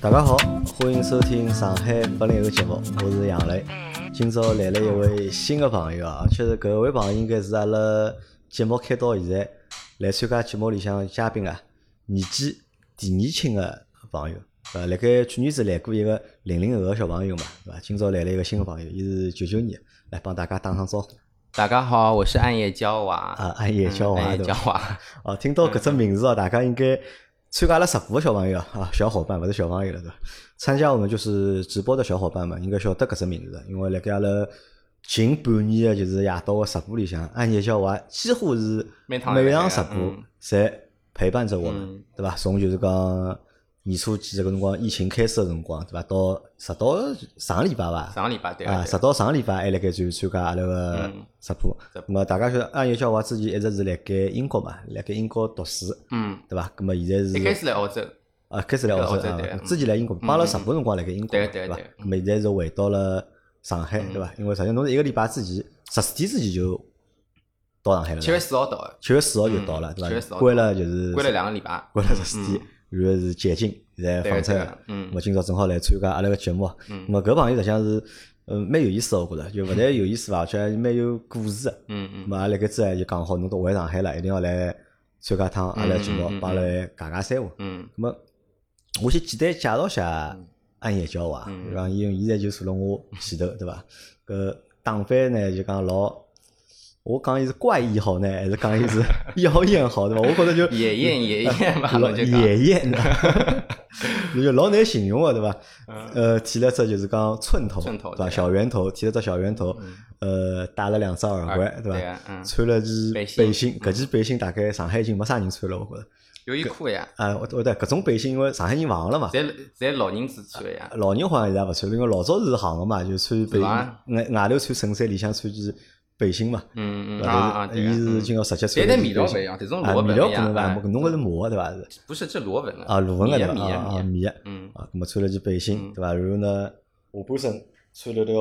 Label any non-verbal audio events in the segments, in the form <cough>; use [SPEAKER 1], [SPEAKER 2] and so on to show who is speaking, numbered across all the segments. [SPEAKER 1] 大家好，欢迎收听上海八零后节目，我是杨磊。今朝来了一位新的朋友啊，而且是搿位朋友应该是阿拉节目开到现在来参加节目里向嘉宾啊，年纪第二轻的朋友。呃，辣盖去年子来过一个零零后个小朋友嘛，对伐？今朝来了一个新的朋友，伊是九九年的，来帮大家打声招呼
[SPEAKER 2] 大家好，我是暗夜娇娃
[SPEAKER 1] 啊，，暗夜
[SPEAKER 2] 嗯
[SPEAKER 1] 交往
[SPEAKER 2] 暗夜
[SPEAKER 1] 对
[SPEAKER 2] 娇
[SPEAKER 1] 伐？
[SPEAKER 2] 娃，
[SPEAKER 1] 哦，听到搿
[SPEAKER 2] 嗯
[SPEAKER 1] 只名字哦，大家应该参加阿拉直播的小朋友啊，小伙伴勿是小朋友了对伐？参加我们就是直播的小伙伴们应该晓得搿只名字，因为辣盖阿拉近半年的就是夜到个直播里向，暗夜小娃几乎是每
[SPEAKER 2] 每
[SPEAKER 1] 场
[SPEAKER 2] 趟来
[SPEAKER 1] 直播
[SPEAKER 2] 嗯
[SPEAKER 1] 侪陪伴着我们，
[SPEAKER 2] 嗯
[SPEAKER 1] 对伐？从就是讲。年初几这个辰光，疫情开始的辰光，对伐？到直到上个礼拜伐，
[SPEAKER 2] 上个礼拜对
[SPEAKER 1] 啊，
[SPEAKER 2] 吧？
[SPEAKER 1] 直到上个礼拜还辣盖就参加阿拉个
[SPEAKER 2] 嗯
[SPEAKER 1] 直播
[SPEAKER 2] 直。播
[SPEAKER 1] 那么大家晓得，阿有小娃之前一直是辣盖英国嘛，辣盖英国读书，
[SPEAKER 2] 嗯，
[SPEAKER 1] 对伐？那么现在
[SPEAKER 2] 一开
[SPEAKER 1] 是
[SPEAKER 2] 始来澳洲，
[SPEAKER 1] 啊，开始来澳
[SPEAKER 2] 澳
[SPEAKER 1] 洲
[SPEAKER 2] 洲
[SPEAKER 1] 啊
[SPEAKER 2] 对，嗯
[SPEAKER 1] 之前来英国，帮阿拉直播辰光辣盖英国嘛，
[SPEAKER 2] 对对嗯
[SPEAKER 1] 伐
[SPEAKER 2] 对？
[SPEAKER 1] 那么现在是回到了上海，对伐？因为实际上侬是一个礼拜之前，十四天之前就到上海了，
[SPEAKER 2] 七月四号到的，
[SPEAKER 1] 七月四号就到了，
[SPEAKER 2] 嗯七
[SPEAKER 1] 对
[SPEAKER 2] 月四
[SPEAKER 1] 伐？
[SPEAKER 2] 号
[SPEAKER 1] 关了就是
[SPEAKER 2] 关了两个礼拜，
[SPEAKER 1] 关了十四天，然后是解禁，现在
[SPEAKER 2] 对
[SPEAKER 1] 放
[SPEAKER 2] 的
[SPEAKER 1] 出
[SPEAKER 2] 对
[SPEAKER 1] 来
[SPEAKER 2] 的
[SPEAKER 1] 了。，
[SPEAKER 2] 嗯
[SPEAKER 1] 我今朝正好来参加阿拉个节目，啊
[SPEAKER 2] 嗯
[SPEAKER 1] 那么搿朋友实际上是，呃，蛮有意思的，我觉着，就勿但有意思伐，而且还蛮有故事的。
[SPEAKER 2] 嗯
[SPEAKER 1] 那
[SPEAKER 2] 嗯，
[SPEAKER 1] 么阿拉搿次啊就讲好，侬都回上海了，一定要来参加趟阿拉节目
[SPEAKER 2] 嗯嗯嗯，嗯
[SPEAKER 1] 帮阿拉讲讲三胡。 <laughs>
[SPEAKER 2] 嗯
[SPEAKER 1] 那么我先简单介绍一下暗夜教娃，
[SPEAKER 2] 嗯
[SPEAKER 1] 对伐？因为现在就坐辣我前头，对伐？搿打扮呢就讲老。我讲伊是怪异好呢，还是讲伊是 <laughs> 妖艳好，对伐？我觉着就
[SPEAKER 2] <laughs> 野艳野艳
[SPEAKER 1] <laughs>
[SPEAKER 2] 吧，
[SPEAKER 1] 老
[SPEAKER 2] 我就讲，
[SPEAKER 1] 野艳
[SPEAKER 2] <laughs>
[SPEAKER 1] 的，你就老难形容啊个对伐？呃，剃了只就是讲寸头，
[SPEAKER 2] 嗯寸头
[SPEAKER 1] 对伐？
[SPEAKER 2] 对嗯
[SPEAKER 1] 小圆头，剃了只小圆头，呃，戴了两只耳环，
[SPEAKER 2] 对
[SPEAKER 1] 伐？
[SPEAKER 2] 啊，嗯，
[SPEAKER 1] 穿了件
[SPEAKER 2] 背心嗯
[SPEAKER 1] 背心，搿件背心大概上海已经没啥人穿了，我觉着。
[SPEAKER 2] 优衣库呀，
[SPEAKER 1] 啊，我我对搿种背心，因为上海人行了嘛，
[SPEAKER 2] 侪侪老人子穿的
[SPEAKER 1] <laughs>
[SPEAKER 2] 呀，
[SPEAKER 1] 老人好像啊现在勿穿了，因为老早是行个嘛，就穿背
[SPEAKER 2] 是
[SPEAKER 1] 心，
[SPEAKER 2] 伐
[SPEAKER 1] 外外头穿衬衫，里向穿件背心嘛。
[SPEAKER 2] 嗯嗯
[SPEAKER 1] 对
[SPEAKER 2] 啊
[SPEAKER 1] 伐
[SPEAKER 2] 啊，
[SPEAKER 1] 但是
[SPEAKER 2] 对啊，
[SPEAKER 1] 伊是
[SPEAKER 2] 嗯
[SPEAKER 1] 今朝直接穿
[SPEAKER 2] 但
[SPEAKER 1] 了
[SPEAKER 2] 但
[SPEAKER 1] 件
[SPEAKER 2] 味道
[SPEAKER 1] 背
[SPEAKER 2] 勿
[SPEAKER 1] 心
[SPEAKER 2] 一。样，这种
[SPEAKER 1] 啊，
[SPEAKER 2] 螺
[SPEAKER 1] 味
[SPEAKER 2] 纹
[SPEAKER 1] 道
[SPEAKER 2] 的
[SPEAKER 1] 可能
[SPEAKER 2] 呀，
[SPEAKER 1] 勿
[SPEAKER 2] 啊
[SPEAKER 1] 一样，侬搿是磨对伐？是
[SPEAKER 2] 不是这螺纹的
[SPEAKER 1] 啊，螺纹个对伐？
[SPEAKER 2] 米米
[SPEAKER 1] 啊啊
[SPEAKER 2] 米，
[SPEAKER 1] 米
[SPEAKER 2] 嗯， <laughs>
[SPEAKER 1] 啊，那么穿了件背心
[SPEAKER 2] 嗯
[SPEAKER 1] 对伐？然后呢，下半身穿了条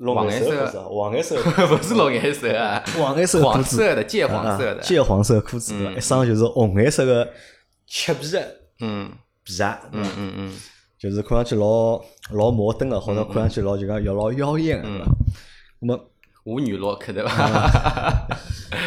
[SPEAKER 1] 龙颜色的裤子，啊黄颜色的
[SPEAKER 2] <laughs>
[SPEAKER 1] 裤
[SPEAKER 2] 不是老颜色啊，
[SPEAKER 1] 子，黄颜色的裤
[SPEAKER 2] 黄
[SPEAKER 1] 子，
[SPEAKER 2] 色的，芥黄色
[SPEAKER 1] 啊
[SPEAKER 2] 的
[SPEAKER 1] 啊，芥黄色的裤子对伐？
[SPEAKER 2] 嗯
[SPEAKER 1] 一双就是红颜色的漆皮的
[SPEAKER 2] 嗯
[SPEAKER 1] 皮鞋对
[SPEAKER 2] 嗯
[SPEAKER 1] 伐？
[SPEAKER 2] 嗯嗯，
[SPEAKER 1] 就是看上去老老摩登个，或者看上去老就讲要老妖艳个，对
[SPEAKER 2] 嗯
[SPEAKER 1] 伐？那么
[SPEAKER 2] 舞女 rock 对
[SPEAKER 1] 啊
[SPEAKER 2] 吧？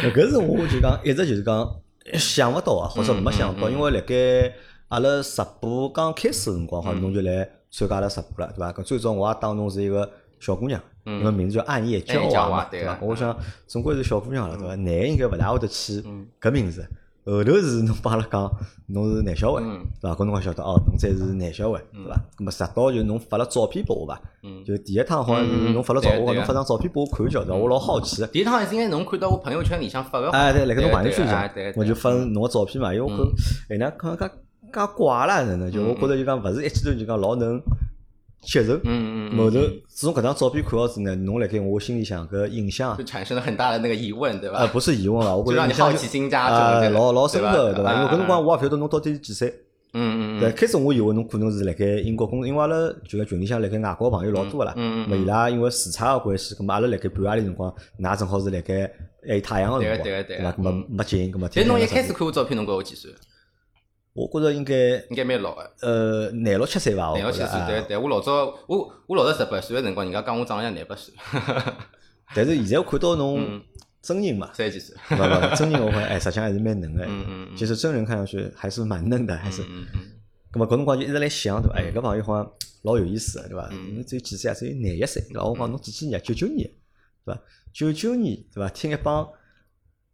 [SPEAKER 1] <laughs> 搿是我就讲一直就是讲想勿到啊，或者没想
[SPEAKER 2] 嗯
[SPEAKER 1] 到，因为辣盖阿拉直播刚开始个辰光，好像
[SPEAKER 2] 嗯
[SPEAKER 1] 侬就来参加阿拉直播了，对伐？搿最早我也当侬是一个小姑娘，
[SPEAKER 2] 嗯
[SPEAKER 1] 侬名字叫暗夜娇
[SPEAKER 2] 暗夜
[SPEAKER 1] 娃
[SPEAKER 2] 娇
[SPEAKER 1] 嘛
[SPEAKER 2] 娃，
[SPEAKER 1] 对
[SPEAKER 2] 对
[SPEAKER 1] 伐
[SPEAKER 2] 啊？
[SPEAKER 1] 我想总归是小姑娘了，对伐？男应该勿大会得起
[SPEAKER 2] 嗯
[SPEAKER 1] 搿名字。后头是侬帮阿拉讲，侬是男小孩，对
[SPEAKER 2] 嗯
[SPEAKER 1] 伐？搿辰光晓得哦，侬才是男小孩，对伐？咁么直到就侬发了照片拨我伐？
[SPEAKER 2] 嗯，
[SPEAKER 1] 就第一趟好像是
[SPEAKER 2] 嗯
[SPEAKER 1] 侬发了照，
[SPEAKER 2] 对啊
[SPEAKER 1] 我
[SPEAKER 2] 对
[SPEAKER 1] 侬
[SPEAKER 2] 啊
[SPEAKER 1] 发张照片拨我看一瞧，对伐？我老好奇。啊
[SPEAKER 2] 第一趟是应该侬看到我朋友圈里向发个，
[SPEAKER 1] <laughs> 哎，对，辣盖侬
[SPEAKER 2] 对
[SPEAKER 1] 朋友圈
[SPEAKER 2] 对啊对
[SPEAKER 1] 上
[SPEAKER 2] 啊，
[SPEAKER 1] 我
[SPEAKER 2] 对啊嗯
[SPEAKER 1] 就发侬个照片嘛，因为我觉着哎，那看介介怪啦，哪能就我觉着就讲勿是一记头就讲老能接受。
[SPEAKER 2] 嗯嗯
[SPEAKER 1] 后头自从搿张照片看好之后呢，侬辣盖我心里向搿印象啊
[SPEAKER 2] 嗯就产生了很大的那个疑问，对
[SPEAKER 1] 呃
[SPEAKER 2] 吧？
[SPEAKER 1] 不是疑问啊，我觉
[SPEAKER 2] 就
[SPEAKER 1] 着
[SPEAKER 2] 让你
[SPEAKER 1] 印象
[SPEAKER 2] 好奇心加
[SPEAKER 1] 啊
[SPEAKER 2] 重，
[SPEAKER 1] 老老深刻的，对
[SPEAKER 2] 对
[SPEAKER 1] 伐？因为搿辰光
[SPEAKER 2] 嗯
[SPEAKER 1] 我也勿晓得侬到底是几岁。
[SPEAKER 2] 嗯
[SPEAKER 1] 对，
[SPEAKER 2] 嗯
[SPEAKER 1] 开始我以为侬可能是辣盖英国工作，因为阿拉就辣群里向辣盖外国朋友老多个啦，
[SPEAKER 2] 嗯嗯嗯
[SPEAKER 1] 么伊拉因为时差个关系，咁么阿拉辣盖半夜里辰光，㑚正好是辣盖还有太阳个辰光，
[SPEAKER 2] 对个对个对
[SPEAKER 1] 伐？
[SPEAKER 2] 个
[SPEAKER 1] 咁么
[SPEAKER 2] 嗯
[SPEAKER 1] 没劲，咁么
[SPEAKER 2] 其
[SPEAKER 1] 天天
[SPEAKER 2] 实侬一
[SPEAKER 1] 晚上
[SPEAKER 2] 开始，看我照片，侬觉得我几岁？
[SPEAKER 1] 我觉着应该
[SPEAKER 2] 应该啊蛮老的，
[SPEAKER 1] 呃廿六七岁伐，我
[SPEAKER 2] 廿
[SPEAKER 1] 觉
[SPEAKER 2] 六
[SPEAKER 1] 着
[SPEAKER 2] 七岁。对
[SPEAKER 1] 啊。
[SPEAKER 2] 对，我老早我我老早十八岁的辰光，人家讲我长得像廿八岁，
[SPEAKER 1] 但是现在我看到侬
[SPEAKER 2] 嗯
[SPEAKER 1] 真人嘛， <laughs>
[SPEAKER 2] 三十几岁。
[SPEAKER 1] 勿勿勿真人我看哎，实际上还是蛮嫩个。
[SPEAKER 2] 嗯嗯
[SPEAKER 1] 其实真人看上去还是蛮嫩的，还是。
[SPEAKER 2] 嗯嗯
[SPEAKER 1] 咁么搿辰光就一直来想对伐？哎，搿朋友好像老有意思个对伐？
[SPEAKER 2] 嗯
[SPEAKER 1] 侬只有几岁啊？只有廿一岁对伐？我讲侬几几年啊？九九年对伐？九九年对伐？听一帮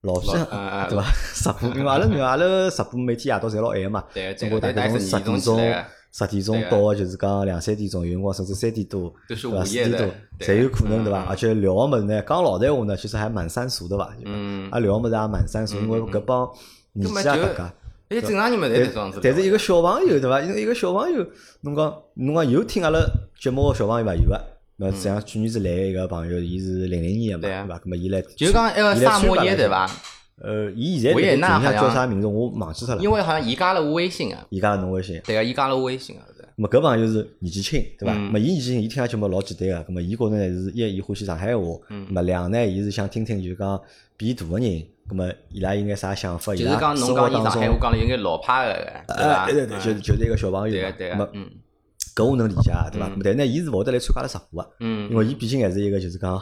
[SPEAKER 1] 老先
[SPEAKER 2] 老啊
[SPEAKER 1] 生
[SPEAKER 2] 啊
[SPEAKER 1] 对伐？直播，因为阿拉阿拉直播每天夜到侪老晚个嘛，
[SPEAKER 2] 对
[SPEAKER 1] 总
[SPEAKER 2] 对
[SPEAKER 1] 归大概从
[SPEAKER 2] 对
[SPEAKER 1] 十啊
[SPEAKER 2] 大概
[SPEAKER 1] 点
[SPEAKER 2] 是十
[SPEAKER 1] 钟
[SPEAKER 2] 点钟起来、啊
[SPEAKER 1] 十点钟到个就是讲两三点钟，有辰光甚至三点多，
[SPEAKER 2] 都是
[SPEAKER 1] 对伐？
[SPEAKER 2] 午
[SPEAKER 1] 四
[SPEAKER 2] 夜
[SPEAKER 1] 点
[SPEAKER 2] 的
[SPEAKER 1] 多，
[SPEAKER 2] 对啊
[SPEAKER 1] 侪有可能对伐
[SPEAKER 2] 嗯？嗯
[SPEAKER 1] 而且聊个物事呢，讲老闲话呢，其实还蛮三俗对伐？就讲
[SPEAKER 2] 嗯
[SPEAKER 1] 啊，聊个物事也蛮三俗，因为搿帮年纪啊
[SPEAKER 2] 根本
[SPEAKER 1] 大
[SPEAKER 2] 就
[SPEAKER 1] 家。
[SPEAKER 2] 哎，正常人嘛，侪是这样子
[SPEAKER 1] 但。但是一个小朋友对伐？因为一个小朋友，侬讲侬讲有听阿拉节目个小朋友伐？有个，那像去年子来一个朋友，伊是零零年个
[SPEAKER 2] 嗯对
[SPEAKER 1] 嘛，
[SPEAKER 2] 啊
[SPEAKER 1] 对伐？那么伊来，
[SPEAKER 2] 就是讲埃个
[SPEAKER 1] 伊来
[SPEAKER 2] 萨
[SPEAKER 1] 参加
[SPEAKER 2] 摩耶
[SPEAKER 1] 了
[SPEAKER 2] 对伐？
[SPEAKER 1] 呃，伊现在
[SPEAKER 2] 维也纳
[SPEAKER 1] 群里向
[SPEAKER 2] 好
[SPEAKER 1] 叫
[SPEAKER 2] 像
[SPEAKER 1] 啥名字？我忘记脱了。
[SPEAKER 2] 因为好像伊加了我微信啊，
[SPEAKER 1] 伊加了侬微信。
[SPEAKER 2] 对个，伊加了我微信啊，对。
[SPEAKER 1] 那么搿朋友是年纪轻，对伐？
[SPEAKER 2] 嗯
[SPEAKER 1] 那么伊年纪轻，伊听下节目老简单个。那么伊觉着呢是一，伊欢喜上海话；
[SPEAKER 2] 嗯
[SPEAKER 1] 那么两呢，伊是想听听就是讲比大个人，那么伊拉应该啥想法？伊
[SPEAKER 2] 就是
[SPEAKER 1] 拉
[SPEAKER 2] 讲
[SPEAKER 1] 生
[SPEAKER 2] 侬
[SPEAKER 1] 活
[SPEAKER 2] 讲伊
[SPEAKER 1] 当
[SPEAKER 2] 上海话
[SPEAKER 1] 中，
[SPEAKER 2] 讲了有眼老派个，对
[SPEAKER 1] 呃
[SPEAKER 2] 伐？
[SPEAKER 1] 对对对，就是就是一个小朋友
[SPEAKER 2] 对
[SPEAKER 1] 嘛
[SPEAKER 2] 个对
[SPEAKER 1] 那么
[SPEAKER 2] 个，嗯
[SPEAKER 1] 搿我能理解，啊对伐？
[SPEAKER 2] 嗯
[SPEAKER 1] 咾但呢，伊是勿会得来参加阿拉直播个，
[SPEAKER 2] 嗯，
[SPEAKER 1] 因为伊毕竟还是一个就是讲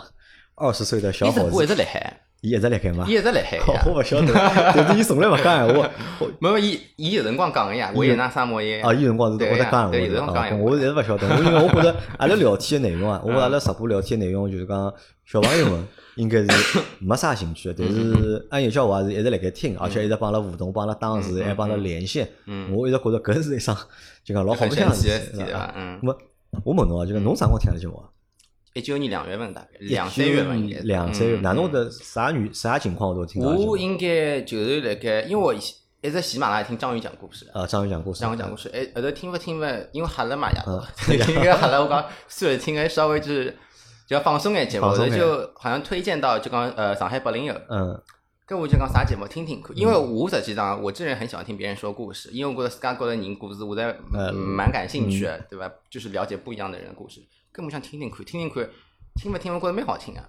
[SPEAKER 1] 二十岁的小
[SPEAKER 2] 伊直
[SPEAKER 1] 伙
[SPEAKER 2] 播一
[SPEAKER 1] 子，
[SPEAKER 2] 直辣海，
[SPEAKER 1] 伊一直辣盖嘛
[SPEAKER 2] 伊。一直辣啊海
[SPEAKER 1] <laughs> 我
[SPEAKER 2] 呀。
[SPEAKER 1] 勿晓得，但是伊从来勿讲闲话。我
[SPEAKER 2] 没没，伊伊有辰光讲个呀，我有那啥么耶。
[SPEAKER 1] 啊，伊有辰光是
[SPEAKER 2] 对
[SPEAKER 1] 会得
[SPEAKER 2] 呀
[SPEAKER 1] 讲
[SPEAKER 2] 对有嗯
[SPEAKER 1] 闲
[SPEAKER 2] 辰
[SPEAKER 1] 话
[SPEAKER 2] 光
[SPEAKER 1] 的
[SPEAKER 2] 讲
[SPEAKER 1] 啊，
[SPEAKER 2] 闲话
[SPEAKER 1] 我一直勿晓得，
[SPEAKER 2] <laughs>
[SPEAKER 1] 我因为我觉得阿拉聊天的内容啊，我觉得阿拉直播聊天的内容就是讲小朋友们应该是没啥兴趣的，但是俺有小娃是一直辣盖听，而且一直帮阿拉互动，帮阿拉打字，
[SPEAKER 2] 嗯
[SPEAKER 1] 还帮阿拉连线，
[SPEAKER 2] 嗯
[SPEAKER 1] 我一直觉得搿是一桩就讲老好
[SPEAKER 2] 很
[SPEAKER 1] 白
[SPEAKER 2] 神
[SPEAKER 1] 相
[SPEAKER 2] 奇的
[SPEAKER 1] 事
[SPEAKER 2] 事
[SPEAKER 1] 体
[SPEAKER 2] 体对
[SPEAKER 1] 啊
[SPEAKER 2] 伐？。嗯，
[SPEAKER 1] 那么我问侬啊，就讲侬啥辰光听阿拉节目啊？
[SPEAKER 2] 一九年两月份大概，两三月份应该是。
[SPEAKER 1] 两三月，
[SPEAKER 2] 嗯
[SPEAKER 1] 哪
[SPEAKER 2] 嗯
[SPEAKER 1] 能的啥女啥情况我都听到。
[SPEAKER 2] 我应该就是辣盖，因为我以前一直喜马拉雅听章鱼讲故事，
[SPEAKER 1] 啊，张宇讲故事，
[SPEAKER 2] 章鱼讲故事，哎，后头听勿听勿，因为吓了嘛夜到
[SPEAKER 1] 嗯， <laughs>
[SPEAKER 2] 应该吓了，我讲算了，听个稍微就是就要放松眼节目，
[SPEAKER 1] 放
[SPEAKER 2] 后
[SPEAKER 1] 松
[SPEAKER 2] 头
[SPEAKER 1] 眼
[SPEAKER 2] 就好像推荐到就讲呃上海八零后，
[SPEAKER 1] 嗯
[SPEAKER 2] 跟我就讲啥节目听听看，因为我实际上我这人很喜欢听别人说故事，因为我觉得自家觉得人故事我在
[SPEAKER 1] 呃嗯
[SPEAKER 2] 蛮感兴趣的，对吧？就是了解不一样的人的故事，跟我想听听看，听听看，听勿听我觉得蛮好听啊，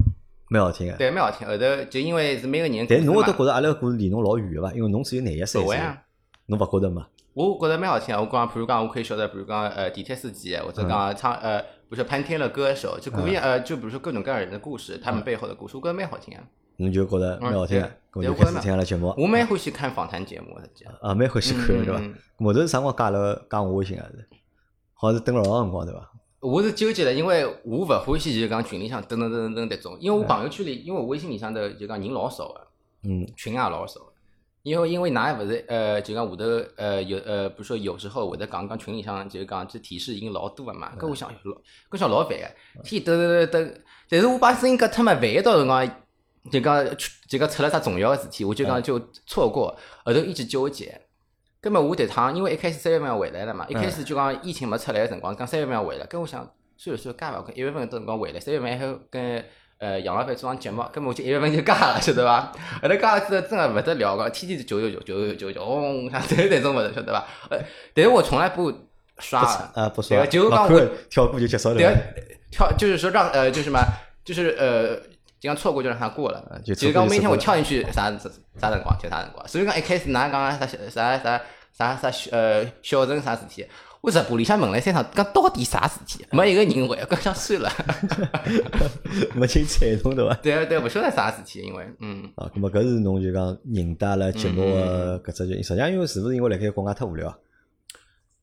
[SPEAKER 1] 蛮好听的。
[SPEAKER 2] 对，蛮好听。后头就因为是每个人故事嘛，
[SPEAKER 1] 但侬会得觉得阿拉故事离侬老远个伐？因为侬只有廿一岁
[SPEAKER 2] 不会
[SPEAKER 1] 左右
[SPEAKER 2] 啊，
[SPEAKER 1] 侬勿觉得嘛？
[SPEAKER 2] 我觉得蛮好听啊！我讲，比如讲，我可以晓得，比如讲，呃，地铁司机，或
[SPEAKER 1] 嗯
[SPEAKER 2] 者讲唱，呃，比如说潘天乐歌手，就故意，呃，就比如说各种各样人的故事，
[SPEAKER 1] 嗯
[SPEAKER 2] 他们背后的故事，我觉得蛮好听啊。
[SPEAKER 1] 侬就觉得蛮好听的，
[SPEAKER 2] 嗯
[SPEAKER 1] 咾
[SPEAKER 2] 对
[SPEAKER 1] 就
[SPEAKER 2] 对
[SPEAKER 1] 开始听阿拉节目，
[SPEAKER 2] 我蛮欢喜看访谈节目的，这样。
[SPEAKER 1] 啊，蛮欢喜看的对伐
[SPEAKER 2] 嗯嗯嗯嗯？
[SPEAKER 1] 后头是啥辰光加了加我微信啊？是，好像是等了老长辰光对伐？
[SPEAKER 2] 我是纠结的，因为我勿欢喜就是讲群里向噔噔噔噔噔迭种，因为我朋友圈里，因为我微信里向头就讲人老少的，
[SPEAKER 1] 嗯
[SPEAKER 2] 群也老少的。因为因为㑚也勿是呃，就讲下头呃有呃，比如说有时候会得讲讲群里向就是讲这提示已经老多了嘛，搿我想老，搿想老烦个，天抖抖抖抖，但是我把声音割脱嘛，万一到辰光就讲就讲出了啥重要个事体，我就讲就错过，后头一直纠结。根本我迭趟因为一开始三月份要回来了嘛，一开始就讲疫情没出来个辰光，讲三月份要回来，跟我想算了算了，加伐，一月份到辰光回来，三月份还好跟呃杨老板做上节目，根本我就一月份就加了，晓得伐？ <laughs> 后头加了之后真个勿得了个，天天就九九九九九九，嗡，像 <laughs> 这那种物事晓得伐？呃，但是我从来不刷的。
[SPEAKER 1] 啊，不说了，
[SPEAKER 2] 对就是讲
[SPEAKER 1] 勿
[SPEAKER 2] 我
[SPEAKER 1] 看跳过就结束了
[SPEAKER 2] 对
[SPEAKER 1] 对
[SPEAKER 2] 啊
[SPEAKER 1] 伐？，
[SPEAKER 2] 跳就是说让呃，就是什么，就是呃，就讲错过就让它过了。
[SPEAKER 1] 啊就
[SPEAKER 2] 其
[SPEAKER 1] 错过就
[SPEAKER 2] 实讲每天
[SPEAKER 1] 错过
[SPEAKER 2] 我
[SPEAKER 1] 了
[SPEAKER 2] 跳进去啥啥啥辰光就啥辰光，所以讲一开始哪讲啥啥啥啥啥啥呃小陈啥事体，我直播里向问了三趟，讲到底啥事体，没一个人回，讲想算了。 <laughs>
[SPEAKER 1] 没清彩侬对伐？
[SPEAKER 2] 对啊对啊，不晓得啥事体，因为嗯
[SPEAKER 1] 啊，咁么搿是侬就讲认得阿拉节目个搿只就，实际上因为是勿是因为辣盖国外太无聊啊？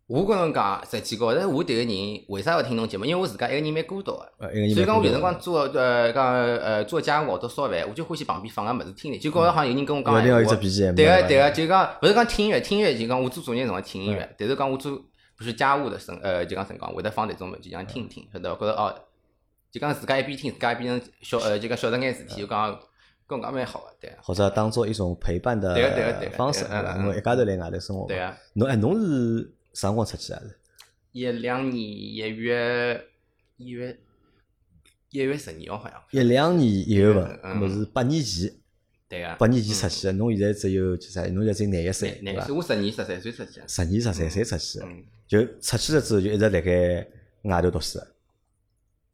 [SPEAKER 2] 我跟侬讲，实际高头我迭个人为啥要听侬节目？因为我自家一个人蛮孤独的。
[SPEAKER 1] 呃一个人
[SPEAKER 2] 所以讲，我
[SPEAKER 1] 蛮孤独
[SPEAKER 2] 有辰光做呃讲呃做家务或者烧饭，我就欢喜旁边放个物事听听，就觉着好像有人跟我讲
[SPEAKER 1] 一定要有只
[SPEAKER 2] 闲话
[SPEAKER 1] BGM 对
[SPEAKER 2] 对个
[SPEAKER 1] 吧
[SPEAKER 2] 对啊个，就讲勿是讲听音乐，听音乐就讲我做作业辰光听音
[SPEAKER 1] 嗯
[SPEAKER 2] 乐，但是讲我做不是家务的辰呃就讲辰光会得放迭种物事，就讲听一听，晓得伐？觉着哦，就讲自家一边听自家一边小呃就讲晓得眼事体，就讲跟我讲蛮好个，对个啊
[SPEAKER 1] 或者当做一种陪伴的
[SPEAKER 2] 对个对个对个
[SPEAKER 1] 方式，
[SPEAKER 2] 对个嗯
[SPEAKER 1] 伐
[SPEAKER 2] 嗯
[SPEAKER 1] 因为一家头来外头生活嘛。
[SPEAKER 2] 对啊个。
[SPEAKER 1] 侬哎，侬是啥辰光出去啊？
[SPEAKER 2] 一两年一月一月一月十二号好像，
[SPEAKER 1] 一两年一月份，那
[SPEAKER 2] 嗯
[SPEAKER 1] 么是八年前，
[SPEAKER 2] 对啊个。
[SPEAKER 1] 八年前出去的。侬现在只有就啥？侬现在只有廿一岁，对
[SPEAKER 2] 廿
[SPEAKER 1] 伐
[SPEAKER 2] 是？我十二十三岁出去的。
[SPEAKER 1] 十二、十三岁出去的，
[SPEAKER 2] 嗯，
[SPEAKER 1] 就出去了之后就一直辣盖外头读书的。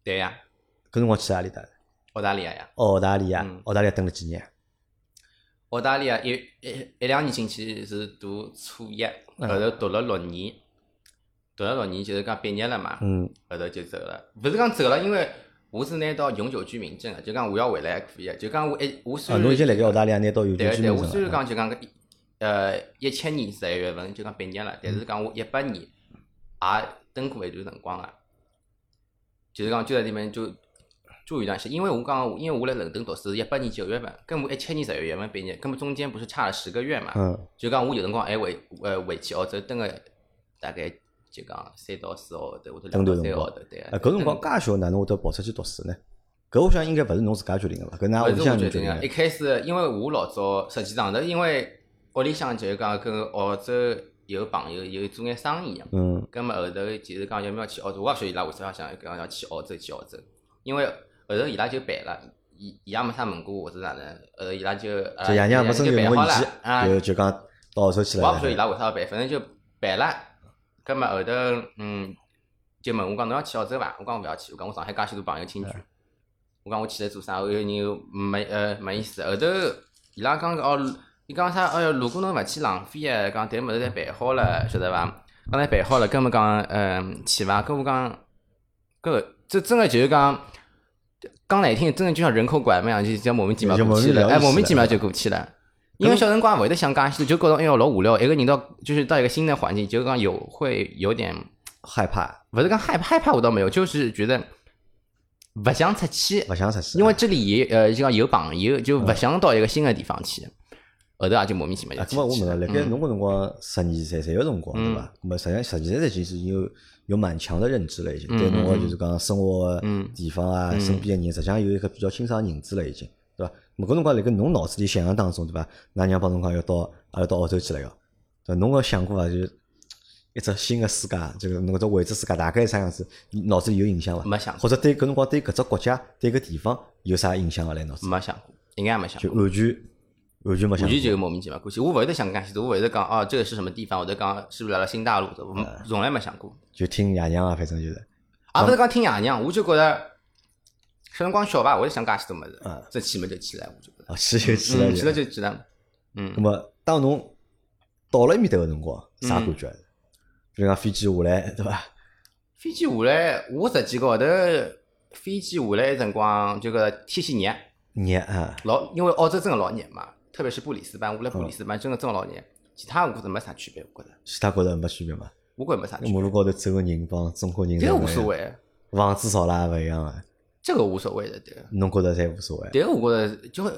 [SPEAKER 2] 对呀，
[SPEAKER 1] 搿辰光去哪里搭？
[SPEAKER 2] 澳大利亚呀。
[SPEAKER 1] 澳大利亚
[SPEAKER 2] 嗯，
[SPEAKER 1] 澳大利亚蹲了几年？
[SPEAKER 2] 澳大利亚一一一两年进去是读初一，
[SPEAKER 1] 嗯
[SPEAKER 2] 后头读了六年，读了六年就是讲毕业了嘛，
[SPEAKER 1] 嗯，
[SPEAKER 2] 后头就走了。勿是讲走了，因为我是拿到永久居民证的，就讲我要回来可以的，就讲我一我虽
[SPEAKER 1] 啊，
[SPEAKER 2] 然
[SPEAKER 1] 侬已经辣盖澳大利亚拿到永久
[SPEAKER 2] 对
[SPEAKER 1] 居
[SPEAKER 2] 对，
[SPEAKER 1] 民
[SPEAKER 2] 我虽
[SPEAKER 1] 证了。
[SPEAKER 2] 然
[SPEAKER 1] 嗯
[SPEAKER 2] 讲就讲个一呃一七年十一月份就讲毕业了，但是讲我一八年也蹲过一段辰光了，就是讲就在里面就住一段时间，因为我讲因为我来伦敦读书，一八年九月份，跟我一七年十一月份毕业，根本中间不是差了十个月嘛，
[SPEAKER 1] 嗯，
[SPEAKER 2] 就讲我有辰光还回呃回去澳洲蹲个大概就讲三到四个号头，或者两
[SPEAKER 1] 蹲段
[SPEAKER 2] 到
[SPEAKER 1] 辰
[SPEAKER 2] 三个
[SPEAKER 1] 光
[SPEAKER 2] 号头，对啊
[SPEAKER 1] 啊，搿辰光介小，哪能会得跑出去读书呢？搿我想应该勿是侬自家决定个吧？搿㑚
[SPEAKER 2] 勿
[SPEAKER 1] 屋里
[SPEAKER 2] 是我
[SPEAKER 1] 向
[SPEAKER 2] 决
[SPEAKER 1] 人决
[SPEAKER 2] 定
[SPEAKER 1] 定
[SPEAKER 2] 个，一
[SPEAKER 1] 的。
[SPEAKER 2] 开始因为我老早实际上头，因为屋里向就是讲跟澳洲有朋友有做眼生意，
[SPEAKER 1] 嗯，
[SPEAKER 2] 咁么后头就是讲要不要去澳洲，我也勿晓得伊拉为啥要想讲要去澳洲去澳洲，因为后头伊拉就办了。伊伊也没啥问过我是哪能，后头伊拉就呃
[SPEAKER 1] 就爷娘没
[SPEAKER 2] 就
[SPEAKER 1] 征求
[SPEAKER 2] 办
[SPEAKER 1] 侬
[SPEAKER 2] 好
[SPEAKER 1] 意
[SPEAKER 2] 了啊
[SPEAKER 1] 见，，就就讲到澳洲去
[SPEAKER 2] 我
[SPEAKER 1] 了
[SPEAKER 2] 也勿晓。得伊拉为啥要办，反正就办了。葛末后头，嗯，就问我讲侬要去澳洲伐？我讲我勿要去，我讲我上海介许多朋友亲眷，我讲我去来做啥？后头人又没呃没意思。后头伊哦
[SPEAKER 1] 嗯
[SPEAKER 2] 拉讲哦，伊讲啥？哎哟，如果侬勿去浪费啊，讲迭物事侪办好了，晓得伐？帮㑚办好了，跟我讲，嗯，去伐？跟我讲，搿个这真个就是讲，讲难听，真的就像人口拐卖一样，就像莫名其妙
[SPEAKER 1] 就
[SPEAKER 2] 过
[SPEAKER 1] 莫
[SPEAKER 2] 去
[SPEAKER 1] 名其
[SPEAKER 2] 了，
[SPEAKER 1] 妙
[SPEAKER 2] 哎，
[SPEAKER 1] 就
[SPEAKER 2] 莫名
[SPEAKER 1] 死
[SPEAKER 2] 其
[SPEAKER 1] 了
[SPEAKER 2] 妙就过去了。因为小辰光勿会得想介许多，就觉着哎哟老无聊。一个人到就是到一个新的环境，就是讲有会有点，
[SPEAKER 1] 害怕，
[SPEAKER 2] 勿是讲害怕害怕，我倒没有，就是觉得勿想出去，
[SPEAKER 1] 勿想出去，
[SPEAKER 2] 因为这里也呃就讲有朋友，就勿想到一个新的地方去，后头也就莫名其妙
[SPEAKER 1] 啊，
[SPEAKER 2] 就
[SPEAKER 1] 咁啊，我
[SPEAKER 2] 去
[SPEAKER 1] 问
[SPEAKER 2] 了嗯
[SPEAKER 1] 了，辣盖侬搿辰光十二岁、十一辰光对伐？咁啊，实际上十二岁其实已经有有蛮强的认知了，已经
[SPEAKER 2] 嗯
[SPEAKER 1] 对侬个就是讲生活个地方啊、身边个人，实际上有一个比较清爽认知了，已经对伐？咁搿辰光辣盖侬脑子里想象当中对伐？㑚娘帮侬讲要到阿拉到澳洲去了要，对伐？侬有想过伐？就是一只新个世界，就是侬搿只未知世界大概是啥样子？你脑子里有印象伐？
[SPEAKER 2] 没想过
[SPEAKER 1] 或者对搿辰光对搿只国家、对搿地方有啥印象伐？来脑子里
[SPEAKER 2] 没想过，应该也没想过。
[SPEAKER 1] 就完全完全没想
[SPEAKER 2] 完
[SPEAKER 1] 过
[SPEAKER 2] 全。就是莫名其妙过去。我勿会得想干许多，我勿会得讲哦，这个是什么地方，或者讲是不是来了新大陆的，我
[SPEAKER 1] 嗯
[SPEAKER 2] 从来没想过。
[SPEAKER 1] 就听爷娘啊，反正就是。
[SPEAKER 2] 也勿是讲听爷娘，我就觉得小辰光小吧，我就想干许多么子
[SPEAKER 1] 嗯，
[SPEAKER 2] 这去么就去了，我就觉得，
[SPEAKER 1] 啊，去就去了
[SPEAKER 2] 嗯
[SPEAKER 1] 就。
[SPEAKER 2] 去了就去了，嗯
[SPEAKER 1] 那，么，当侬到了埃面搭个辰光，啥
[SPEAKER 2] 嗯
[SPEAKER 1] 感觉？比如讲飞机下来，对伐？
[SPEAKER 2] 飞机下来，我实际高头飞机下来的辰光，就觉得天气热，
[SPEAKER 1] 热啊，
[SPEAKER 2] 老因为澳洲真的老热嘛，特别是布里斯班，我来布
[SPEAKER 1] 嗯
[SPEAKER 2] 里斯班真的真的老热，其他我觉得没啥区别，我觉得，
[SPEAKER 1] 其他觉着没区别嘛。
[SPEAKER 2] 我觉得没啥区
[SPEAKER 1] 马
[SPEAKER 2] 别，
[SPEAKER 1] 路高头走个人帮中国人
[SPEAKER 2] 这个
[SPEAKER 1] 哪
[SPEAKER 2] 无
[SPEAKER 1] 能
[SPEAKER 2] 所
[SPEAKER 1] 样，
[SPEAKER 2] 谓，
[SPEAKER 1] 房子少了也勿一样啊。
[SPEAKER 2] 这个无所谓的，对。
[SPEAKER 1] 侬觉着侪无所谓，
[SPEAKER 2] 对我觉得就会，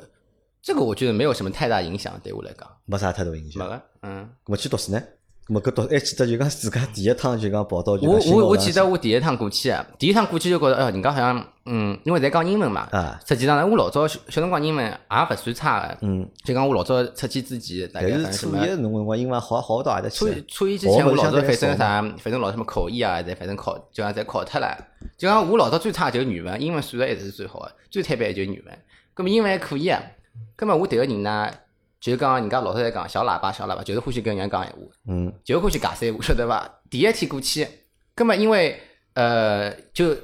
[SPEAKER 2] 这个我觉得没有什么太大影响，对我来讲，
[SPEAKER 1] 没啥太大影
[SPEAKER 2] 没
[SPEAKER 1] 响。
[SPEAKER 2] 个，嗯，
[SPEAKER 1] 那么去读书呢？那么搿读，还记得就讲自家第一趟就讲跑到就
[SPEAKER 2] 我
[SPEAKER 1] 讲新
[SPEAKER 2] 我我
[SPEAKER 1] 学
[SPEAKER 2] 记
[SPEAKER 1] 堂
[SPEAKER 2] 得我第一趟过去啊，第一趟过去就觉得，哎呦，人家好像，嗯，因为在讲英文嘛，
[SPEAKER 1] 啊，
[SPEAKER 2] 实际上呢，我老早小小辰光英文也勿算差的，
[SPEAKER 1] 嗯。
[SPEAKER 2] 就讲我老早出去之前，大
[SPEAKER 1] 但
[SPEAKER 2] 概
[SPEAKER 1] 是
[SPEAKER 2] 反正什
[SPEAKER 1] 初
[SPEAKER 2] 么
[SPEAKER 1] 一。的辰光，英文好好勿到阿搭去
[SPEAKER 2] 初
[SPEAKER 1] 啊。
[SPEAKER 2] 一初一之
[SPEAKER 1] 哦
[SPEAKER 2] 前，我
[SPEAKER 1] 不是
[SPEAKER 2] 老
[SPEAKER 1] 相
[SPEAKER 2] 早
[SPEAKER 1] 对来
[SPEAKER 2] 反正
[SPEAKER 1] 少
[SPEAKER 2] 啥，反正老什么口译啊，在反正考，就讲侪考脱了。就讲我老早最差就是语文，英文算得一直是最好的，最特别的就是语文。咁么英文还可以啊。咁么我迭个人呢，就是讲人家老早在讲小喇叭，小喇叭，就是欢喜跟人家讲闲话。
[SPEAKER 1] 嗯，
[SPEAKER 2] 就欢喜尬三胡，晓得伐？第一天过去，根本因为呃，就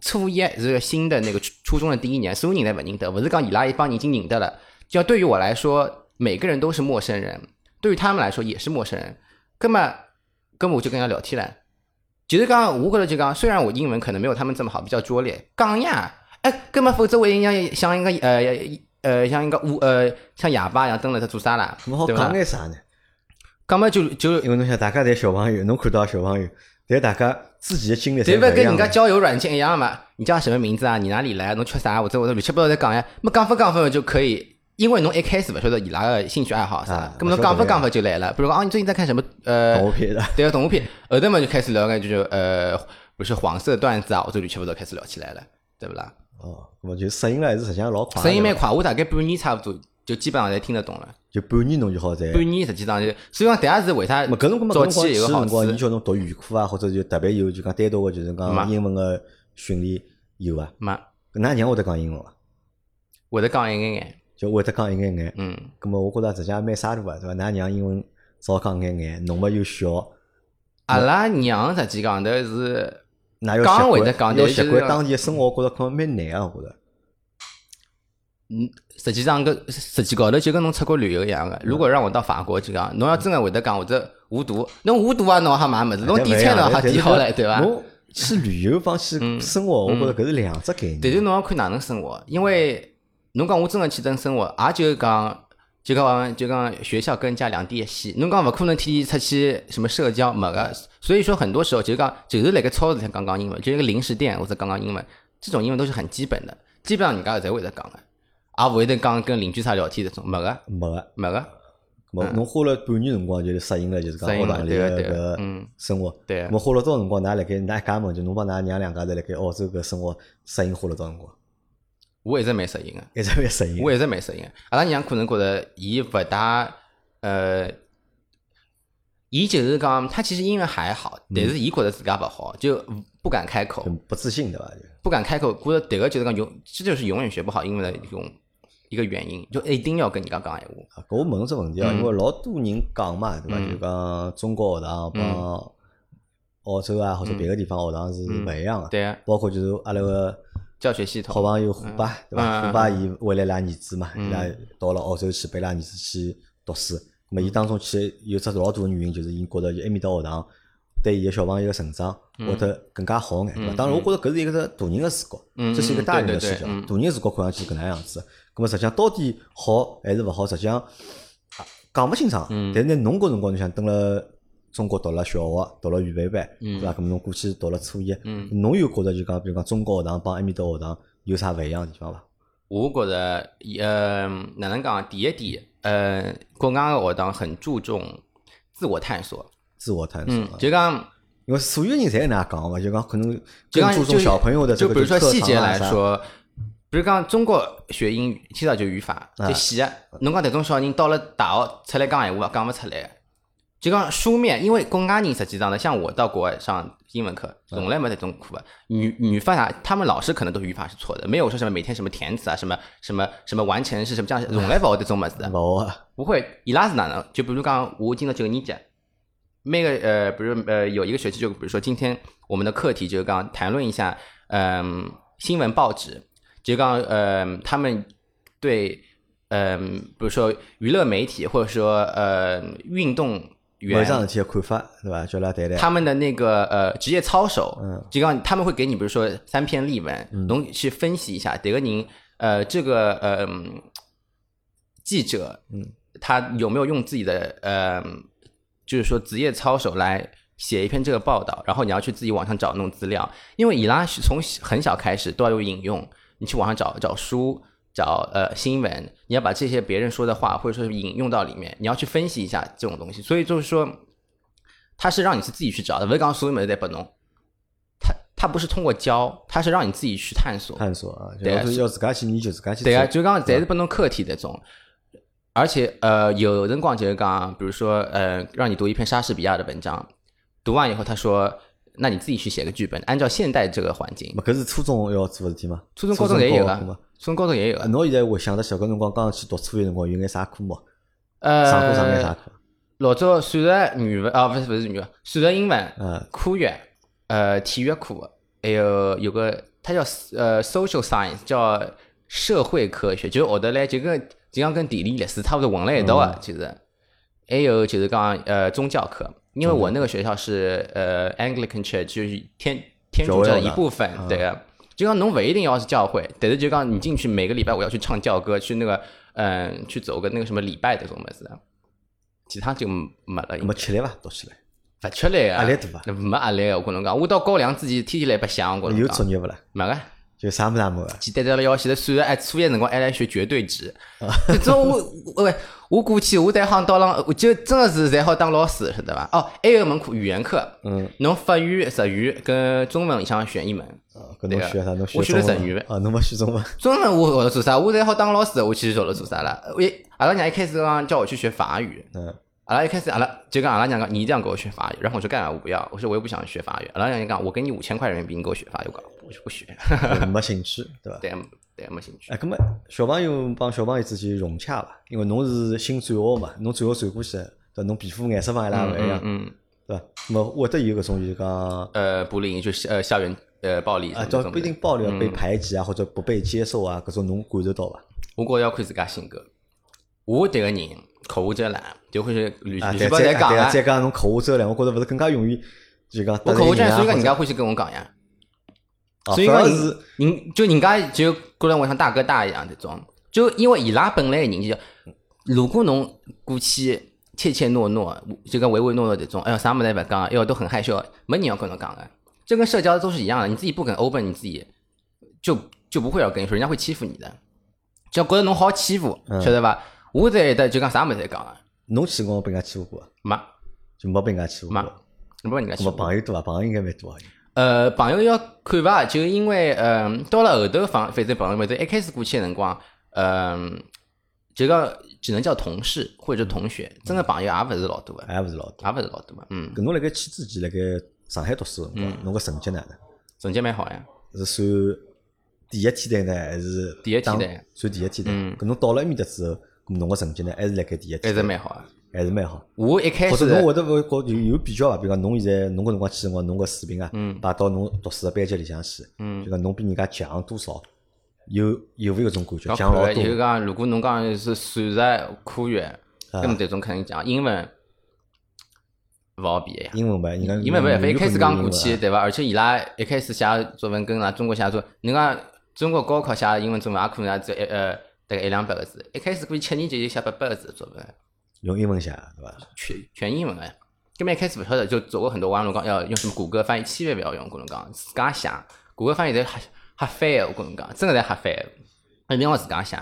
[SPEAKER 2] 初一是新的那个初初中的第一年，所有人侪勿认得，勿是讲伊拉一帮人已经认得了。就对于我来说，每个人都是陌生人，对于他们来说也是陌生人。根本根本我就跟人家聊天了，就是讲我觉着就讲，虽然我英文可能没有他们这么好，比较拙劣，讲呀，哎，根本否则我一样像一个呃呃像一个乌呃像哑巴一样蹲辣这做啥啦
[SPEAKER 1] 那么好，
[SPEAKER 2] 对伐
[SPEAKER 1] 讲？眼啥呢？
[SPEAKER 2] 根本就就
[SPEAKER 1] 因为侬想，大家侪小朋友，侬看到小朋友，但大家自己的经历侪
[SPEAKER 2] 对
[SPEAKER 1] 勿
[SPEAKER 2] 不跟
[SPEAKER 1] 一样
[SPEAKER 2] 人家
[SPEAKER 1] 的。
[SPEAKER 2] 交友软件一样嘛？你叫什么名字啊？你哪里来？侬吃啥？或者或者乱七八糟再讲呀，么讲法讲法就可以。因为侬一开始勿晓得伊拉个兴趣爱好啥
[SPEAKER 1] 啊，
[SPEAKER 2] 咁么侬
[SPEAKER 1] 勿晓
[SPEAKER 2] 讲
[SPEAKER 1] 得
[SPEAKER 2] 法
[SPEAKER 1] 呀
[SPEAKER 2] 讲法就来了。比如讲，哦，你最近在看什么？呃
[SPEAKER 1] 动，画片的，
[SPEAKER 2] 对个动画片，后头嘛就开始聊个就是呃，不是黄色段子啊，或者乱七八糟开始聊起来了，对不啦？
[SPEAKER 1] 哦，那么就适应了，还是实际上老快的。
[SPEAKER 2] 声音蛮快，我大概半年差不多就基本上侪听得懂了。
[SPEAKER 1] 就半年侬就好在。
[SPEAKER 2] 半年实际上就，所以讲第二是为啥
[SPEAKER 1] 么搿辰光，
[SPEAKER 2] 早
[SPEAKER 1] 搿辰光
[SPEAKER 2] 期
[SPEAKER 1] 去
[SPEAKER 2] 有个
[SPEAKER 1] 的
[SPEAKER 2] 好
[SPEAKER 1] 辰光，
[SPEAKER 2] 处
[SPEAKER 1] 你，叫侬读语课啊，或者就特别有就讲单独个，就是讲
[SPEAKER 2] 没
[SPEAKER 1] 英文个训练有啊。
[SPEAKER 2] 嘛，
[SPEAKER 1] 搿㑚娘会得讲英文伐？
[SPEAKER 2] 会得讲一眼眼，
[SPEAKER 1] 就会得讲一眼眼。
[SPEAKER 2] 嗯。
[SPEAKER 1] 咁么我觉着实际上蛮沙度啊，对伐？㑚娘英文少讲眼眼，侬么又小，
[SPEAKER 2] 阿拉娘实际讲头是
[SPEAKER 1] 㑚要
[SPEAKER 2] 讲
[SPEAKER 1] 习
[SPEAKER 2] 会
[SPEAKER 1] 惯
[SPEAKER 2] 得讲
[SPEAKER 1] 要
[SPEAKER 2] 但是
[SPEAKER 1] 习惯
[SPEAKER 2] 要
[SPEAKER 1] 当地个生活，我觉着可能蛮难啊，我觉着。
[SPEAKER 2] 嗯，实际上个实际高头就跟侬出国旅游一样个。如果让我到法国去讲，侬要真个会得讲或者无毒，侬无毒啊，侬还买
[SPEAKER 1] 哎
[SPEAKER 2] 物事，侬点菜侬还点好了，对嗯伐？
[SPEAKER 1] 侬去旅游帮去生活，我觉着搿是两只概念。
[SPEAKER 2] 但是侬要看哪能生活，因为侬讲我真个去真生活，也就是讲。就讲就讲学校跟家两地一线，侬讲勿可能天天出去什么社交没个，所以说很多时候就是讲就是辣盖超市里向讲讲英文，就是一个零食店或者讲讲英文，这种英文都是很基本的，基本上人家侪会得讲个，也勿会得讲跟邻居啥聊天这种没个
[SPEAKER 1] 没啊个，
[SPEAKER 2] 没个。
[SPEAKER 1] 没侬花了半年辰光就是适应了，就是讲
[SPEAKER 2] 嗯适
[SPEAKER 1] 学
[SPEAKER 2] 应了
[SPEAKER 1] 堂里
[SPEAKER 2] 对个
[SPEAKER 1] 个
[SPEAKER 2] 对个
[SPEAKER 1] 搿
[SPEAKER 2] 嗯
[SPEAKER 1] 生活。
[SPEAKER 2] 对个
[SPEAKER 1] 我花了多少辰光？㑚辣盖㑚一家门就侬帮㑚娘两家头辣盖澳洲搿生活适应花了多少辰光？
[SPEAKER 2] 我一直蛮适应个，
[SPEAKER 1] 一直蛮适应。
[SPEAKER 2] 啊我一直蛮适应个。啊阿拉娘可能觉得伊勿大，呃，伊就是讲，她其实英文还好，但是伊觉得自家勿好，就不敢开口
[SPEAKER 1] 就，不自信对伐？就
[SPEAKER 2] 不敢开口，觉得迭个就是讲永，这就是永远学不好英文的一种一个原因，就一定要跟人家讲闲话。
[SPEAKER 1] 啊，搿我问侬只问题
[SPEAKER 2] 嗯
[SPEAKER 1] 啊，因为老多人讲嘛，对伐？就讲中国学堂
[SPEAKER 2] 嗯
[SPEAKER 1] 帮澳洲啊或者别个地方学堂是勿一样个，
[SPEAKER 2] 对啊，
[SPEAKER 1] 包括就是阿拉个。
[SPEAKER 2] 教学系统
[SPEAKER 1] 好朋友虎爸，对伐？
[SPEAKER 2] 嗯
[SPEAKER 1] 虎爸伊为了伊拉儿子嘛，伊拉到了澳洲去，陪伊拉儿子去读书。咁么伊当中去有只老大个原因，就是伊觉着伊埃面搭学堂对伊个小朋友个成长
[SPEAKER 2] 嗯
[SPEAKER 1] 会得更加好眼，对伐？当然，我觉着搿是一个大人个视角，
[SPEAKER 2] 嗯
[SPEAKER 1] 这是一个
[SPEAKER 2] 嗯
[SPEAKER 1] 大
[SPEAKER 2] 对
[SPEAKER 1] 人个
[SPEAKER 2] 对
[SPEAKER 1] 视
[SPEAKER 2] 对
[SPEAKER 1] 角
[SPEAKER 2] 嗯，
[SPEAKER 1] 大人视角看上去是搿能样子。葛末实际上到底好还是勿好，实际上啊讲勿清爽。
[SPEAKER 2] 嗯
[SPEAKER 1] 但是呢，侬搿辰光侬想蹲辣中国读了小学，读了预备班，
[SPEAKER 2] 嗯
[SPEAKER 1] 对伐？葛末侬过去读了初一，
[SPEAKER 2] 嗯
[SPEAKER 1] 侬有觉着就讲，比如讲中国学堂帮埃面搭学堂有啥勿一样个地方伐？
[SPEAKER 2] 我觉着，呃，哪能讲？第一点，呃，国外个学堂很注重自我探索，
[SPEAKER 1] 自我探索
[SPEAKER 2] 嗯
[SPEAKER 1] 啊，，
[SPEAKER 2] 就讲
[SPEAKER 1] 因为所有人侪能样讲嘛，就讲可能
[SPEAKER 2] 就
[SPEAKER 1] 更
[SPEAKER 2] 刚
[SPEAKER 1] 注重小朋友的这
[SPEAKER 2] 就
[SPEAKER 1] 个
[SPEAKER 2] 比如说
[SPEAKER 1] 课
[SPEAKER 2] 细节
[SPEAKER 1] 堂啊
[SPEAKER 2] 来
[SPEAKER 1] 啥，
[SPEAKER 2] 说，比如讲中国学英语，天生就语法，
[SPEAKER 1] 啊
[SPEAKER 2] 就细啊。侬讲迭种小人到了大学出来讲闲话，讲勿出来。就讲书面，因为国外人实际上呢，像我到国外上英文课，从来没得这种课啊。语语法啊，他们老师可能都语法是错的，没有说什么每天什么填词啊，什么什么什么完成式什么这样，从来勿会得这种物事的。
[SPEAKER 1] 勿啊学
[SPEAKER 2] 不会，伊拉是哪能？就比如讲，我进了九年级，每个呃，比如呃，有一个学期就比如说今天我们的课题就是讲谈论一下，嗯、新闻报纸，就讲嗯、他们对嗯、比如说娱乐媒体或者说呃运动
[SPEAKER 1] 每
[SPEAKER 2] 员
[SPEAKER 1] 桩事体的看法，对伐？叫伊拉谈谈。
[SPEAKER 2] 他们的那个呃职业操守，
[SPEAKER 1] 嗯
[SPEAKER 2] 就讲他们会给你，比如说三篇例文，侬、去分析一下迭个人，呃，这个呃嗯记者，
[SPEAKER 1] 嗯，
[SPEAKER 2] 他有没有用自己的呃，就是说职业操守来写一篇这个报道，然后你要去自己网上找那种资料，因为伊拉是从很小开始都要有引用，你去网上找找书。找呃新闻，你要把这些别人说的话或者说是引用到里面，你要去分析一下这种东西。所以就是说，他是让你是自己去找的，不是讲所有物事侪拨侬。他他不是通过教，他是让你自己去探索。
[SPEAKER 1] 探索啊，就
[SPEAKER 2] 对啊
[SPEAKER 1] 要是要自家去研究，自家去
[SPEAKER 2] 对啊，
[SPEAKER 1] 做
[SPEAKER 2] 就讲侪是拨侬课题迭种。而且呃，有辰光就是讲，比如说呃，让你读一篇莎士比亚的文章，读完以后他说，那你自己去写个剧本，按照现代这个环境，
[SPEAKER 1] 嘛，搿是初中要做的事体嘛。
[SPEAKER 2] 初中高中也有啊
[SPEAKER 1] 高嘛。，
[SPEAKER 2] 初中高中也有
[SPEAKER 1] 啊
[SPEAKER 2] 啊。
[SPEAKER 1] 侬现在回想得起搿辰光刚刚去读初一辰光有眼啥科目？
[SPEAKER 2] 呃，
[SPEAKER 1] 上课上眼啥课？
[SPEAKER 2] 老早数学、语文啊，不是不是语文，数学、英文、
[SPEAKER 1] 嗯
[SPEAKER 2] 科学、呃体育课，还有有个它叫呃 social science，叫社会科学，就是学得来就跟就像跟地理、历史差不多混了一道啊，其实。还有就是讲呃宗教课，因为我那个学校是呃 Anglican Church，就是天天主教的一部分
[SPEAKER 1] 教会，的
[SPEAKER 2] 对啊。就讲侬勿一定要是教会，但是就讲你进去每个礼拜我要去唱教歌，去那个嗯、呃去走个那个什么礼拜这种么子啊，其他就没了。
[SPEAKER 1] 那么吃力伐？读起来
[SPEAKER 2] 勿吃力
[SPEAKER 1] 压
[SPEAKER 2] 啊，
[SPEAKER 1] 力大
[SPEAKER 2] 伐？没压力，我跟侬讲，我到高两之前天天来白相，我跟
[SPEAKER 1] 有
[SPEAKER 2] 侬
[SPEAKER 1] 作
[SPEAKER 2] 讲，
[SPEAKER 1] 业勿啦？
[SPEAKER 2] 没个。
[SPEAKER 1] 就啥么啥么啊？
[SPEAKER 2] 简单到了要死的，虽然哎，初一辰光还来学绝对值，这种我我喂我过去我在行当浪，我就真的是才好当老师，晓得伐？哦，还有一门课语言课，
[SPEAKER 1] 嗯，
[SPEAKER 2] 侬法语、日语跟中文里向选一门，
[SPEAKER 1] 啊搿侬
[SPEAKER 2] 对啊
[SPEAKER 1] 学啥？侬
[SPEAKER 2] 我
[SPEAKER 1] 学中
[SPEAKER 2] 学了
[SPEAKER 1] 文
[SPEAKER 2] 日语
[SPEAKER 1] 吗啊？侬没学中文？
[SPEAKER 2] 中文我晓得做啥，我才好当老师，我其实晓得做啥了。我一阿拉娘一开始讲叫我去学法语，
[SPEAKER 1] 嗯，
[SPEAKER 2] 阿拉一开始阿拉就跟阿拉娘讲，你一定要给我学法语，然后我说干嘛？我不要，我说我又不想学法语。阿拉娘就讲，我给你五千块人民币，你给我学法语，我讲我就不学，
[SPEAKER 1] 就
[SPEAKER 2] <laughs>
[SPEAKER 1] 没兴趣，对伐？
[SPEAKER 2] 对对没兴趣。
[SPEAKER 1] 哎，搿么小朋友帮小朋友之间融洽伐？因为侬是新转学嘛，侬转学转过去，对伐？侬皮肤颜色帮伊拉勿一
[SPEAKER 2] <laughs> 嗯
[SPEAKER 1] 样，
[SPEAKER 2] 嗯，
[SPEAKER 1] 对伐？那么会得有搿种就是讲。
[SPEAKER 2] 呃，不利就是呃校园呃暴力
[SPEAKER 1] 啊，
[SPEAKER 2] 什
[SPEAKER 1] 叫
[SPEAKER 2] 么嗯什么
[SPEAKER 1] 不一定
[SPEAKER 2] 的，
[SPEAKER 1] 暴力啊被排挤啊，或者不被接受啊，搿种侬感受到伐？
[SPEAKER 2] 我觉着要看自家性格。我迭个人口无遮拦，就会是屡
[SPEAKER 1] 啊，
[SPEAKER 2] 屡
[SPEAKER 1] 对
[SPEAKER 2] 次不
[SPEAKER 1] 再
[SPEAKER 2] 在讲
[SPEAKER 1] 对啊，
[SPEAKER 2] 啊。
[SPEAKER 1] 再加上侬口无遮拦，我觉着勿是更加容易就讲
[SPEAKER 2] 我
[SPEAKER 1] 得罪人啊。
[SPEAKER 2] 口无遮拦，所以讲人家
[SPEAKER 1] 或者，
[SPEAKER 2] 欢喜跟我讲呀。
[SPEAKER 1] 啊
[SPEAKER 2] 所以
[SPEAKER 1] 反
[SPEAKER 2] 讲
[SPEAKER 1] 而
[SPEAKER 2] 人
[SPEAKER 1] 是，
[SPEAKER 2] 人就人家就觉得我像大哥大一样这种，就因为伊拉本来的人就，如果侬过去怯怯懦懦，就跟唯唯诺诺这种，哎呦啥么子也勿讲，哎呦都很害羞，没人要跟侬讲的。这跟社交都是一样的，你自己不肯 open，你自己就就不会要跟你说，人家会欺负你的。只要觉得侬好欺负，
[SPEAKER 1] 嗯
[SPEAKER 2] 晓得伐？我在的就讲啥么子也讲了，
[SPEAKER 1] 侬去辰光被人家欺负过伐，
[SPEAKER 2] 没
[SPEAKER 1] 就没被人家欺负
[SPEAKER 2] 没
[SPEAKER 1] 过。，
[SPEAKER 2] 没把人家欺
[SPEAKER 1] 咾么
[SPEAKER 2] 负。
[SPEAKER 1] 朋友多伐？朋友应该蛮多啊。
[SPEAKER 2] 呃，朋友要看伐，就因为嗯，到了后头反反正朋友们，一开始过去的辰光，嗯，就讲只能叫同事或者同学，真的朋友也勿是老多的，
[SPEAKER 1] 还勿是老多。
[SPEAKER 2] 也勿是老多的，嗯，
[SPEAKER 1] 搿侬辣盖去之前辣盖上海读书的辰光，侬个成绩哪能？
[SPEAKER 2] 成绩蛮好呀。
[SPEAKER 1] 是算第一梯队呢，还是
[SPEAKER 2] 第一梯队
[SPEAKER 1] 当算第一梯队？
[SPEAKER 2] 嗯
[SPEAKER 1] 搿侬到了埃面搭之后，搿么侬个成绩呢，还是辣盖第一
[SPEAKER 2] 还
[SPEAKER 1] 梯
[SPEAKER 2] 是
[SPEAKER 1] 队，
[SPEAKER 2] 蛮好的。
[SPEAKER 1] 还是蛮好。
[SPEAKER 2] 我一开
[SPEAKER 1] 或
[SPEAKER 2] 始
[SPEAKER 1] 者侬会得勿会觉得有有比较伐？比如讲侬现在侬搿辰光去辰光，侬搿水平啊，摆到侬读书个班级里向去，
[SPEAKER 2] 嗯
[SPEAKER 1] 就讲侬比人家强多少，有有勿有搿种感觉？
[SPEAKER 2] 要
[SPEAKER 1] 强
[SPEAKER 2] 看
[SPEAKER 1] 老
[SPEAKER 2] 的，
[SPEAKER 1] 多
[SPEAKER 2] 就是讲，如果侬讲
[SPEAKER 1] 啊
[SPEAKER 2] 是数学、科学，搿么迭种肯定讲英文，勿好比个呀。
[SPEAKER 1] 英文版，人家
[SPEAKER 2] 因为勿勿一开始讲过去，
[SPEAKER 1] 英文版
[SPEAKER 2] 对伐？而且伊拉一开始写作文跟㑚中国写作，人家中国高考写英文作文也可能也只有一呃大概一两百个字，一开始估计七年级就写八百个字的作文，
[SPEAKER 1] 用英文写，对伐？
[SPEAKER 2] 全全英文个呀。根本一开始勿晓得，就走过很多弯路，讲要用什么谷歌翻译，千万勿要用，跟侬讲自家写。谷歌翻译侪瞎瞎翻个，我跟侬讲，真个侪瞎翻个，一定要自家写。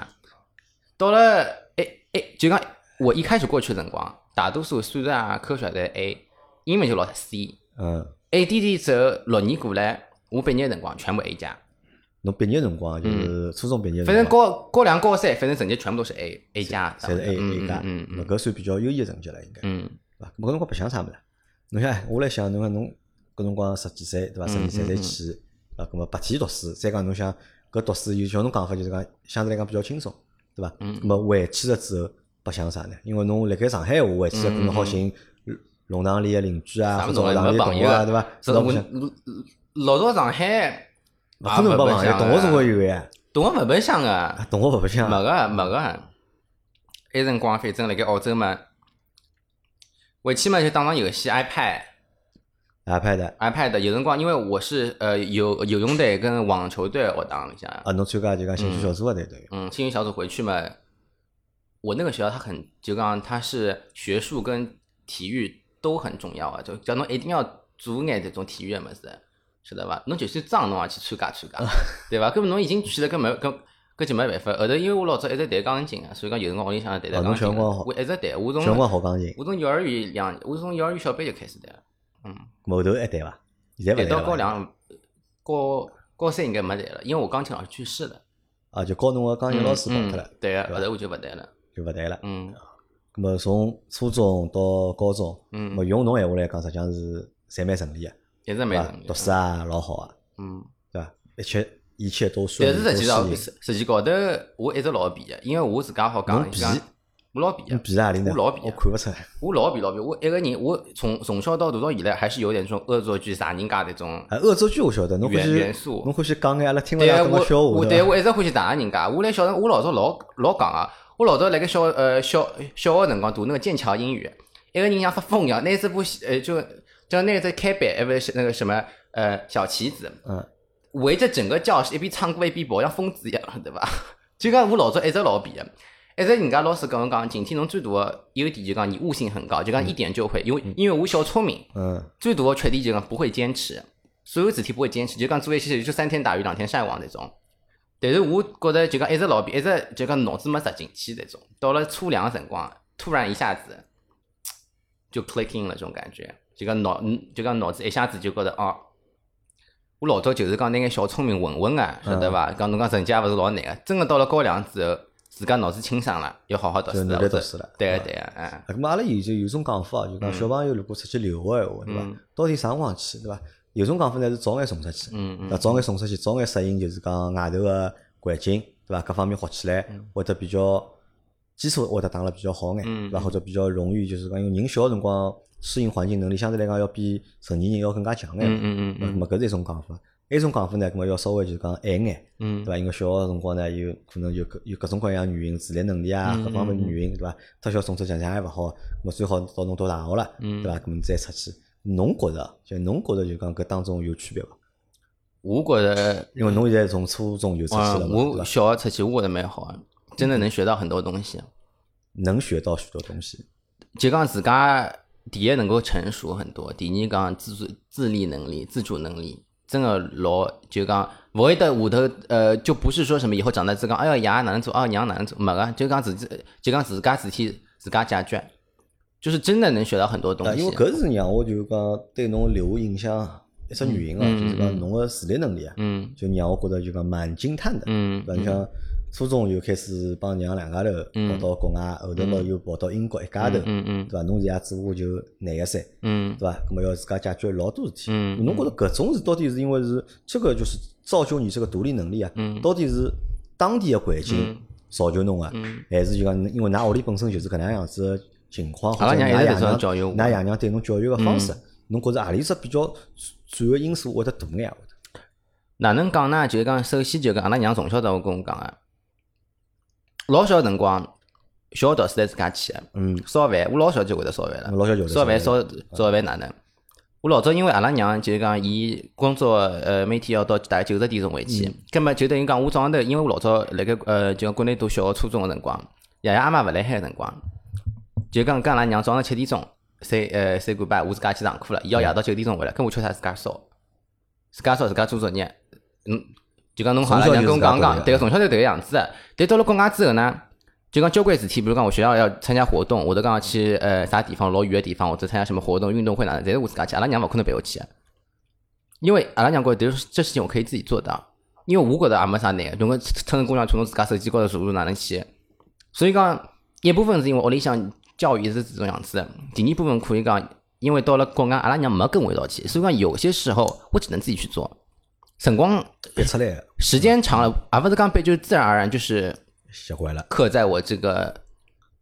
[SPEAKER 2] 到了诶诶，就讲我一开始过去的辰光，大多数数学啊、科学侪 A，英文就老 C。
[SPEAKER 1] 嗯，
[SPEAKER 2] A D D 之后六年过来，我毕业辰光全部 A 加，
[SPEAKER 1] 侬毕业辰光就是初中毕业辰
[SPEAKER 2] 嗯反
[SPEAKER 1] 光，
[SPEAKER 2] 正高高两高三，反正成绩全部都是 A A 加，
[SPEAKER 1] 侪是 A A 加，
[SPEAKER 2] 嗯
[SPEAKER 1] 咾
[SPEAKER 2] 嗯
[SPEAKER 1] 搿算比较优异个成绩了，应该。
[SPEAKER 2] 嗯
[SPEAKER 1] 伐？搿辰光白相啥物事？侬想，我来想，侬看侬搿辰光十几岁对伐？十二
[SPEAKER 2] 嗯
[SPEAKER 1] 岁才去，啊，搿么白天读书，再讲侬想搿读书有像侬讲法就是讲相对来讲比较轻松，对伐？
[SPEAKER 2] 嗯
[SPEAKER 1] 搿么回去了之后白相啥呢？因为侬辣盖上海话回去了，可能好寻弄堂里个邻居啊，
[SPEAKER 2] 嗯啥
[SPEAKER 1] 或者
[SPEAKER 2] 物事
[SPEAKER 1] 学
[SPEAKER 2] 也
[SPEAKER 1] 堂里
[SPEAKER 2] 没
[SPEAKER 1] 个
[SPEAKER 2] 朋
[SPEAKER 1] 同学
[SPEAKER 2] 友
[SPEAKER 1] 啊，对伐？
[SPEAKER 2] 这
[SPEAKER 1] 知道
[SPEAKER 2] 我
[SPEAKER 1] 不想？
[SPEAKER 2] 老早上海，
[SPEAKER 1] 勿可能
[SPEAKER 2] 也
[SPEAKER 1] 没
[SPEAKER 2] 没
[SPEAKER 1] 朋友，
[SPEAKER 2] 白相
[SPEAKER 1] 同学总
[SPEAKER 2] 啊
[SPEAKER 1] 归有个呀，
[SPEAKER 2] 同学勿白相个
[SPEAKER 1] 啊，同学勿白相
[SPEAKER 2] 没
[SPEAKER 1] <laughs> 啊，
[SPEAKER 2] 个没个，埃辰光反正辣盖澳洲嘛，回去嘛就打打游戏 iPad。
[SPEAKER 1] 啊拍的
[SPEAKER 2] iPad 有辰光，因为我是呃游游泳队跟网球队学堂里向，
[SPEAKER 1] 啊，侬参加就讲兴趣小组啊，对对。
[SPEAKER 2] 嗯，青云小组回去嘛，我那个学校它很就讲它是学术跟体育都很重要啊，就叫侬一定要做眼这种体育的么子，晓得伐？侬就算脏侬也啊去参加
[SPEAKER 1] <laughs>
[SPEAKER 2] 参加，对伐？搿么侬已经去了，搿没搿搿就没办法。后头因为我老早一直弹钢琴啊，所以讲有辰光屋里向弹
[SPEAKER 1] 哦
[SPEAKER 2] 弹
[SPEAKER 1] 侬
[SPEAKER 2] 钢
[SPEAKER 1] 小辰
[SPEAKER 2] 琴
[SPEAKER 1] 光
[SPEAKER 2] 啊，我一直弹，我
[SPEAKER 1] 小辰光
[SPEAKER 2] 从
[SPEAKER 1] 好钢琴，
[SPEAKER 2] 我从幼儿园两，我从幼儿园小班就开始弹了，嗯。
[SPEAKER 1] 后头还对伐？现在勿
[SPEAKER 2] 对，
[SPEAKER 1] 对
[SPEAKER 2] 到高两、高高三应该没弹了，因为我钢琴老师去世了，
[SPEAKER 1] 啊，就教侬个钢琴老师跑脱了
[SPEAKER 2] 嗯，对
[SPEAKER 1] 对
[SPEAKER 2] 个，
[SPEAKER 1] 吧
[SPEAKER 2] 后头我就不弹了。
[SPEAKER 1] 就勿对了。
[SPEAKER 2] 嗯，
[SPEAKER 1] 咁么从初中到高中，
[SPEAKER 2] 嗯
[SPEAKER 1] 么用侬闲话来讲，实际上是侪蛮顺利个，
[SPEAKER 2] 一直
[SPEAKER 1] 对
[SPEAKER 2] 没
[SPEAKER 1] 伐
[SPEAKER 2] 成？功
[SPEAKER 1] 读书啊，老好啊，
[SPEAKER 2] 嗯，
[SPEAKER 1] 对伐？一切一切都顺
[SPEAKER 2] 但
[SPEAKER 1] 利，
[SPEAKER 2] 是实际
[SPEAKER 1] 都
[SPEAKER 2] 上，
[SPEAKER 1] 顺利
[SPEAKER 2] 实实际高头我一直老皮个，因为我自家好
[SPEAKER 1] 侬
[SPEAKER 2] 讲，
[SPEAKER 1] 皮
[SPEAKER 2] 就讲我老皮
[SPEAKER 1] 侬
[SPEAKER 2] 个，
[SPEAKER 1] 比哪里呢？
[SPEAKER 2] 我老比啊
[SPEAKER 1] 我看勿出来，
[SPEAKER 2] 我老皮老皮，我一个人，我从从小到大到现在还是有点这种恶作剧、傻人家这种
[SPEAKER 1] 啊，恶作剧我晓得，侬欢
[SPEAKER 2] 元元
[SPEAKER 1] 喜，
[SPEAKER 2] 素
[SPEAKER 1] 侬。欢喜讲哎眼阿拉听勿
[SPEAKER 2] 对
[SPEAKER 1] 了搿么笑
[SPEAKER 2] 我
[SPEAKER 1] 话
[SPEAKER 2] 我对
[SPEAKER 1] 对伐？
[SPEAKER 2] 我一直欢喜打人家。我来小辰，我老早老老讲啊，我老早辣盖小呃小小学辰光读那个剑桥英语，一个人像发疯一样，拿只部呃就就拿只开板，呃不是那个什么呃小旗子，
[SPEAKER 1] 嗯，
[SPEAKER 2] 围着整个教室一边唱歌一边跑，像疯子一样，对伐？ <laughs> 就讲我老早一直老皮的，一直人家老师跟我讲，今天侬最大的优点就讲你悟性很高，就讲一点就会，因为因为我小聪明。
[SPEAKER 1] 嗯，
[SPEAKER 2] 最大的缺点就讲不会坚持，所有事体不会坚持，就讲做一些事就三天打鱼两天晒网那种。但是我觉得就讲一直老皮，一直就讲脑子没扎进去那种。到了初两的辰光，突然一下子就 clicking 了，这种感觉，就讲脑嗯就讲脑子一下子就觉得哦。我老早就是讲拿眼小聪明混混啊，晓得伐？讲侬讲成绩也勿是老难个，真个到了高两之后，自家脑子清爽了，要好好读
[SPEAKER 1] 就
[SPEAKER 2] 书
[SPEAKER 1] 努
[SPEAKER 2] 了。
[SPEAKER 1] 力
[SPEAKER 2] 或
[SPEAKER 1] 读
[SPEAKER 2] 者
[SPEAKER 1] 书了
[SPEAKER 2] 对
[SPEAKER 1] 是
[SPEAKER 2] 个
[SPEAKER 1] 吧
[SPEAKER 2] 对个，嗯
[SPEAKER 1] 啊，咁么阿拉有就有种讲法啊，就讲小朋友如果出去留学闲话，对伐
[SPEAKER 2] 嗯？
[SPEAKER 1] 到底啥辰光去，对伐？有种讲法呢是早眼送出去，
[SPEAKER 2] 嗯嗯
[SPEAKER 1] 那早眼送出去，早眼适应就是讲外头个环境，对伐？各方面学起来会得比较基础会得打了比较好眼，
[SPEAKER 2] 嗯
[SPEAKER 1] 对伐？或者比较容易就是讲，因为人小个辰光适应环境能力相对来讲要比成年人要更加强眼
[SPEAKER 2] 嗯
[SPEAKER 1] 嘛。
[SPEAKER 2] 嗯嗯
[SPEAKER 1] 那
[SPEAKER 2] 嗯
[SPEAKER 1] 么搿是一种讲法，还有一种讲法呢，搿么要稍微就是讲晚眼，
[SPEAKER 2] 嗯
[SPEAKER 1] 对伐？因为小个辰光呢，有可能有各有各种各样原因，自理能力啊，
[SPEAKER 2] 嗯
[SPEAKER 1] 各方面原因，对伐？特效送出强强还勿好，咾最好到侬读大学了，
[SPEAKER 2] 嗯
[SPEAKER 1] 对伐？搿么再出去，侬觉着就侬觉着就讲搿当中有区别伐？
[SPEAKER 2] 我觉着
[SPEAKER 1] 因为侬现在从初中就出去了
[SPEAKER 2] 嗯，
[SPEAKER 1] 嘛，对
[SPEAKER 2] 我
[SPEAKER 1] 伐？
[SPEAKER 2] 小学出去，我觉得蛮好的，真的能学到很多东西。
[SPEAKER 1] 能学到许多东西，
[SPEAKER 2] 就讲自家第一能够成熟很多，第二讲自主自立能力、自主能力，真的老就讲勿会得下头呃，就不是说什么以后长大之后讲，哎哟爷哪能做，哎哟娘哪能做，没个，就讲自己就讲自家事体自家解决，就是真的能学到很多东
[SPEAKER 1] 啊，
[SPEAKER 2] 西。
[SPEAKER 1] 因为搿是让我就讲对侬留下影响一只原因啊，
[SPEAKER 2] 嗯
[SPEAKER 1] 就是讲侬个自理能力啊，
[SPEAKER 2] 嗯
[SPEAKER 1] 就让我觉着就讲蛮惊叹的。
[SPEAKER 2] 嗯
[SPEAKER 1] 对伐？你像初中就开始帮娘两家头跑到国外，后头嘛又跑到英国一家头，对
[SPEAKER 2] 嗯嗯
[SPEAKER 1] 伐？侬现在只不过就廿一岁，
[SPEAKER 2] 嗯
[SPEAKER 1] 对伐？咁么要自家解决老多事体。
[SPEAKER 2] 嗯
[SPEAKER 1] 侬觉着搿种是到底是因为是这个就是造就你这个独立能力啊？
[SPEAKER 2] 嗯
[SPEAKER 1] 到底是当地的环境造就侬啊，
[SPEAKER 2] 嗯
[SPEAKER 1] 还是就讲因为㑚屋里本身就是搿能样子的情况，或
[SPEAKER 2] 阿拉
[SPEAKER 1] 者㑚
[SPEAKER 2] 娘
[SPEAKER 1] 爷
[SPEAKER 2] 一直这
[SPEAKER 1] 娘
[SPEAKER 2] 样教育我嗯
[SPEAKER 1] 㑚爷娘对侬教育个方式，侬觉着何里只比较主要因素会得大眼啊？
[SPEAKER 2] 哪能讲呢？就是讲，首先就讲阿拉娘从小到我跟我讲啊，老小辰光，小学读是在自家去个，
[SPEAKER 1] 嗯，
[SPEAKER 2] 烧饭我老小就会得烧饭了，
[SPEAKER 1] 老小就会得
[SPEAKER 2] 烧饭
[SPEAKER 1] 烧
[SPEAKER 2] 烧烧饭哪能？我老早因为阿拉娘就是讲，伊工作呃每天要到大概九十点钟回
[SPEAKER 1] 嗯
[SPEAKER 2] 去，葛么就等于讲我早浪头，因为我老早辣盖呃就讲国内读小学初中个辰光，爷爷阿妈勿辣海个辰光，就讲跟阿拉娘早浪七点钟三呃三点半我自家去上课了，伊要夜到九点钟回来，跟我吃啥自家烧，自家烧自家做作业，嗯，就讲侬好了，
[SPEAKER 1] 从小
[SPEAKER 2] 娘
[SPEAKER 1] 就
[SPEAKER 2] 跟我
[SPEAKER 1] 自家
[SPEAKER 2] 讲
[SPEAKER 1] 做
[SPEAKER 2] 讲，
[SPEAKER 1] 的
[SPEAKER 2] 对，从小就迭个样子的。但到了国外之后呢，就讲交关事体，比如讲我学校要参加活动，或者讲去呃啥地方老远个地方，或者参加什么活动、运动会哪能，侪是我自家去，阿拉娘勿可能陪我去的。因为阿拉娘觉得迭这事情我可以自己做到，因为我觉得也没啥难，侬个乘着公交车，侬自家手机高头查查哪能去。所以讲，一部分是因为屋里向教育是这种样子的，第二部分可以讲，因为到了国外，阿拉娘没跟我一道去，所以讲有些时候我只能自己去做。辰光
[SPEAKER 1] 憋出来的
[SPEAKER 2] 时间长了，而不是刚背，就是自然而然就是
[SPEAKER 1] 习惯了，
[SPEAKER 2] 刻在我这个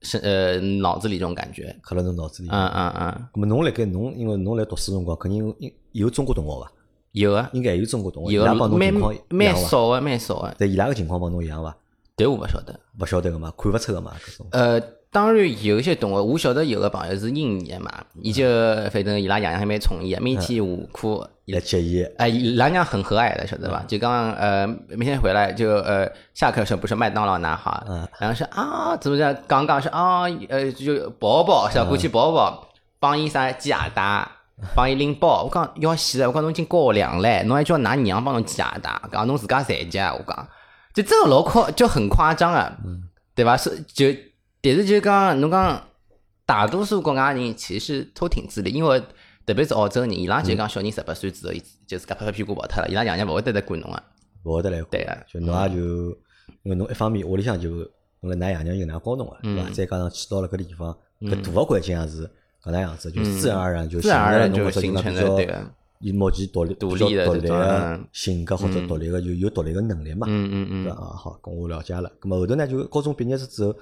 [SPEAKER 2] 是呃脑子里这种感觉。
[SPEAKER 1] 刻辣侬脑子里。
[SPEAKER 2] 嗯嗯嗯，
[SPEAKER 1] 咁么侬辣盖侬，因为侬辣读书辰光，肯定有有中国同学伐？
[SPEAKER 2] 有啊
[SPEAKER 1] 应该也有中国同学，伊
[SPEAKER 2] 有
[SPEAKER 1] 拉
[SPEAKER 2] 啊
[SPEAKER 1] 帮，侬
[SPEAKER 2] 蛮
[SPEAKER 1] 情况一
[SPEAKER 2] 蛮
[SPEAKER 1] 样伐？
[SPEAKER 2] 少啊，蛮少啊，
[SPEAKER 1] 但伊拉个情况帮侬一样伐？
[SPEAKER 2] 对我不晓得。
[SPEAKER 1] 勿晓得个嘛，看勿出个嘛，搿种。
[SPEAKER 2] 呃，当然有一些同学，我晓得有个朋友是印尼的嘛，伊就反正伊拉爷娘还蛮宠伊的，每天下课伊
[SPEAKER 1] 来接伊，
[SPEAKER 2] 哎，伊拉娘很和蔼的，晓得吧？就刚呃，每天回来就呃，下课的时候不是麦当劳拿哈，
[SPEAKER 1] 嗯
[SPEAKER 2] 然后是啊，怎么讲？刚刚是啊，呃，就宝宝小过去宝宝帮伊啥系鞋带，帮伊拎包。我讲要死了，我讲侬已经高两嘞，侬还叫㑚娘帮侬系鞋带，讲侬自家侪系，我讲就这个老夸就很夸张啊，对吧？是就但是就讲侬讲。大多数国外人其实都挺自律，因为特别是澳洲人，伊拉
[SPEAKER 1] 嗯
[SPEAKER 2] 就讲小人十八岁之后，伊就自家拍拍屁股跑脱了，伊拉爷娘勿会得来管侬个。
[SPEAKER 1] 勿会得来看。
[SPEAKER 2] 对个
[SPEAKER 1] 就侬也就，因为侬一方面屋里向就侬辣㑚爷娘就能教侬个，啊
[SPEAKER 2] 嗯
[SPEAKER 1] 对伐？再加上去到了搿地方，搿大个环境也是搿能样子，就自然而然就
[SPEAKER 2] 嗯自然而然
[SPEAKER 1] 形成了侬
[SPEAKER 2] 就
[SPEAKER 1] 搿
[SPEAKER 2] 形
[SPEAKER 1] 种
[SPEAKER 2] 成
[SPEAKER 1] 比
[SPEAKER 2] 了对
[SPEAKER 1] 较
[SPEAKER 2] 个
[SPEAKER 1] 以目前独立、
[SPEAKER 2] 独
[SPEAKER 1] 比较
[SPEAKER 2] 立的
[SPEAKER 1] 独
[SPEAKER 2] 这
[SPEAKER 1] 立
[SPEAKER 2] 种
[SPEAKER 1] 个
[SPEAKER 2] 嗯
[SPEAKER 1] 性格或者独立个就有独立个能力嘛，
[SPEAKER 2] 嗯嗯
[SPEAKER 1] 对
[SPEAKER 2] 嗯。
[SPEAKER 1] 伐？啊，好，搿我了解了。咁么后头呢，就高中毕业之后，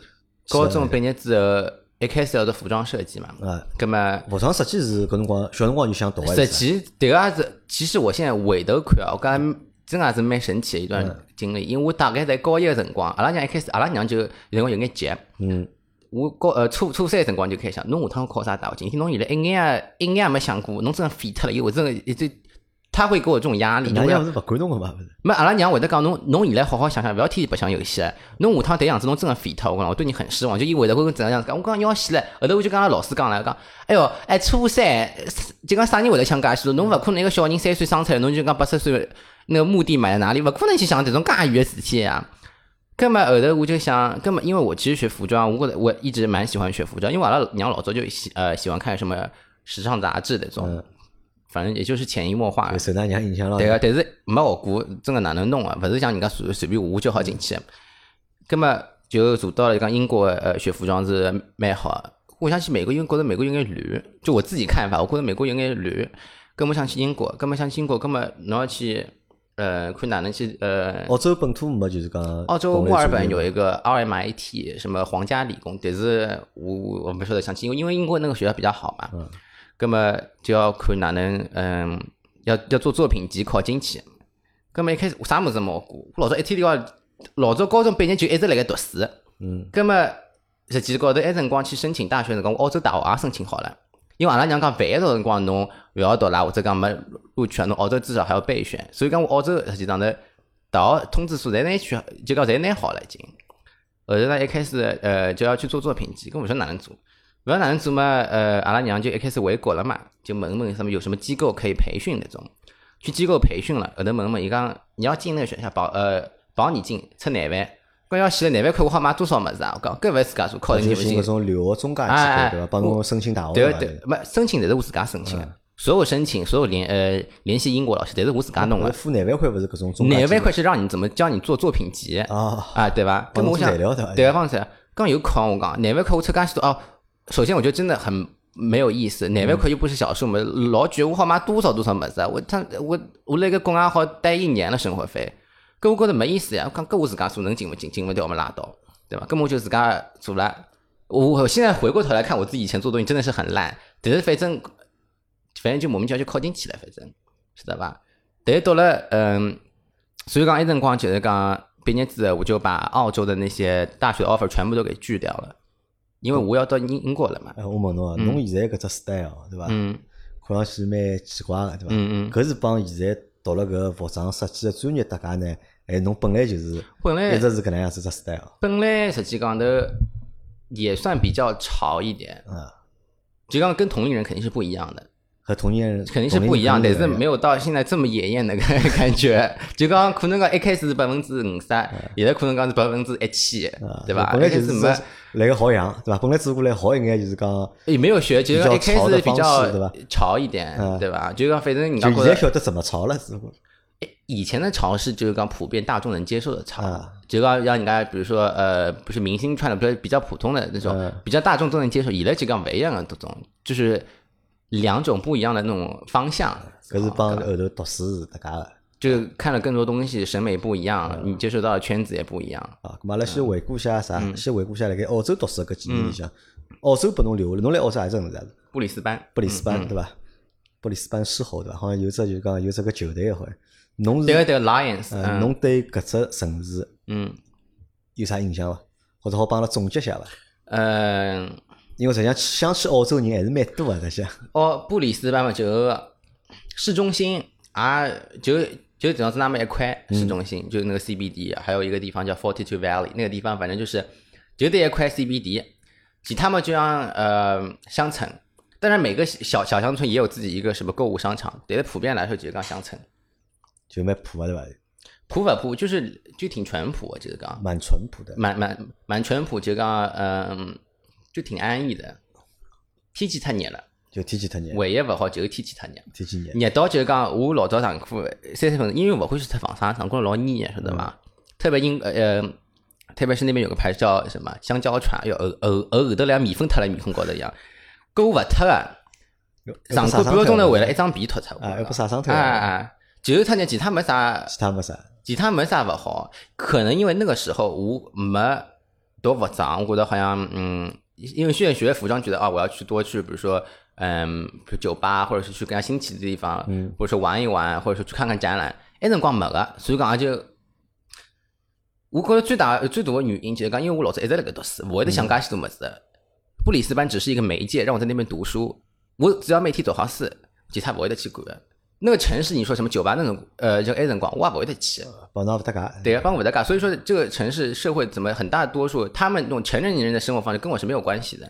[SPEAKER 2] 高中毕业之后，一开始要做服装设计嘛，
[SPEAKER 1] 啊，
[SPEAKER 2] 葛么
[SPEAKER 1] 服装设计是搿辰光小辰光就想读个，
[SPEAKER 2] 实际迭个也是，其实我现在回头看啊，我讲真个是蛮神奇的一段经历，因为我大概在高一个辰光，阿拉娘一开始阿拉娘就有辰光有眼急，
[SPEAKER 1] 嗯，
[SPEAKER 2] 我高呃初初三的辰光就开始想，侬下趟考啥大学？今天侬现在一眼也一眼也没想过，侬真的废脱了，因为我真的一直他会给我这种压力，
[SPEAKER 1] 爷
[SPEAKER 2] 就
[SPEAKER 1] 娘
[SPEAKER 2] 要
[SPEAKER 1] 是勿管侬个嘛，勿是？
[SPEAKER 2] 没阿拉娘会得讲侬，侬现在好好想想，勿要天天白相游戏。啊侬下趟迭样子，侬真个废脱。我讲，我对你很失望。就伊会得会跟怎样子讲，我讲要死了。后头我就跟阿拉老师讲了，讲，哎哟，哎初三，就讲啥人会得想介许多？侬勿可能一个小人三岁生出来，侬就讲八十岁那个墓地埋在哪里？勿可能去想迭种介远个事体啊。根么后头我就想，根本因为我其实学服装，我觉得我一直蛮喜欢学服装，因为阿拉娘老早就喜呃喜欢看什么时尚杂志那种，反正也就是潜移默化
[SPEAKER 1] 就受㑚娘影响了，
[SPEAKER 2] 哎对个，但是没学过，真个哪能弄啊？勿是像人家随随便画画就好进去。葛么就做到了，讲英国呃学服装是蛮好的。我想去美国，因为觉得美国有眼乱，就我自己看法，我觉得美国有眼乱。葛么想去英国，葛么想去英国，葛么侬要去呃看哪能去呃
[SPEAKER 1] 澳洲本土没就是讲
[SPEAKER 2] 澳洲
[SPEAKER 1] 同类
[SPEAKER 2] 墨尔
[SPEAKER 1] 族
[SPEAKER 2] 本
[SPEAKER 1] 群
[SPEAKER 2] 有一个 RMIT 什么皇家理工，但是我我不晓得详细，因为因为英国那个学校比较好嘛，
[SPEAKER 1] 嗯，
[SPEAKER 2] 那么就要看哪能嗯，要要做作品集考进去。那么一开始我啥物事没学过，我老早一天到晚，老早高中毕业就一直辣盖读书。
[SPEAKER 1] 嗯，
[SPEAKER 2] 那么实际高头埃辰光去申请大学的辰光，我澳洲大学也申请好了。因为阿拉娘讲，万一到辰光侬勿要读啦，或者讲没录取啊，侬澳洲至少还要备选。所以讲，我澳洲实际上头大学通知书侪拿去，就讲侪拿好了已经。后头呢，一开始呃就要去做作品集，跟我说哪能做，勿要哪能做嘛，呃阿拉娘就一开始回国了嘛，就问问什么有什么机构可以培训那种，去机构培训了，后头问问伊讲你要进那个学校保呃保你进出廿万，讲要死了廿万块我好买多少物事啊？我讲搿勿是自家做，靠
[SPEAKER 1] 或
[SPEAKER 2] 人
[SPEAKER 1] 者
[SPEAKER 2] 就
[SPEAKER 1] 寻搿
[SPEAKER 2] 行。
[SPEAKER 1] 种留学中介
[SPEAKER 2] 哎
[SPEAKER 1] 机
[SPEAKER 2] 哎
[SPEAKER 1] 构对伐？帮
[SPEAKER 2] 我
[SPEAKER 1] 侬申请大学啊
[SPEAKER 2] 对
[SPEAKER 1] 嘛
[SPEAKER 2] 对，没申请侪是我自家申请的，啊所有申请所有联呃联系英国老师侪是我自家弄
[SPEAKER 1] 我
[SPEAKER 2] 的，
[SPEAKER 1] 付廿万块勿是搿种中介
[SPEAKER 2] 廿
[SPEAKER 1] 机
[SPEAKER 2] 万
[SPEAKER 1] 构
[SPEAKER 2] 块是让你怎么教你做作品集
[SPEAKER 1] 啊，
[SPEAKER 2] 啊，对吧？
[SPEAKER 1] 帮
[SPEAKER 2] <laughs> 跟
[SPEAKER 1] 侬
[SPEAKER 2] 我
[SPEAKER 1] 做
[SPEAKER 2] 想
[SPEAKER 1] 材料对伐
[SPEAKER 2] 对个啊方式，刚有考我讲廿万块，我出介许多哦。首先，我觉得真的很没有意思，廿万块又不是小数目，老贵，我好买多少多少么子啊！我他我我辣盖国外好待一年了，生活费，搿我觉着没意思呀。我讲搿我自家做能进勿进，进勿掉我们拉倒，对伐？搿么我就自家做了。我我现在回过头来看，我自己以前做东西真的是很烂，但是反正反正就莫名其妙就靠近起来，反正晓得伐？但是到了嗯。所以讲，一辰光就是讲毕业之后，我就把澳洲的那些大学 offer 全部都给拒掉了。因为我要到英英国了嘛。
[SPEAKER 1] 哎，我问侬啊，侬现在搿只 style 对伐？
[SPEAKER 2] 嗯
[SPEAKER 1] 看上去蛮奇怪个对伐？
[SPEAKER 2] 嗯嗯，
[SPEAKER 1] 搿是帮现在读了搿服装设计的专业搭界呢，还是侬本来就是
[SPEAKER 2] 本来
[SPEAKER 1] 一直是搿能样子只 style
[SPEAKER 2] 本来实际讲头也算比较潮一点，
[SPEAKER 1] 啊？
[SPEAKER 2] 就讲跟同龄人肯定是不一样的，
[SPEAKER 1] 和同龄人
[SPEAKER 2] 肯定是不一样，但是没
[SPEAKER 1] 有
[SPEAKER 2] 有到现在这么野艳的
[SPEAKER 1] <laughs>
[SPEAKER 2] 感觉。就讲可能讲一开始是百分之五十，现在可能讲是百分之一千，对吧？
[SPEAKER 1] 嗯本
[SPEAKER 2] 一
[SPEAKER 1] 来
[SPEAKER 2] 开
[SPEAKER 1] 就
[SPEAKER 2] 始
[SPEAKER 1] 是
[SPEAKER 2] 没
[SPEAKER 1] 来个好样对伐？本来只顾来好一眼，就是讲
[SPEAKER 2] 也没有学，就是讲一开始比
[SPEAKER 1] 比较潮的方式对
[SPEAKER 2] 较
[SPEAKER 1] 吧
[SPEAKER 2] 潮一点，
[SPEAKER 1] 嗯
[SPEAKER 2] 对吧？就讲反正人家
[SPEAKER 1] 就
[SPEAKER 2] 觉
[SPEAKER 1] 现在
[SPEAKER 2] 得
[SPEAKER 1] 晓得怎么潮了，只顾
[SPEAKER 2] 以前的潮是就是讲普遍大众能接受的潮，
[SPEAKER 1] 啊
[SPEAKER 2] 就讲让人家比如说呃，不是明星穿的比较比较普通的那种，
[SPEAKER 1] 嗯
[SPEAKER 2] 比较大众都能接受。现在就讲勿一样的这种，就是两种不一样的那种方向。
[SPEAKER 1] 搿是帮
[SPEAKER 2] 对吧
[SPEAKER 1] 后头读书是搭界个。
[SPEAKER 2] 就是看了更多东西，审美不一样，
[SPEAKER 1] 嗯
[SPEAKER 2] 你接受到的圈子也不一样。
[SPEAKER 1] 啊，咁阿拉
[SPEAKER 2] 嗯
[SPEAKER 1] 先回顾一下啥？先回顾一下辣盖澳洲读书的搿几年里向，澳洲拨侬留下来，侬来澳洲也是搿能介
[SPEAKER 2] 布里斯班，
[SPEAKER 1] 布里斯
[SPEAKER 2] 嗯
[SPEAKER 1] 班对伐？布里斯班狮吼对伐？好像有只就讲有只个球队好像。侬
[SPEAKER 2] 对
[SPEAKER 1] 是
[SPEAKER 2] 个对个，Lions，
[SPEAKER 1] 呃，
[SPEAKER 2] 嗯
[SPEAKER 1] 侬对搿只城市
[SPEAKER 2] 嗯
[SPEAKER 1] 有啥印象伐？或者好帮阿拉总结一下伐？
[SPEAKER 2] 嗯，
[SPEAKER 1] 因为实际上去想去澳洲人还是蛮多个，实际上
[SPEAKER 2] 哦，布里斯班嘛，就呃市中心啊，就就只要是那么一块市中心，就是那个 CBD，还有一个地方叫 Forty Two Valley，那个地方反正就是就这一块 CBD，其他嘛就像呃乡村，当然每个小小乡村也有自己一个什么购物商场，但是普遍来说就是讲乡村，
[SPEAKER 1] 就蛮朴个对伐？
[SPEAKER 2] 朴不朴就是就挺淳朴，就是讲
[SPEAKER 1] 蛮淳朴的。
[SPEAKER 2] 蛮蛮蛮淳朴，就是讲嗯就挺安逸的，天气太热了，
[SPEAKER 1] 就天气太热，
[SPEAKER 2] 唯一不好就是天气太热。
[SPEAKER 1] 天气热，
[SPEAKER 2] 热到就是讲，我老早上课三十分钟，因为勿欢喜吃防晒，上课老腻，
[SPEAKER 1] 嗯
[SPEAKER 2] 晓得伐？特别因呃，呃特别是那边有个牌子叫什么香蕉船，呃要后后后后头两米粉脱了米粉高头一样，割勿脱个，上课半个钟头回来一张皮脱出，
[SPEAKER 1] 啊要不晒伤
[SPEAKER 2] 脱
[SPEAKER 1] 脱
[SPEAKER 2] 啊
[SPEAKER 1] 了
[SPEAKER 2] 啊！就是脱热，其他没啥，
[SPEAKER 1] 啊其他没啥。
[SPEAKER 2] 其他没啥勿好，可能因为那个时候我没读服装，我觉得好像嗯，因为现在学服装觉得啊，我要去多去，比如说嗯，比如酒吧，或者是去更加新奇的地方，嗯，或者说玩一玩，或者说去看看展览，哎那辰光没个，所以讲也就。我觉得最大最大的原因就是讲，因为我老早一直辣盖读书，我会得想介许多物事的。布里斯班只是一个媒介，让我在那边读书。我只要每天早上书，其他不会得去管。那个城市，你说什么酒吧那种，呃，就埃辰光我也不会得去。
[SPEAKER 1] 哦帮侬勿搭界，
[SPEAKER 2] 对，帮我的嘎。所以说，这个城市社会怎么很大多数，他们那种成人人的生活方式跟我是没有关系的。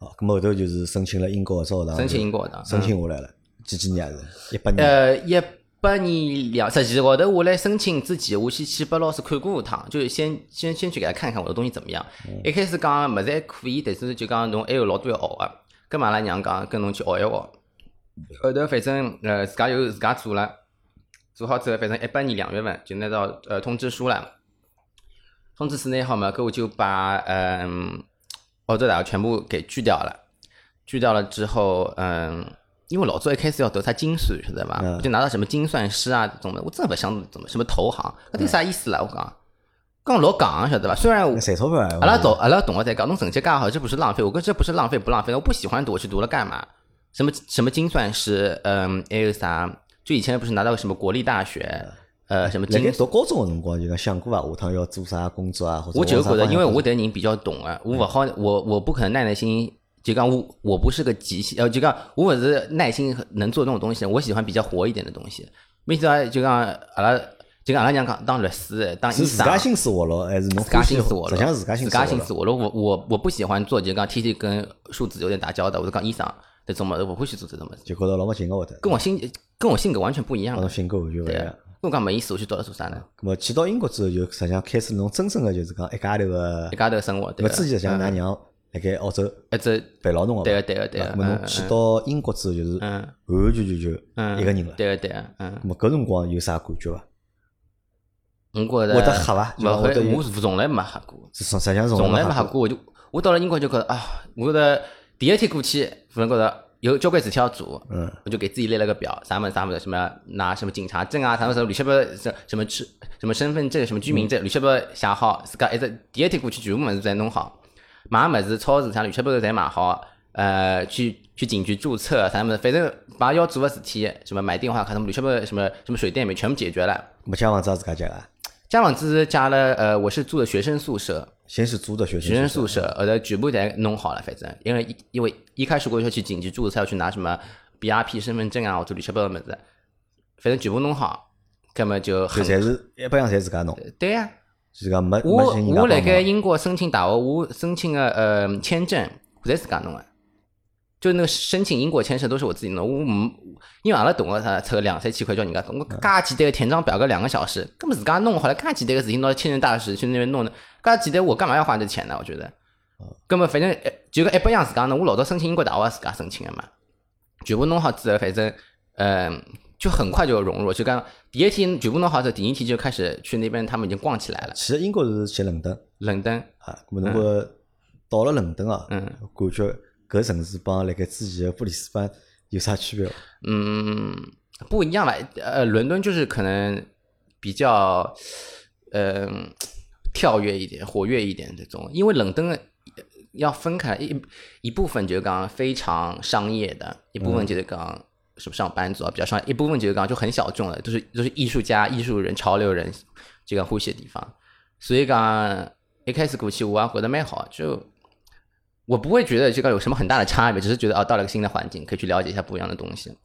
[SPEAKER 1] 哦，咁后头就是申请了英国的学堂，
[SPEAKER 2] 申请英国的，
[SPEAKER 1] 申请下来了，几几年是？一八年。
[SPEAKER 2] 呃，一八年两十几号头，我来申请之前，我先去拨老师看过一趟，就是先先先去给他看看我的东西怎么样。
[SPEAKER 1] 嗯
[SPEAKER 2] 一开始讲么子还可以，但是就讲侬还有老多要学个，跟阿拉娘讲跟侬去学一学。后头反正呃自家又自家做了，做好之后反正一八年两月份就拿到呃通知书了。通知书拿好嘛，搿我就把嗯澳洲大学全部给拒掉了。拒掉了之后，嗯，因为老早一开始要读啥精算，晓得吧？
[SPEAKER 1] 嗯
[SPEAKER 2] 我就拿到什么精算师啊这种的，我真的不想怎么什么投行，搿有啥意思啦？啊我讲，讲老戆，晓得吧？虽然我
[SPEAKER 1] 嗯那赚钞票啊，
[SPEAKER 2] 阿拉懂，阿拉懂我在讲，侬成绩介好，这不是浪费，我跟这不是浪费不浪费，我不喜欢读，我去读了干嘛？什么什么精算师，嗯，还有啥？就以前不是拿到什么国立大学，呃，什么
[SPEAKER 1] 辣
[SPEAKER 2] 精
[SPEAKER 1] 盖读高嗯中个辰光就讲想过伐，啊下趟要做啥工作啊，或者
[SPEAKER 2] 我就
[SPEAKER 1] 往啥
[SPEAKER 2] 是觉得，
[SPEAKER 1] 方向
[SPEAKER 2] 因为
[SPEAKER 1] 发
[SPEAKER 2] 我对人比较懂啊，
[SPEAKER 1] 嗯
[SPEAKER 2] 我勿好，我我不可能耐耐心，就讲我我不是个急性，呃，就讲我勿是耐心能做这种东西的，我喜欢比较活一点的东西。没想到就讲阿拉，就讲阿拉娘讲当律师、当医
[SPEAKER 1] 是自家
[SPEAKER 2] 生。啊
[SPEAKER 1] 心思活络，还是侬
[SPEAKER 2] 自家
[SPEAKER 1] 欢喜
[SPEAKER 2] 心思活
[SPEAKER 1] 实
[SPEAKER 2] 络，
[SPEAKER 1] 际上自家
[SPEAKER 2] 自
[SPEAKER 1] 心
[SPEAKER 2] 家
[SPEAKER 1] 活
[SPEAKER 2] 心
[SPEAKER 1] 络
[SPEAKER 2] 思活络。我我我不喜欢做，就讲天天跟数字有点打交道，我就讲医生这种么子，我欢喜做这种么子，
[SPEAKER 1] 就觉着老没劲个会得，
[SPEAKER 2] 跟我性跟我性格完全不一样
[SPEAKER 1] 帮侬哦
[SPEAKER 2] 的。
[SPEAKER 1] 性格完全勿一
[SPEAKER 2] 对啊
[SPEAKER 1] 样。，
[SPEAKER 2] 跟我讲没意思，我去读了做啥呢？
[SPEAKER 1] 咁么去到英国之后，就实际上开始侬真正个就是讲一家头个
[SPEAKER 2] 一。家头生活，
[SPEAKER 1] 咁
[SPEAKER 2] 对
[SPEAKER 1] 么
[SPEAKER 2] 啊吧
[SPEAKER 1] 之前实际上，㑚娘辣盖澳洲
[SPEAKER 2] 一直
[SPEAKER 1] 陪牢侬个
[SPEAKER 2] 对啊
[SPEAKER 1] 伐，
[SPEAKER 2] 个对个对个
[SPEAKER 1] 咁，么侬
[SPEAKER 2] 嗯
[SPEAKER 1] 去到英国之后，就是完
[SPEAKER 2] 嗯
[SPEAKER 1] 完全全就
[SPEAKER 2] 嗯
[SPEAKER 1] 一个人了。
[SPEAKER 2] 对个对个，嗯
[SPEAKER 1] 咁，么搿辰光有啥感觉啊伐？
[SPEAKER 2] 我觉着
[SPEAKER 1] 会得吓伐就
[SPEAKER 2] 勿
[SPEAKER 1] 讲会得
[SPEAKER 2] 会，
[SPEAKER 1] 有
[SPEAKER 2] 我是从来没吓过，
[SPEAKER 1] 是从实际上
[SPEAKER 2] 从来
[SPEAKER 1] 来
[SPEAKER 2] 没吓
[SPEAKER 1] 吓。
[SPEAKER 2] 过。我就我到了英国就觉着啊，我觉着第一天过去，可能觉着有交关事体要做，
[SPEAKER 1] 嗯，
[SPEAKER 2] 我就给自己列了个表，啥么啥么的，什么拿什么警察证啊，啥么什么乱七八糟什什么吃什么身份证、什么居民证，乱七八糟写好，自家一直第一天过去全部么子侪弄好，买么子超市啥乱七八糟侪买好，呃，去去警局注册啥么子，反正把要做的事体，什么买电话卡，什么乱七八糟什么什么水电煤全部解决了。
[SPEAKER 1] 没借房子也自家借啊，
[SPEAKER 2] 家房子是借了呃，我是住的学生宿舍，
[SPEAKER 1] 先是租的学
[SPEAKER 2] 学生宿
[SPEAKER 1] 宿
[SPEAKER 2] 舍，后头全部侪弄好了，反正因为一因为一开始我要去紧急注册，要去拿什么 BRP 身份证啊，或者乱七八糟么子，反正全部弄好，葛么就
[SPEAKER 1] 就
[SPEAKER 2] 很
[SPEAKER 1] 侪是一般样，侪自家弄，
[SPEAKER 2] 对呀、
[SPEAKER 1] 就讲没没
[SPEAKER 2] 我
[SPEAKER 1] 寻人家
[SPEAKER 2] 我辣
[SPEAKER 1] 帮
[SPEAKER 2] 盖
[SPEAKER 1] 忙。
[SPEAKER 2] 英国申请大学，我申请个呃签证，侪自家弄个，就那个申请英国签证都是我自己弄，我没因为阿拉同学他凑两三千块叫人家弄，
[SPEAKER 1] 嗯
[SPEAKER 2] 我介简单个填张表格两个小时，根本自家弄好了，介简单个事情拿签证大使去那边弄的，介简单我干嘛要花这钱呢？我觉得，
[SPEAKER 1] 嗯
[SPEAKER 2] 根本反正呃就跟一百样自家弄，我老早申请英国大学也自家申请个嘛，全部弄好之后，反正嗯、呃就很快就融入，就讲第一天全部弄好之后，第一天就开始去那边，他们已经逛起来了。
[SPEAKER 1] 其实英国是去伦敦
[SPEAKER 2] 伦敦，
[SPEAKER 1] 啊，咁侬觉到了伦敦啊，
[SPEAKER 2] 嗯
[SPEAKER 1] 感觉搿城市帮辣盖之前的布里斯班有啥区别伐？哦
[SPEAKER 2] 嗯，不一样吧？呃，伦敦就是可能比较，嗯、跳跃一点、活跃一点这种，因为伦敦呃要分开一一部分就是讲非常商业的，一部分就是讲什么上班族啊比较商业，一部分就是讲就很小众的，就是就是艺术家、艺术人、潮流人这个欢喜的地方。所以讲呃一开始过去我也觉得蛮好，就我不会觉得这个有什么很大的差别，只是觉得啊到了一个新的环境，可以去了解一下不一样的东西。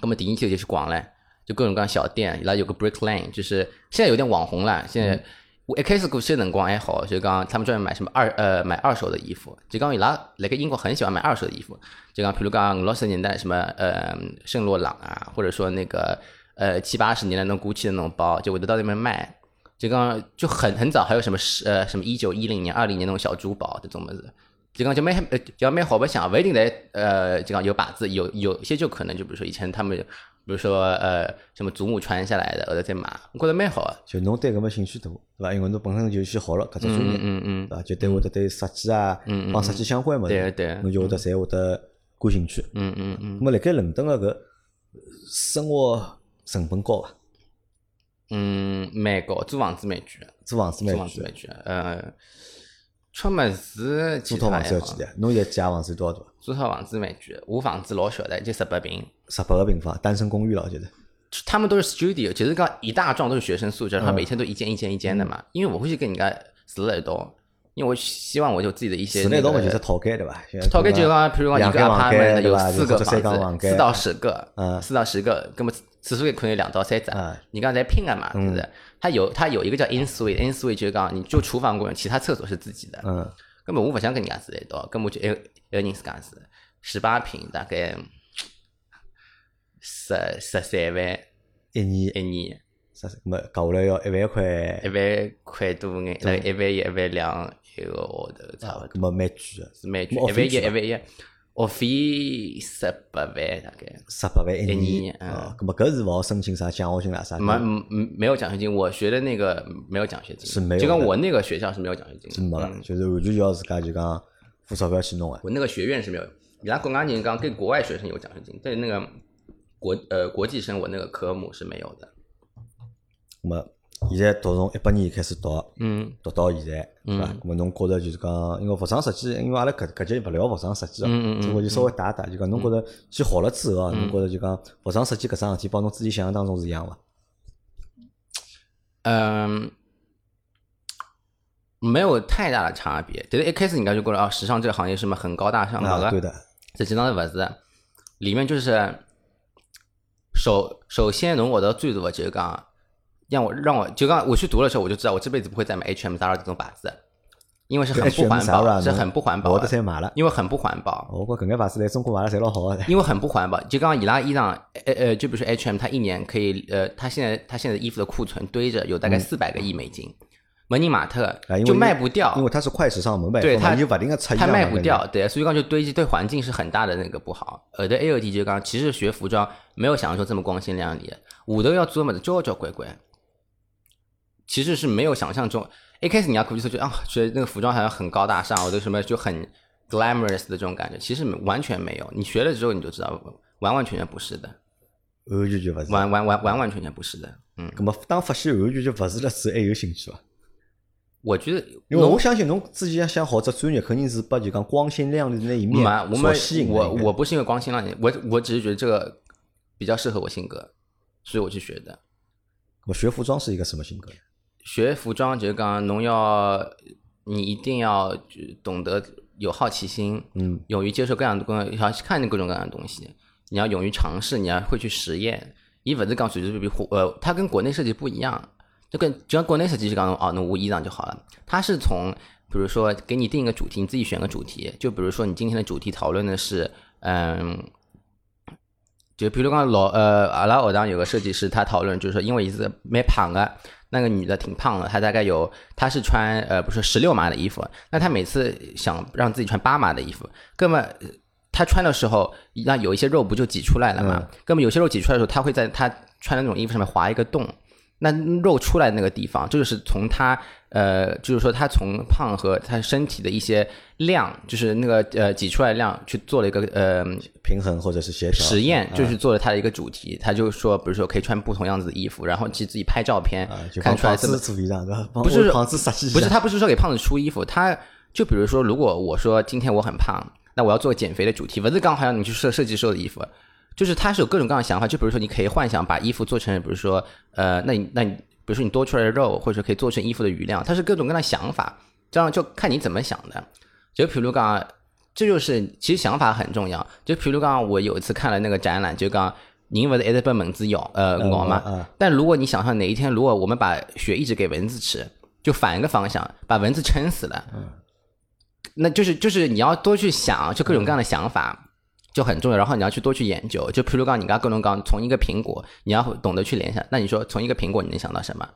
[SPEAKER 2] 那么第一期就去逛嘞，就各种各样小店，然后有个 Brick Lane，就是现在有点网红了。现在我一开始过去的辰光还好，就讲他们专门买什么二呃买二手的衣服，就讲伊拉来个英国很喜欢买二手的衣服，就讲比如讲五六十年代什么呃圣洛朗啊，或者说那个呃七八十年代那种 GUCCI 的那种包，就我就到那边卖。就讲就很很早，还有什么十呃什么一九一零年、二零年那种小珠宝这种么子，就讲就没呃就没好白相，不一定得呃就讲有把子，有有些就可能就比如说以前他们，比如说呃什么祖母传下来的，后头再买，我觉得蛮好的。
[SPEAKER 1] 就侬对搿么兴趣大，对伐？因为侬本身就先学了搿只专业，
[SPEAKER 2] 嗯嗯
[SPEAKER 1] 对伐？就对会得对设计啊
[SPEAKER 2] 嗯，嗯
[SPEAKER 1] 帮设计相关个物
[SPEAKER 2] 对啊嗯
[SPEAKER 1] 事，
[SPEAKER 2] 对
[SPEAKER 1] 侬就会得侪会得感兴趣。
[SPEAKER 2] 嗯嗯嗯
[SPEAKER 1] 咁么辣盖伦敦个搿生活成本高啊伐？
[SPEAKER 2] 嗯，蛮高，租房子蛮贵的，
[SPEAKER 1] 租房子
[SPEAKER 2] 租
[SPEAKER 1] 蛮
[SPEAKER 2] 房
[SPEAKER 1] 贵
[SPEAKER 2] 子
[SPEAKER 1] 的，
[SPEAKER 2] 蛮贵的。呃，出么子其
[SPEAKER 1] 租
[SPEAKER 2] 实
[SPEAKER 1] 套房
[SPEAKER 2] 还
[SPEAKER 1] 子要
[SPEAKER 2] 好
[SPEAKER 1] 几钿？侬现在借房子多少大？
[SPEAKER 2] 租套房子蛮贵的，我房子老小的，就十八平。
[SPEAKER 1] 十八个平方，单身公寓了，就是。
[SPEAKER 2] 他们都是 studio，其实讲一大幢都是学生宿
[SPEAKER 1] 嗯
[SPEAKER 2] 舍，然后每天都一间一间一间的嘛。因为我会去跟人家住在一道，因为我希望我有自己的一些
[SPEAKER 1] 室内
[SPEAKER 2] 那
[SPEAKER 1] 栋
[SPEAKER 2] 个
[SPEAKER 1] 嘛就是套间对伐？
[SPEAKER 2] 套间就讲，比如讲
[SPEAKER 1] 两
[SPEAKER 2] 一个
[SPEAKER 1] 间房间
[SPEAKER 2] apartment
[SPEAKER 1] 对
[SPEAKER 2] 有
[SPEAKER 1] 伐？
[SPEAKER 2] 四个
[SPEAKER 1] 或者三间
[SPEAKER 2] 房
[SPEAKER 1] 房
[SPEAKER 2] 子，
[SPEAKER 1] 间，
[SPEAKER 2] 四到十个，
[SPEAKER 1] 嗯
[SPEAKER 2] 四到十个，那么次数也可能有两到三只
[SPEAKER 1] 嗯，
[SPEAKER 2] 你刚才拼了嘛，对不对？它有它有一个叫 in suite，in suite 就是讲你就厨房共用，其他厕所是自己的。
[SPEAKER 1] 嗯，
[SPEAKER 2] 根本我不想跟人家住在一道，根本就一个一个人自家住，十八平大概十十三万
[SPEAKER 1] 一年
[SPEAKER 2] 一年。
[SPEAKER 1] 啥什么，搿下来要一万块，
[SPEAKER 2] 一万块多眼，大概一万一、一万两一个号头，差不多
[SPEAKER 1] 搿么蛮贵个，
[SPEAKER 2] 是蛮贵。
[SPEAKER 1] 那
[SPEAKER 2] 一万一、
[SPEAKER 1] 学费
[SPEAKER 2] 一万一，学费
[SPEAKER 1] 嗯
[SPEAKER 2] 十八万大概。
[SPEAKER 1] 十八万一
[SPEAKER 2] 一
[SPEAKER 1] 年
[SPEAKER 2] 年嗯
[SPEAKER 1] 啊。搿么搿是勿好申请啥奖学金啦啥的，
[SPEAKER 2] 没没没有奖学金，我学的那个没有奖学金，
[SPEAKER 1] 是没有的
[SPEAKER 2] 就跟我那个学校是没有奖学金的，
[SPEAKER 1] 是没
[SPEAKER 2] 嗯
[SPEAKER 1] 了，就是完全就要自家就讲付钞票去弄个。
[SPEAKER 2] 我那个学院是没有。伊拉国外人讲跟国外学生有奖学金，但是那个国呃国际生我那个科目是没有的。
[SPEAKER 1] 搿么现在读从一八年开始读，
[SPEAKER 2] 嗯
[SPEAKER 1] 读到现在，对伐？搿么侬觉着就是讲，因为服装设计，因为阿拉搿搿节勿聊服装设计
[SPEAKER 2] 嗯嗯
[SPEAKER 1] 哦，
[SPEAKER 2] 嗯
[SPEAKER 1] 只不过就稍微打一打，就讲侬觉着去学了之后啊，侬觉着就讲服装设计搿桩事体帮侬自己想象当中是一样伐？
[SPEAKER 2] 嗯，没有太大的差别。但是一开始人家就觉得啊，时尚这个行业是什么很高大上，好
[SPEAKER 1] 啊，
[SPEAKER 2] 了，
[SPEAKER 1] 对的，
[SPEAKER 2] 实际上是勿是的，里面就是首首先侬学到最多的就是讲，让我让我就讲我去读的时候我就知道我这辈子不会再买 H M Zara 这种牌子，因为是很不
[SPEAKER 1] H&M
[SPEAKER 2] 环保，
[SPEAKER 1] Zara
[SPEAKER 2] 是很不环保
[SPEAKER 1] 我得
[SPEAKER 2] 的，
[SPEAKER 1] 侪买了。哦
[SPEAKER 2] 因为很不环保，
[SPEAKER 1] 我觉搿眼牌子来中国买了侪老好
[SPEAKER 2] <laughs>
[SPEAKER 1] 个，
[SPEAKER 2] 因为很不环保。就刚刚伊拉衣裳，呃呃，就比如说 H M，它一年可以呃，它现在它现在衣服的库存堆着有大概四百个亿美金，门尼马特
[SPEAKER 1] 嗯啊因为
[SPEAKER 2] 就卖不掉，
[SPEAKER 1] 因为它是快时尚门外，
[SPEAKER 2] 对
[SPEAKER 1] 它
[SPEAKER 2] 它
[SPEAKER 1] 又勿停个出现
[SPEAKER 2] 它
[SPEAKER 1] 哎嘛
[SPEAKER 2] 卖不
[SPEAKER 1] 搿
[SPEAKER 2] 掉
[SPEAKER 1] 眼，
[SPEAKER 2] 对，所以讲就堆积对环境是很大的那个不好。呃后头还有一点就是讲，其实学服装没有想象中这么光鲜亮丽，下头要做么子交交关关，其实是没有想象中。一开始你要估计说就啊，觉得那个服装好像很高大上，或者什么就很 glamorous 的这种感觉，其实完全没有。你学了之后你就知道，完完全全不是的，
[SPEAKER 1] 完全就勿是。
[SPEAKER 2] 完完完完完全全不是的。嗯，
[SPEAKER 1] 咁么当发现完全就勿是了之后，还有兴趣伐？
[SPEAKER 2] 我觉得
[SPEAKER 1] 因为
[SPEAKER 2] 侬
[SPEAKER 1] 我相信侬之前想学只专业，肯定是把就讲光鲜亮丽的那一面
[SPEAKER 2] 没，我
[SPEAKER 1] 所
[SPEAKER 2] 们
[SPEAKER 1] 吸引的
[SPEAKER 2] 我
[SPEAKER 1] 应该
[SPEAKER 2] 我不是因为光鲜亮丽，我我只是觉得这个比较适合我性格，所以我去学的。
[SPEAKER 1] 我学服装是一个什么性格？
[SPEAKER 2] 学服装就是讲侬要你一定要就懂得有好奇心，
[SPEAKER 1] 嗯，
[SPEAKER 2] 勇于接受各样的各样，要去看各种各样的东西，你要勇于尝试，你要会去实验。伊勿是讲随随便便，呃，它跟国内设计不一样，就跟就像国内设计是讲哦，侬我衣裳就好了，它是从比如说给你定一个主题，你自己选个主题，就比如说你今天的主题讨论的是，嗯。就比如讲老呃，阿拉学堂有个设计师，他讨论就是说，因为伊是蛮胖的，那个女的挺胖的，她大概有，她是穿呃，不是十六码的衣服，那她每次想让自己穿八码的衣服，那么呃她穿的时候，那有一些肉不就挤出来了
[SPEAKER 1] 嗯
[SPEAKER 2] 嘛？那么有些肉挤出来的时候，她会在她穿的那种衣服上面划一个洞，那肉出来的那个地方，这就是从她呃，就是说她从胖和她身体的一些量，就是那个呃挤出来的量去做了一个呃
[SPEAKER 1] 平衡或者是协调。
[SPEAKER 2] 实验
[SPEAKER 1] 啊
[SPEAKER 2] 就是做了他的一个主题，他就说，比如说可以穿不同样子的衣服，然后去自己拍照片
[SPEAKER 1] 啊，，就
[SPEAKER 2] 看
[SPEAKER 1] 帮
[SPEAKER 2] 出来
[SPEAKER 1] 胖
[SPEAKER 2] 这
[SPEAKER 1] 子
[SPEAKER 2] 么
[SPEAKER 1] 做衣裳对吧？帮
[SPEAKER 2] 不是
[SPEAKER 1] 胖子设计一
[SPEAKER 2] 不是
[SPEAKER 1] 下
[SPEAKER 2] 他不是说给胖子出衣服，他就比如说，如果我说今天我很胖，那我要做减肥的主题，不是刚好让你去设设计所有的衣服，就是他是有各种各样的想法，就比如说你可以幻想把衣服做成，比如说呃，那你那你比如说你多出来的肉，或者可以做成衣服的余量，它是各种各样的想法，这样就看你怎么想的。就比如讲，这就是其实想法很重要。就比如讲，我有一次看了那个展览，就讲人不是一直被蚊子咬呃
[SPEAKER 1] 嗯
[SPEAKER 2] 咬嘛，
[SPEAKER 1] 嗯嗯
[SPEAKER 2] 但如果你想象哪一天，如果我们把血一直给蚊子吃，就反一个方向，把蚊子撑死了，
[SPEAKER 1] 嗯
[SPEAKER 2] 那就是就是你要多去想，就各种各样的想法。就很重要，然后你要去多去研究。就譬如讲，你刚刚各种讲，从一个苹果，你要懂得去联想。那你说从一个苹果，你能想到什么？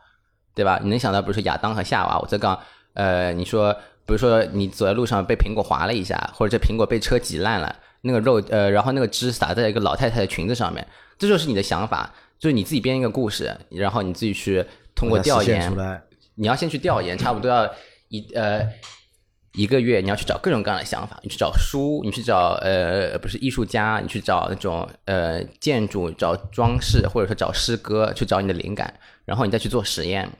[SPEAKER 2] 对吧？你能想到，比如说亚当和夏娃，我在讲，呃，你说，比如说你走在路上被苹果划了一下，或者这苹果被车挤烂了，那个肉，呃，然后那个汁洒在一个老太太的裙子上面，这就是你的想法，就是你自己编一个故事，然后你自己去通过
[SPEAKER 1] 把它
[SPEAKER 2] 调
[SPEAKER 1] 实现
[SPEAKER 2] 研
[SPEAKER 1] 出，来，
[SPEAKER 2] 你要先去调研，差不多要一呃一个月，你要去找各种各样的想法，你去找书，你去找呃不是艺术家，你去找那种呃建筑，找装饰，或者说找诗歌，去找你的灵感，然后你再去做实验。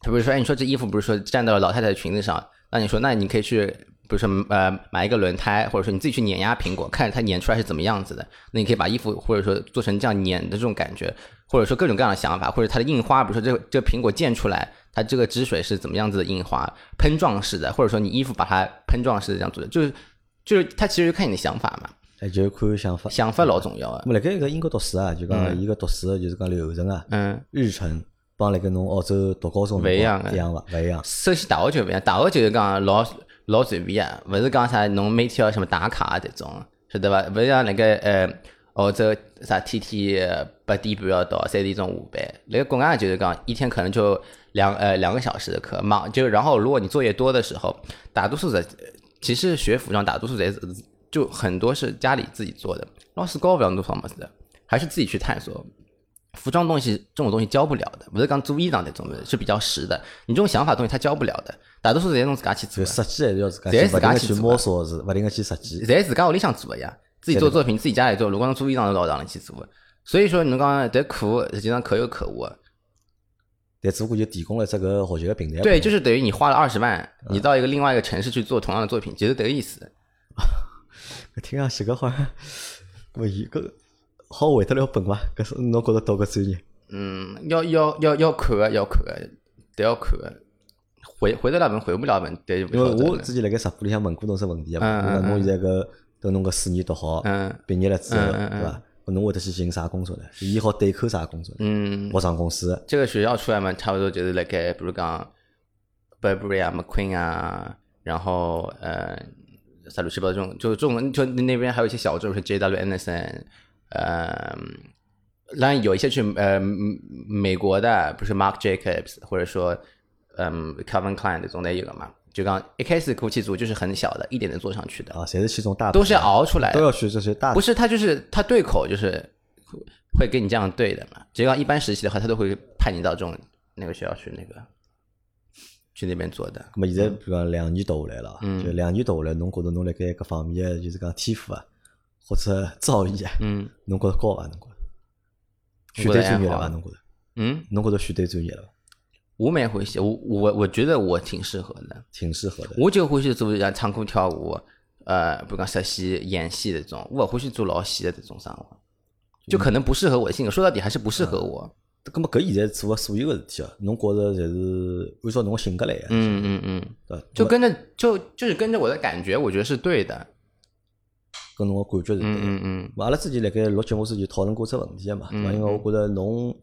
[SPEAKER 2] 他比如说，哎，你说这衣服不是说站到了老太太的裙子上，那你说，那你可以去，比如说呃买一个轮胎，或者说你自己去碾压苹果，看它碾出来是怎么样子的。那你可以把衣服或者说做成这样碾的这种感觉，或者说各种各样的想法，或者它的印花，比如说这个这个苹果溅出来，它这个汁水是怎么样子的印花，喷撞式的，或者说你衣服把它喷撞式的这样做的，就是就是它其实看你的想法嘛，
[SPEAKER 1] 哎，就是看想法。
[SPEAKER 2] 想嗯法老重要啊
[SPEAKER 1] 那。么辣盖搿英国读书啊，就讲伊个读书的就是讲流程啊，
[SPEAKER 2] 嗯，
[SPEAKER 1] 日程帮辣盖侬澳洲读高中
[SPEAKER 2] 勿一样
[SPEAKER 1] 样
[SPEAKER 2] 啊
[SPEAKER 1] 一样伐？勿一样。
[SPEAKER 2] 首先大学就勿一样，大学就是讲老老随便啊，勿是讲啥侬每天要什么打卡啊这种，晓得伐？勿像那个呃澳洲啥天天呃八点半要到三点钟下班，那个国外就是讲一天可能就两呃两个小时的课，忙就然后如果你作业多的时候，大多数的其实学服装大多数侪是就很多是家里自己做的，老师教勿了侬啥么子的，还是自己去探索。服装东西这种东西教不了的，不是讲做衣裳那种的，是比较实的。你这种想法东西他教不了的，大多数侪侬自家去做
[SPEAKER 1] 就
[SPEAKER 2] 的，
[SPEAKER 1] 设计还是要自家
[SPEAKER 2] 侪
[SPEAKER 1] 去，
[SPEAKER 2] 自
[SPEAKER 1] 勿停
[SPEAKER 2] 家
[SPEAKER 1] 个
[SPEAKER 2] 去
[SPEAKER 1] 去
[SPEAKER 2] 做
[SPEAKER 1] 摸索，是勿停个去设计。
[SPEAKER 2] 侪自家屋里向做的呀，自己做作品，自己家里做。如果侬做衣裳，到堂里去做。所以说，侬讲这苦，实际上可有可无啊。
[SPEAKER 1] 但只不过就提供了这个学习个平台。
[SPEAKER 2] 对，，就是等于你花了二十万，你到一个另外一个城市去做同样的作品，其实得个意思。
[SPEAKER 1] 听上去搿好像， <laughs> 勿伊搿好回得了本伐？搿是侬觉着读搿专业？
[SPEAKER 2] 嗯，要要要要看啊，要看啊，得要看啊。回回得了本，回不了本，得
[SPEAKER 1] 因为我
[SPEAKER 2] 自
[SPEAKER 1] 之前辣盖直播里向问过侬只问题啊，
[SPEAKER 2] 嗯
[SPEAKER 1] 我讲
[SPEAKER 2] 嗯
[SPEAKER 1] 侬现在搿等侬搿四年读好，
[SPEAKER 2] 嗯
[SPEAKER 1] 毕业了之后，
[SPEAKER 2] 嗯嗯嗯
[SPEAKER 1] 对伐？搿侬会得去寻啥工作呢？伊好对口啥工作呢？
[SPEAKER 2] 嗯，
[SPEAKER 1] 服装公司，
[SPEAKER 2] 这个学校出来嘛，差不多就是辣盖，比如讲 Burberry 啊、McQueen 啊，然后呃，啥乱七八糟这种，就这种，就那边还有一些小众，是 JW Anderson，呃，当然有一些去呃嗯美国的，不是 Mark Jacobs，或者说嗯 Calvin Klein 这种的也有嘛。就刚一开始国际组就是很小的，一点点做上去的，
[SPEAKER 1] 啊，侪是去种大
[SPEAKER 2] 都
[SPEAKER 1] 品
[SPEAKER 2] 是
[SPEAKER 1] 牌
[SPEAKER 2] 熬出来的
[SPEAKER 1] 都。要去这些大
[SPEAKER 2] 不是他就是他对口就是会给你这样对的嘛。只要一般实习的话，他都会派你到这种那个学校去那个去那边做的。
[SPEAKER 1] 咁么现
[SPEAKER 2] 嗯
[SPEAKER 1] 在比如讲两年读下来了，就两年读下来，侬觉着侬辣盖搿方面的就是讲天赋啊，或者造诣啊，
[SPEAKER 2] 嗯
[SPEAKER 1] 侬觉着高伐？侬觉着选对
[SPEAKER 2] 我觉得
[SPEAKER 1] 专业
[SPEAKER 2] 还
[SPEAKER 1] 了
[SPEAKER 2] 好
[SPEAKER 1] 伐？侬觉着？
[SPEAKER 2] 嗯，
[SPEAKER 1] 侬觉着选对专业了伐？
[SPEAKER 2] 我蛮欢喜，我我我觉得我挺适合的。
[SPEAKER 1] 挺适合的。
[SPEAKER 2] 我就欢喜做像唱歌跳舞，呃，不讲实习演戏这种，我不欢喜做老戏的这种生活，就可能不适合我的性格。说到底还是不适合我。
[SPEAKER 1] 咁么搿现在做个所有个事体哦，侬觉着侪是按照侬性格来个，
[SPEAKER 2] 嗯嗯嗯，
[SPEAKER 1] 对伐？
[SPEAKER 2] 就跟着就就是跟着我的感觉，我觉得是对的。
[SPEAKER 1] 跟侬个感觉是对
[SPEAKER 2] 嗯
[SPEAKER 1] 个。
[SPEAKER 2] 嗯嗯，
[SPEAKER 1] 嘛阿拉之前辣盖录节目之前讨论过这问题个嘛，对伐？
[SPEAKER 2] 嗯
[SPEAKER 1] 因为我觉得侬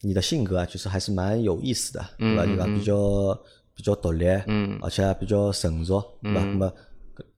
[SPEAKER 1] 你的性格啊，就是还是蛮有意思的，对伐？
[SPEAKER 2] 嗯
[SPEAKER 1] 就讲
[SPEAKER 2] 嗯
[SPEAKER 1] 比较比较独立，
[SPEAKER 2] 嗯
[SPEAKER 1] 而且也比较成熟，对伐？那
[SPEAKER 2] 嗯
[SPEAKER 1] 么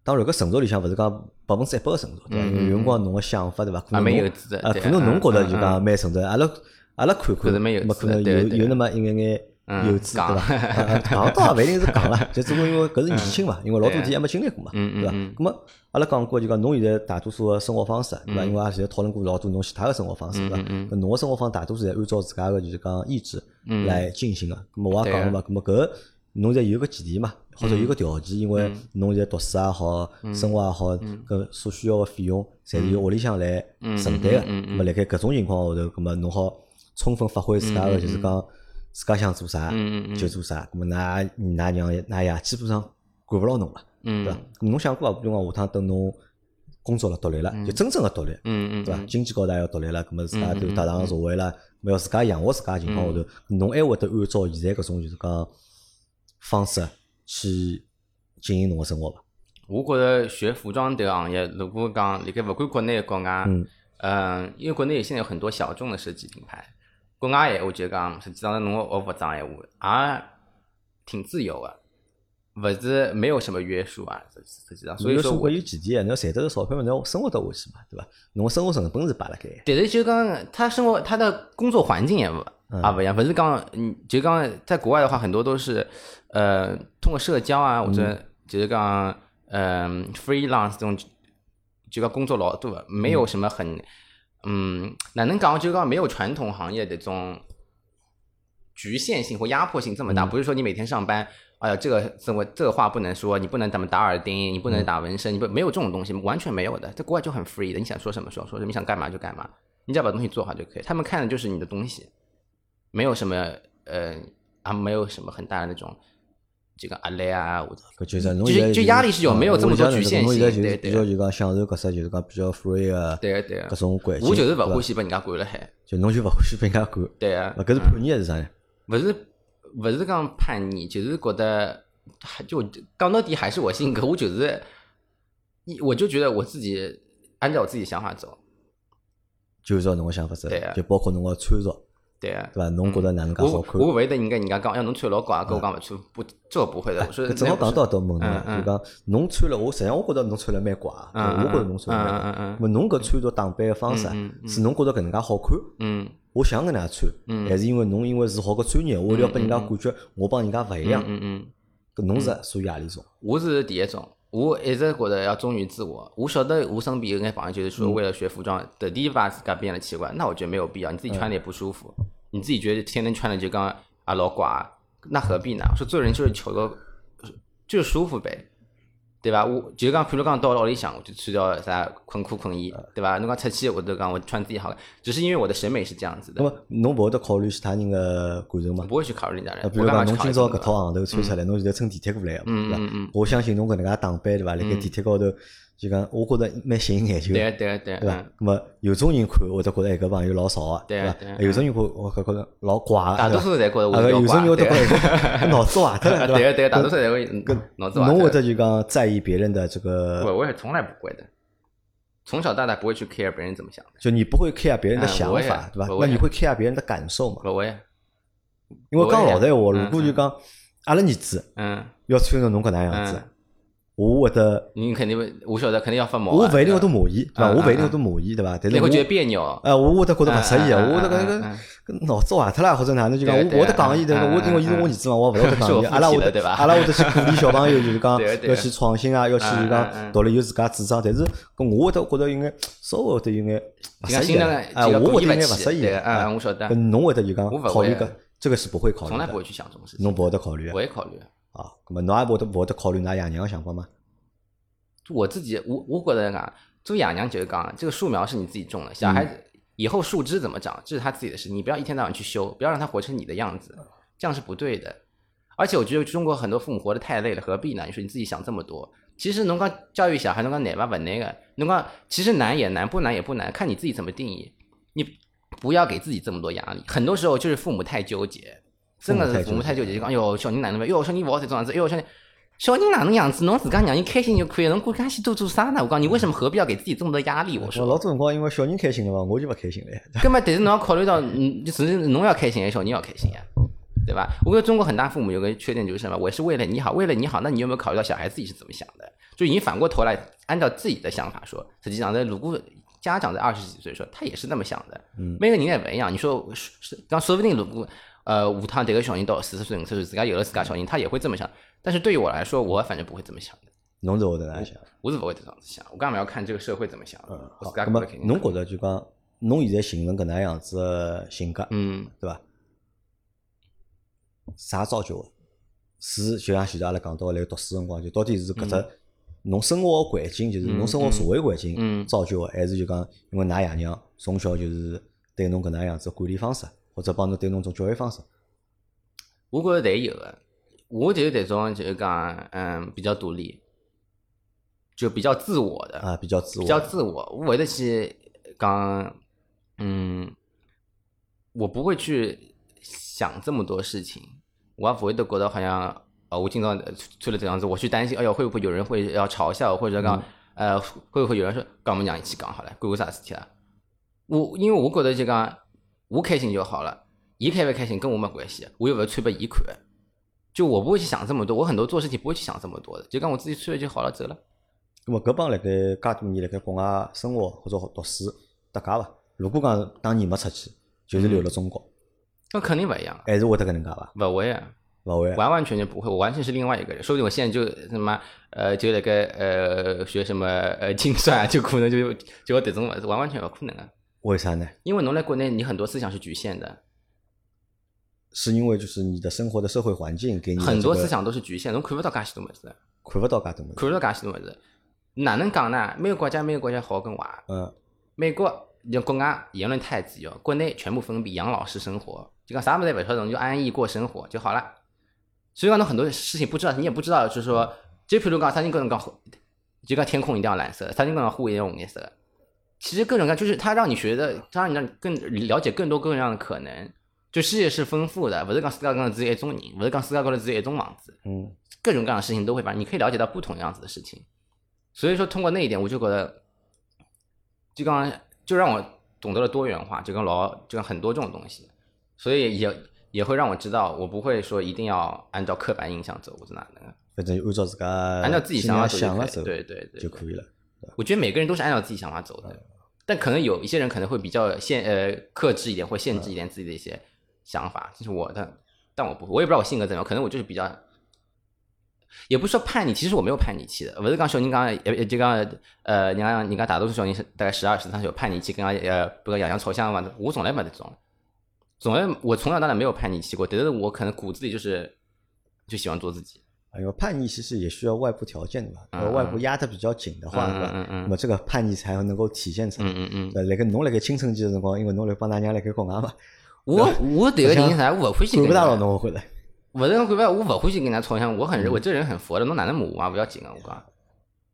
[SPEAKER 1] 当然搿成熟里向勿是讲百分之一百个成熟，对伐？因
[SPEAKER 2] 嗯
[SPEAKER 1] 为有辰光侬个想法，对伐？可
[SPEAKER 2] 啊
[SPEAKER 1] 能
[SPEAKER 2] 蛮
[SPEAKER 1] 侬
[SPEAKER 2] 幼稚的
[SPEAKER 1] 啊，
[SPEAKER 2] 对
[SPEAKER 1] 可能侬
[SPEAKER 2] 嗯
[SPEAKER 1] 觉得
[SPEAKER 2] 嗯
[SPEAKER 1] 就讲蛮成熟，阿拉阿拉看
[SPEAKER 2] 觉得
[SPEAKER 1] 看，
[SPEAKER 2] 蛮幼稚
[SPEAKER 1] 没可
[SPEAKER 2] 的
[SPEAKER 1] 能
[SPEAKER 2] 对
[SPEAKER 1] 有
[SPEAKER 2] 对
[SPEAKER 1] 有那么一眼眼。
[SPEAKER 2] 嗯
[SPEAKER 1] 幼稚对
[SPEAKER 2] 戆
[SPEAKER 1] 伐？啊戆倒也勿一定是戆了， <laughs> 就只不过因为搿是年轻嘛，因为老多
[SPEAKER 2] 对
[SPEAKER 1] 事体还没经历过嘛，
[SPEAKER 2] 嗯嗯
[SPEAKER 1] 对伐？
[SPEAKER 2] 嗯
[SPEAKER 1] 咁么阿拉讲过就讲侬现在大多数个生活方式，对
[SPEAKER 2] 嗯
[SPEAKER 1] 伐？因为阿拉现在讨论过老多侬其他个生活方式，对伐？搿侬个生活方式大多数侪按照自家个就是讲意志来进行个。咁么我也
[SPEAKER 2] 嗯对
[SPEAKER 1] 讲
[SPEAKER 2] 啊
[SPEAKER 1] 了嘛，咁么搿侬现在有个前提嘛，或者有个条件，因
[SPEAKER 2] 嗯
[SPEAKER 1] 为侬现在读书也好，生活也好，搿所需要个费用，侪是由屋里向来承担个。
[SPEAKER 2] 嗯嗯嗯嗯
[SPEAKER 1] 咁么辣盖搿种情况下头，咁么侬好充分发挥自家个就是讲自家想做啥
[SPEAKER 2] 嗯嗯嗯嗯
[SPEAKER 1] 啊就做啥。咁么㑚㑚娘㑚爷基本上管勿牢侬了。对伐
[SPEAKER 2] 嗯？
[SPEAKER 1] 咁侬想过伐？比如讲下趟等侬工作了独立了，就真正个独立，
[SPEAKER 2] 嗯嗯，
[SPEAKER 1] 对伐？
[SPEAKER 2] 嗯？
[SPEAKER 1] 经济高头也要独立了，咁么自家都踏上社会了，咁要自家养活自家的情况下头，
[SPEAKER 2] 嗯
[SPEAKER 1] 侬还会得按照现在搿种就是讲方式去经营侬个生活伐？
[SPEAKER 2] 我觉着学服装这个行业，如果讲辣盖勿管国内国外，
[SPEAKER 1] 嗯
[SPEAKER 2] 嗯，因为国内现在有很多小众的设计品牌，国外闲话就讲，实际上侬学服装闲话也挺自由的，勿是没有什么约束啊，实实际上，所以
[SPEAKER 1] 侬
[SPEAKER 2] 说
[SPEAKER 1] 要生
[SPEAKER 2] 我
[SPEAKER 1] 活有前提，侬要赚得着钞票嘛，侬要生活得下去嘛，对伐？侬个生活成本是摆辣盖的，
[SPEAKER 2] 但是就讲他生活他的工作环境也不啊不一样，不是讲嗯，就讲在国外的话，很多都是呃通过社交啊，或者就是讲嗯 freelance 这种就讲工作老多的，没有什么很嗯哪能讲就讲没有传统行业的这种局限性或压迫性这么大，不是说你每天上班。哎呀，这个这我这个话不能说，你不能怎么打耳钉，你不能打纹身，你不没有这种东西，完全没有的。在国外就很 free 的，你想说什么说说什么，你想干嘛就干嘛，你只要把东西做好就可以。他们看的就是你的东西，没有什么呃啊，没有什么很大的那种这个压力啊，或者
[SPEAKER 1] 搿就是侬
[SPEAKER 2] 就
[SPEAKER 1] 现
[SPEAKER 2] 是
[SPEAKER 1] 在
[SPEAKER 2] 就压力是有
[SPEAKER 1] 嗯
[SPEAKER 2] 没有这么多
[SPEAKER 1] 我理解
[SPEAKER 2] 局限
[SPEAKER 1] 侬现在就
[SPEAKER 2] 性
[SPEAKER 1] 是
[SPEAKER 2] 对
[SPEAKER 1] 比
[SPEAKER 2] 对
[SPEAKER 1] 较就讲享受搿只就是讲比较 free 个
[SPEAKER 2] 对啊对啊
[SPEAKER 1] 搿种环境，
[SPEAKER 2] 我就是
[SPEAKER 1] 对
[SPEAKER 2] 不
[SPEAKER 1] 伐
[SPEAKER 2] 欢喜被人家管了海。
[SPEAKER 1] 就侬就勿欢喜被人家管，
[SPEAKER 2] 对啊
[SPEAKER 1] 啊，搿是叛逆还是啥呢？
[SPEAKER 2] 不是不是讲叛逆，就是觉得还就讲到底还是我性格，我就是一我就觉得我自己按照我自己想法走。
[SPEAKER 1] 就按照侬个想法走
[SPEAKER 2] 对啊，
[SPEAKER 1] 就包括侬个穿着，
[SPEAKER 2] 对啊，
[SPEAKER 1] 对伐？侬觉得哪能介好
[SPEAKER 2] 我
[SPEAKER 1] 看？
[SPEAKER 2] 我不会的，人家人家讲，要侬穿老高啊，跟我讲勿穿，不，这我不会的。我说
[SPEAKER 1] 搿正好讲到，都问侬
[SPEAKER 2] 嗯
[SPEAKER 1] 了，
[SPEAKER 2] 嗯
[SPEAKER 1] 就讲侬穿了，我实际上我觉得侬穿了蛮怪啊，
[SPEAKER 2] 嗯嗯
[SPEAKER 1] 我觉得侬穿了蛮怪。
[SPEAKER 2] 嗯嗯嗯嗯
[SPEAKER 1] 咾么侬搿穿着打扮个方式啊
[SPEAKER 2] 嗯嗯，嗯
[SPEAKER 1] 是侬觉得搿能介好看？
[SPEAKER 2] 嗯
[SPEAKER 1] 我想搿能介穿，还是因为侬因为是好个专业，我一定要拨人家感觉我帮人家勿一样
[SPEAKER 2] 嗯。嗯嗯，
[SPEAKER 1] 搿侬是属于何里种？
[SPEAKER 2] 我是第一种，我一直觉得要忠于自我。我晓得我身边有眼朋友就是
[SPEAKER 1] 嗯
[SPEAKER 2] 说，为了学服装，特地把自家变得奇怪，那我觉得没有必要。你自己穿的也不舒服，
[SPEAKER 1] 嗯
[SPEAKER 2] 你自己觉得天天穿的就刚啊老寡，那何必呢？我说做人就是求个就是舒服呗。对伐？我就讲，譬如讲到了屋里向，我就穿条啥困裤、困
[SPEAKER 1] 嗯
[SPEAKER 2] 衣，对伐？侬讲出去，我都讲我穿自己好看，只是因为我的审美是这样子
[SPEAKER 1] 那
[SPEAKER 2] 的，
[SPEAKER 1] 么侬勿会得考虑其他人个感受
[SPEAKER 2] 我
[SPEAKER 1] 吗？
[SPEAKER 2] 不会去考虑人家
[SPEAKER 1] 啊，
[SPEAKER 2] 人。
[SPEAKER 1] 比
[SPEAKER 2] 我
[SPEAKER 1] 如
[SPEAKER 2] 干嘛
[SPEAKER 1] 讲，
[SPEAKER 2] 去
[SPEAKER 1] 侬
[SPEAKER 2] 考
[SPEAKER 1] 今
[SPEAKER 2] 虑
[SPEAKER 1] 朝搿
[SPEAKER 2] 这个
[SPEAKER 1] 套行头穿啊出来，侬现在乘地铁过来个嘛，
[SPEAKER 2] 啊嗯
[SPEAKER 1] 对
[SPEAKER 2] 嗯
[SPEAKER 1] 伐？我相信侬搿能介打扮，对伐？辣盖地铁高头，就讲我觉得蛮吸引眼球的
[SPEAKER 2] 对。啊对啊对啊，
[SPEAKER 1] 对伐
[SPEAKER 2] 嗯，？
[SPEAKER 1] 那么有种人看，会得觉得哎搿朋友老少啊，
[SPEAKER 2] 对
[SPEAKER 1] 伐
[SPEAKER 2] 啊对啊？
[SPEAKER 1] 有种人看，我觉着老怪啊，
[SPEAKER 2] 大多数侪觉得
[SPEAKER 1] 对
[SPEAKER 2] 我
[SPEAKER 1] 伐啊
[SPEAKER 2] 是
[SPEAKER 1] 搿
[SPEAKER 2] 妖
[SPEAKER 1] 有种
[SPEAKER 2] 怪
[SPEAKER 1] 人会得
[SPEAKER 2] 对
[SPEAKER 1] 觉
[SPEAKER 2] 啊
[SPEAKER 1] 得哎搿
[SPEAKER 2] <laughs>
[SPEAKER 1] 脑子坏脱了，
[SPEAKER 2] 对啊
[SPEAKER 1] 伐？
[SPEAKER 2] 对啊，大多数人会脑子
[SPEAKER 1] 侬
[SPEAKER 2] 会
[SPEAKER 1] 会得就讲在意别人的这个，
[SPEAKER 2] 我我是从来不会的，从小到大不会去 care 别人怎么想的，
[SPEAKER 1] 就你不会 care 别人的
[SPEAKER 2] 嗯
[SPEAKER 1] 想
[SPEAKER 2] 我也
[SPEAKER 1] 法，对伐？
[SPEAKER 2] 我
[SPEAKER 1] 那
[SPEAKER 2] 也
[SPEAKER 1] 你会 care 别人的感受嘛？
[SPEAKER 2] 我我也
[SPEAKER 1] 因为
[SPEAKER 2] 我
[SPEAKER 1] 讲
[SPEAKER 2] 也
[SPEAKER 1] 老实闲话，如
[SPEAKER 2] 嗯
[SPEAKER 1] 果就讲阿拉儿子
[SPEAKER 2] 嗯，
[SPEAKER 1] 要穿成侬搿能样子
[SPEAKER 2] 嗯，
[SPEAKER 1] 我会得，
[SPEAKER 2] 你肯定会，我晓得肯定要发毛啊，
[SPEAKER 1] 我勿一定会得
[SPEAKER 2] 对吧
[SPEAKER 1] 满意，对伐？
[SPEAKER 2] 嗯
[SPEAKER 1] 我勿一定
[SPEAKER 2] 嗯
[SPEAKER 1] 会得满意，对伐？但是
[SPEAKER 2] 你
[SPEAKER 1] 我
[SPEAKER 2] 会觉得别扭，
[SPEAKER 1] 哎，我会得觉得勿适意啊，
[SPEAKER 2] 嗯嗯
[SPEAKER 1] 我会得
[SPEAKER 2] 嗯
[SPEAKER 1] 搿
[SPEAKER 2] 嗯
[SPEAKER 1] 个搿脑子坏脱了，或者哪能就讲，我
[SPEAKER 2] 对啊对
[SPEAKER 1] 我
[SPEAKER 2] 啊
[SPEAKER 1] 会得讲伊，对伐？
[SPEAKER 2] 嗯嗯
[SPEAKER 1] 我因为伊是我儿子嘛，我也
[SPEAKER 2] <laughs>
[SPEAKER 1] 勿会得讲伊，
[SPEAKER 2] 是我
[SPEAKER 1] 阿拉
[SPEAKER 2] 父
[SPEAKER 1] 会
[SPEAKER 2] 亲了
[SPEAKER 1] 得
[SPEAKER 2] 对伐
[SPEAKER 1] 阿拉会得去鼓励小朋友，就是讲
[SPEAKER 2] 对啊对啊
[SPEAKER 1] 要去创新啊，要去就
[SPEAKER 2] 嗯嗯
[SPEAKER 1] 讲
[SPEAKER 2] 嗯
[SPEAKER 1] 独立有自家主张，但是搿我会得觉得有眼稍微会得有眼勿
[SPEAKER 2] 就讲
[SPEAKER 1] 适
[SPEAKER 2] 新
[SPEAKER 1] 意
[SPEAKER 2] 人
[SPEAKER 1] 啊，哎，
[SPEAKER 2] 就讲
[SPEAKER 1] 我
[SPEAKER 2] 故
[SPEAKER 1] 会
[SPEAKER 2] 意
[SPEAKER 1] 得有
[SPEAKER 2] 勿
[SPEAKER 1] 眼勿
[SPEAKER 2] 去
[SPEAKER 1] 适意
[SPEAKER 2] 对
[SPEAKER 1] 啊，
[SPEAKER 2] 嗯
[SPEAKER 1] 啊
[SPEAKER 2] 我晓得
[SPEAKER 1] 搿侬会得就讲
[SPEAKER 2] 我勿
[SPEAKER 1] 考虑
[SPEAKER 2] 会
[SPEAKER 1] 搿，这个是不会考虑
[SPEAKER 2] 从来不
[SPEAKER 1] 的，
[SPEAKER 2] 会去想这种事情，
[SPEAKER 1] 侬勿会得考虑啊
[SPEAKER 2] 我。也考虑，
[SPEAKER 1] 啊，搿么侬也会得勿会得考虑㑚爷娘个想法吗？
[SPEAKER 2] 我自己我我觉得啊，做爷娘就是讲，这个树苗是你自己种的，小孩子以后树枝怎么长，这是他自己的事，你不要一天到晚去修，不要让他活成你的样子，这样是不对的。而且我觉得中国很多父母活得太累了，何必呢？你说你自己想这么多，其实侬讲教育小孩，侬讲难吧，勿难个，侬讲其实难也难，不难也不难，看你自己怎么定义。你不要给自己这么多压力。很多时候就是父母太纠结，真的是父母太纠结，就讲哟，小人哪能办？哟，哎小人勿好再这样子，哟，小人小人哪能样子？侬自家让人开心就可以，侬过干系多做啥呢？我讲你为什么何必要给自己这么多压力？我
[SPEAKER 1] 老
[SPEAKER 2] 说，
[SPEAKER 1] 多辰光因为小人开心了嘛，我就勿开心了呀。
[SPEAKER 2] 根本但是侬要考虑到，嗯，就是侬要开心，小人要开心呀。对吧？我觉得中国很大父母有个缺点就是什么？我是为了你好，为了你好，那你有没有考虑到小孩自己是怎么想的？就你反过头来按照自己的想法说，实际上呢，如果家长在二十几岁的时候，他也是那么想的。
[SPEAKER 1] 嗯
[SPEAKER 2] 每个人也不一样。你说是是，刚说不定如果呃五趟这个小人到四十岁、五十岁，自家有了自家小人，他也会这么想。但是对于我来说，我反正不会这么想的，
[SPEAKER 1] 侬是会得哪能想？
[SPEAKER 2] 我是不会这样子想。我干嘛要看这个社会怎么想？
[SPEAKER 1] 嗯，
[SPEAKER 2] 我
[SPEAKER 1] 好。
[SPEAKER 2] 自
[SPEAKER 1] 那
[SPEAKER 2] 家觉
[SPEAKER 1] 么
[SPEAKER 2] 得肯定
[SPEAKER 1] 侬
[SPEAKER 2] 可
[SPEAKER 1] 觉
[SPEAKER 2] 以
[SPEAKER 1] 着就讲，侬现在形成搿能样子的性格，
[SPEAKER 2] 嗯
[SPEAKER 1] 对伐？啥造就的？是就像前头阿拉讲到，辣盖读书辰光，就到底是搿
[SPEAKER 2] 嗯
[SPEAKER 1] 只侬生活的环境，就是侬生活社会环境
[SPEAKER 2] 嗯
[SPEAKER 1] 造就的，还是就讲因为㑚爷娘从小就是对侬搿能样子的管理方式，或者帮侬对侬种教育方式？
[SPEAKER 2] 我觉着侪有个，我就是这种就是讲，嗯，比较独立，就比较自我的，
[SPEAKER 1] 啊，比较自我，
[SPEAKER 2] 比较自我。我会得去讲，嗯，我不会去想这么多事情，我也不会得觉得好像啊、呃我今朝呃穿了这样子，我去担心，哎哟，会不会有人会要嘲笑我，或者讲，呃，会不会有人说跟我们娘一起讲好了，关我啥事体啊？我因为我觉得就讲，我开心就好了，伊开不开心跟我没关系，我又不是穿拨伊看。就我不会去想这么多，我很多做事情不会去想这么多的，就讲我自己穿了就好了，走了。
[SPEAKER 1] 那么搿帮辣盖介多年辣盖国外生活或者读书搭界伐？如果讲当年没出去，就是留辣中
[SPEAKER 2] 嗯
[SPEAKER 1] 国，
[SPEAKER 2] 那肯定不一样啊，
[SPEAKER 1] 还是会得搿能介伐？
[SPEAKER 2] 不会啊。
[SPEAKER 1] 勿会啊，
[SPEAKER 2] 完完全全不会，我完全是另外一个人。说不定我现在就什么呃，就那个呃，学什么呃精算啊，就可能就就这种完完全不可能啊。
[SPEAKER 1] 为啥呢？
[SPEAKER 2] 因为侬在国内，你很多思想是局限的，
[SPEAKER 1] 是因为就是你的生活的社会环境给你的
[SPEAKER 2] 很多
[SPEAKER 1] 这个
[SPEAKER 2] 思想都是局限，侬看不到介许多么子，
[SPEAKER 1] 看勿到介多物事。
[SPEAKER 2] 看不到介许多么子，哪能讲呢？每个国家每个国家好跟坏。
[SPEAKER 1] 嗯，
[SPEAKER 2] 美国你国外言论太自由，国内全部封闭，养老式生活，就讲啥么子也不晓得，侬就安逸过生活就好了。所以讲侬很多事情不知道，你也不知道，就是说，就譬如讲，啥人跟侬讲，就讲天空一定要蓝色，啥人跟侬讲湖一定要红颜色。其实各种各样，就是它让你学的，它让你让你更了解更多各种各样的可能。就世界是丰富的，不是讲世界高头只有一种人，不是讲世界高头只有一种房子。
[SPEAKER 1] 嗯，
[SPEAKER 2] 各种各样的事情都会发生，你可以了解到不同样子的事情。所以说，通过那一点，我就觉得，就刚就让我懂得了多元化，就跟老就跟很多这种东西，所以也也会让我知道，我不会说一定要按照刻板印象走，我是哪能的，
[SPEAKER 1] 反正就按照自家
[SPEAKER 2] 按照自己
[SPEAKER 1] 想
[SPEAKER 2] 想法走就
[SPEAKER 1] 想
[SPEAKER 2] 可
[SPEAKER 1] 了
[SPEAKER 2] 以
[SPEAKER 1] 走，
[SPEAKER 2] 对对对，
[SPEAKER 1] 就可以了。
[SPEAKER 2] 我觉得每个人都是按照自己想法走
[SPEAKER 1] 嗯
[SPEAKER 2] 的，但可能有一些人可能会比较限呃克制一点，或
[SPEAKER 1] 嗯
[SPEAKER 2] 限制一点自己的一些想法，这是我的，但我不会，我也不知道我性格怎么样，可能我就是比较，也不是说叛逆，其实我没有叛逆期的，我是刚说你刚刚呃就刚呃你刚你刚大多数小人是大概十二十三岁有叛逆期，跟刚呃不跟洋洋吵相嘛，我从来没这种，从来我从小到大没有叛逆期过，但是我可能骨子里就是就喜欢做自己，
[SPEAKER 1] 哎呦，叛逆其实也需要外部条件的嘛，
[SPEAKER 2] 嗯
[SPEAKER 1] 呃外部压得比较紧的话，
[SPEAKER 2] 嗯
[SPEAKER 1] 对吧
[SPEAKER 2] 嗯？嗯
[SPEAKER 1] 那么这个叛逆才能够体现出来。
[SPEAKER 2] 嗯嗯嗯。
[SPEAKER 1] 对，辣盖侬辣盖青春期的辰光，因为侬辣盖帮㑚娘辣盖国
[SPEAKER 2] <laughs>
[SPEAKER 1] 外嘛，
[SPEAKER 2] 我我这个人啥，我不欢喜
[SPEAKER 1] 管勿
[SPEAKER 2] 跟人
[SPEAKER 1] 大
[SPEAKER 2] 家
[SPEAKER 1] 牢侬，我觉着。
[SPEAKER 2] 勿是讲管我勿欢喜跟人家吵相，我
[SPEAKER 1] 嗯
[SPEAKER 2] 很我这人很佛的，侬哪能骂我啊？勿要紧啊，我讲。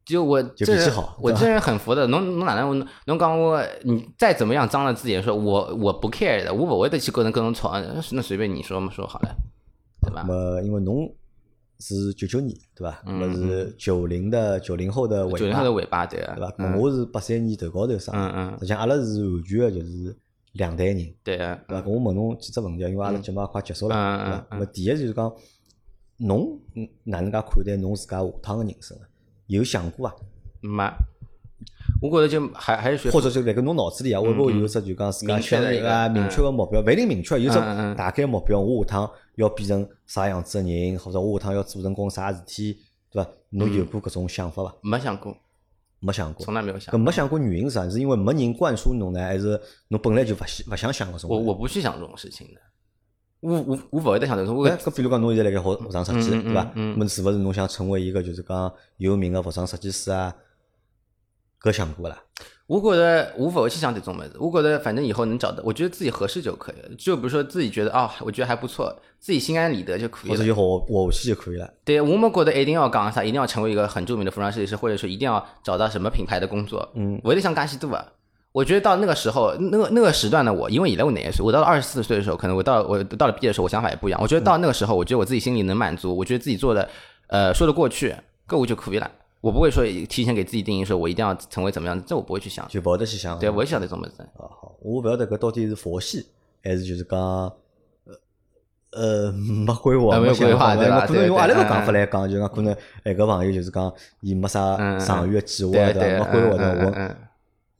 [SPEAKER 2] 就我
[SPEAKER 1] 就
[SPEAKER 2] 这
[SPEAKER 1] 脾气
[SPEAKER 2] 人
[SPEAKER 1] 好，
[SPEAKER 2] 我
[SPEAKER 1] 对吧
[SPEAKER 2] 这人很佛的，侬侬哪能侬侬讲我你再怎么样脏了自己也说，我我不 care 的，我勿会得去跟人跟侬吵，那随便你说嘛说好了，对吧
[SPEAKER 1] 那？么因为侬是九九年，对吧？那
[SPEAKER 2] 嗯
[SPEAKER 1] 么是九零的九零后的
[SPEAKER 2] 九
[SPEAKER 1] 尾
[SPEAKER 2] 零
[SPEAKER 1] 巴
[SPEAKER 2] 后的，尾巴对啊
[SPEAKER 1] 对吧？，那
[SPEAKER 2] 嗯
[SPEAKER 1] 么我是八三年头高头生的，
[SPEAKER 2] 嗯嗯
[SPEAKER 1] 实际上阿拉是完全个就是两代人，
[SPEAKER 2] 对啊，
[SPEAKER 1] 对伐？咁我问侬几只问题，因为阿拉节目也快结束了，
[SPEAKER 2] 嗯嗯
[SPEAKER 1] 对伐？
[SPEAKER 2] 嗯
[SPEAKER 1] 那么第一就是讲，侬嗯哪能介看待侬自家下趟个人生啊？有想过伐？啊
[SPEAKER 2] 没，我觉得就还还是学
[SPEAKER 1] 或者就辣盖侬脑子里啊，会勿会有只就讲自家
[SPEAKER 2] 嗯明确
[SPEAKER 1] 想
[SPEAKER 2] 的
[SPEAKER 1] 要
[SPEAKER 2] 一个
[SPEAKER 1] 啊
[SPEAKER 2] 嗯
[SPEAKER 1] 明确个目标？勿一定明确，有只
[SPEAKER 2] 嗯嗯嗯
[SPEAKER 1] 大概目标，我下趟要变成啥样子个人，或者我下趟要做成功啥事体，对伐？
[SPEAKER 2] 嗯
[SPEAKER 1] 侬有过搿种想法伐？
[SPEAKER 2] 没想过，
[SPEAKER 1] 没想过
[SPEAKER 2] 从。来没有想
[SPEAKER 1] 搿。没想过原因是啥？是因为没人灌输侬呢，还是侬本来就勿想勿想想搿种？
[SPEAKER 2] 我我不去想这种事情的，我我我勿会得想这种，我
[SPEAKER 1] 哎，搿比如讲，侬现在辣盖学服装设计，
[SPEAKER 2] 嗯嗯
[SPEAKER 1] 对伐？
[SPEAKER 2] 嗯嗯
[SPEAKER 1] 么是勿是侬想成为一个就是讲有名个服装设计师啊？搿想过啦？
[SPEAKER 2] 我觉得我不会去想这种么子，我觉得反正以后能找到，我觉得自己合适就可以了。就比如说自己觉得啊、我觉得还不错，自己心安理得就可以
[SPEAKER 1] 或者
[SPEAKER 2] 了。
[SPEAKER 1] 就活下去就可以了。
[SPEAKER 2] 对我没觉得一定要讲啥，一定要成为一个很著名的服装设计师，或者说一定要找到什么品牌的工作。
[SPEAKER 1] 嗯
[SPEAKER 2] 我也想干西多啊。我觉得到那个时候，那个那个时段的我，因为也在我哪也是，我到了二十四岁的时候，可能我到我到了毕业的时候，我想法也不一样。我觉得到那个时候，我觉得我自己心里能满足，我觉得自己做的，呃，说得过去，够我就可以了。我不会说提前给自己定义说我一定要成为怎么样，这我不会去想。
[SPEAKER 1] 就勿会得去想。
[SPEAKER 2] 对，我也晓得这种么子。
[SPEAKER 1] 啊，好，我勿晓得搿到底是佛系，还是就是讲，呃，没规划，
[SPEAKER 2] 呃没有
[SPEAKER 1] 想
[SPEAKER 2] 规划
[SPEAKER 1] 好
[SPEAKER 2] 对
[SPEAKER 1] 因为
[SPEAKER 2] 吧
[SPEAKER 1] 可能
[SPEAKER 2] 对
[SPEAKER 1] 用阿
[SPEAKER 2] 对
[SPEAKER 1] 拉个讲法
[SPEAKER 2] 嗯
[SPEAKER 1] 来讲，就讲可能哎搿朋友就是讲，伊没啥
[SPEAKER 2] 嗯
[SPEAKER 1] 长远个计划对
[SPEAKER 2] 对对，
[SPEAKER 1] 伐？没规划对
[SPEAKER 2] 嗯嗯
[SPEAKER 1] 伐？
[SPEAKER 2] 嗯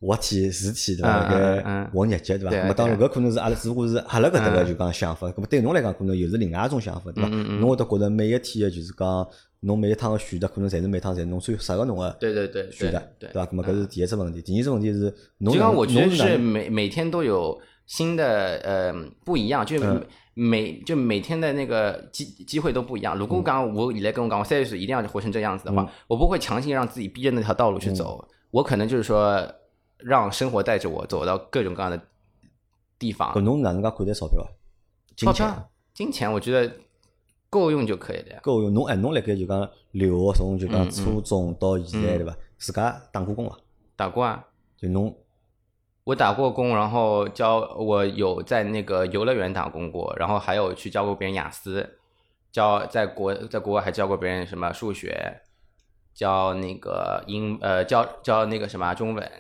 [SPEAKER 1] 我活体事体对伐？
[SPEAKER 2] 嗯嗯
[SPEAKER 1] 搿
[SPEAKER 2] 嗯嗯
[SPEAKER 1] 活日脚对伐？
[SPEAKER 2] 对
[SPEAKER 1] 咾么当然
[SPEAKER 2] 对嗯
[SPEAKER 1] 搿可能是阿拉只不过是阿拉搿搭个就讲想法，咾么对侬来讲可能又是另外一种想法对伐？侬会得觉着每一天个就是讲，侬每一趟个选择可能侪是每一趟侪是侬最适合侬个
[SPEAKER 2] 对对对，
[SPEAKER 1] 选择
[SPEAKER 2] 对
[SPEAKER 1] 对伐？
[SPEAKER 2] 对
[SPEAKER 1] 咾么搿是第一只问题，第二只问题是侬能
[SPEAKER 2] 就像我觉得
[SPEAKER 1] 侬
[SPEAKER 2] 是
[SPEAKER 1] 能
[SPEAKER 2] 每每天都有新的呃不一样，就是每每就每天的那个机机会都不一样。如果讲我你来跟我讲，我三十岁一定要活成这样子的话，我不会强行让自己逼着那条道路去走，我可能就是说让生活带着我走到各种各样的地方
[SPEAKER 1] 搿。侬哪能介看待钞票啊？金
[SPEAKER 2] 啊钞
[SPEAKER 1] 钱
[SPEAKER 2] 票
[SPEAKER 1] 啊
[SPEAKER 2] 金钱，我觉得够用就可以了呀。
[SPEAKER 1] 够用。侬哎，侬辣盖就讲留学从就
[SPEAKER 2] 嗯
[SPEAKER 1] 讲
[SPEAKER 2] 嗯
[SPEAKER 1] 初中到现在对伐？自家打过工伐？
[SPEAKER 2] 打过啊，
[SPEAKER 1] 就侬
[SPEAKER 2] 我打过工，然后教我有在那个游乐园打工过，然后还有去教过别人雅思，教在国在国外还教过别人什么数学，教那个英呃教教那个什么啊中文，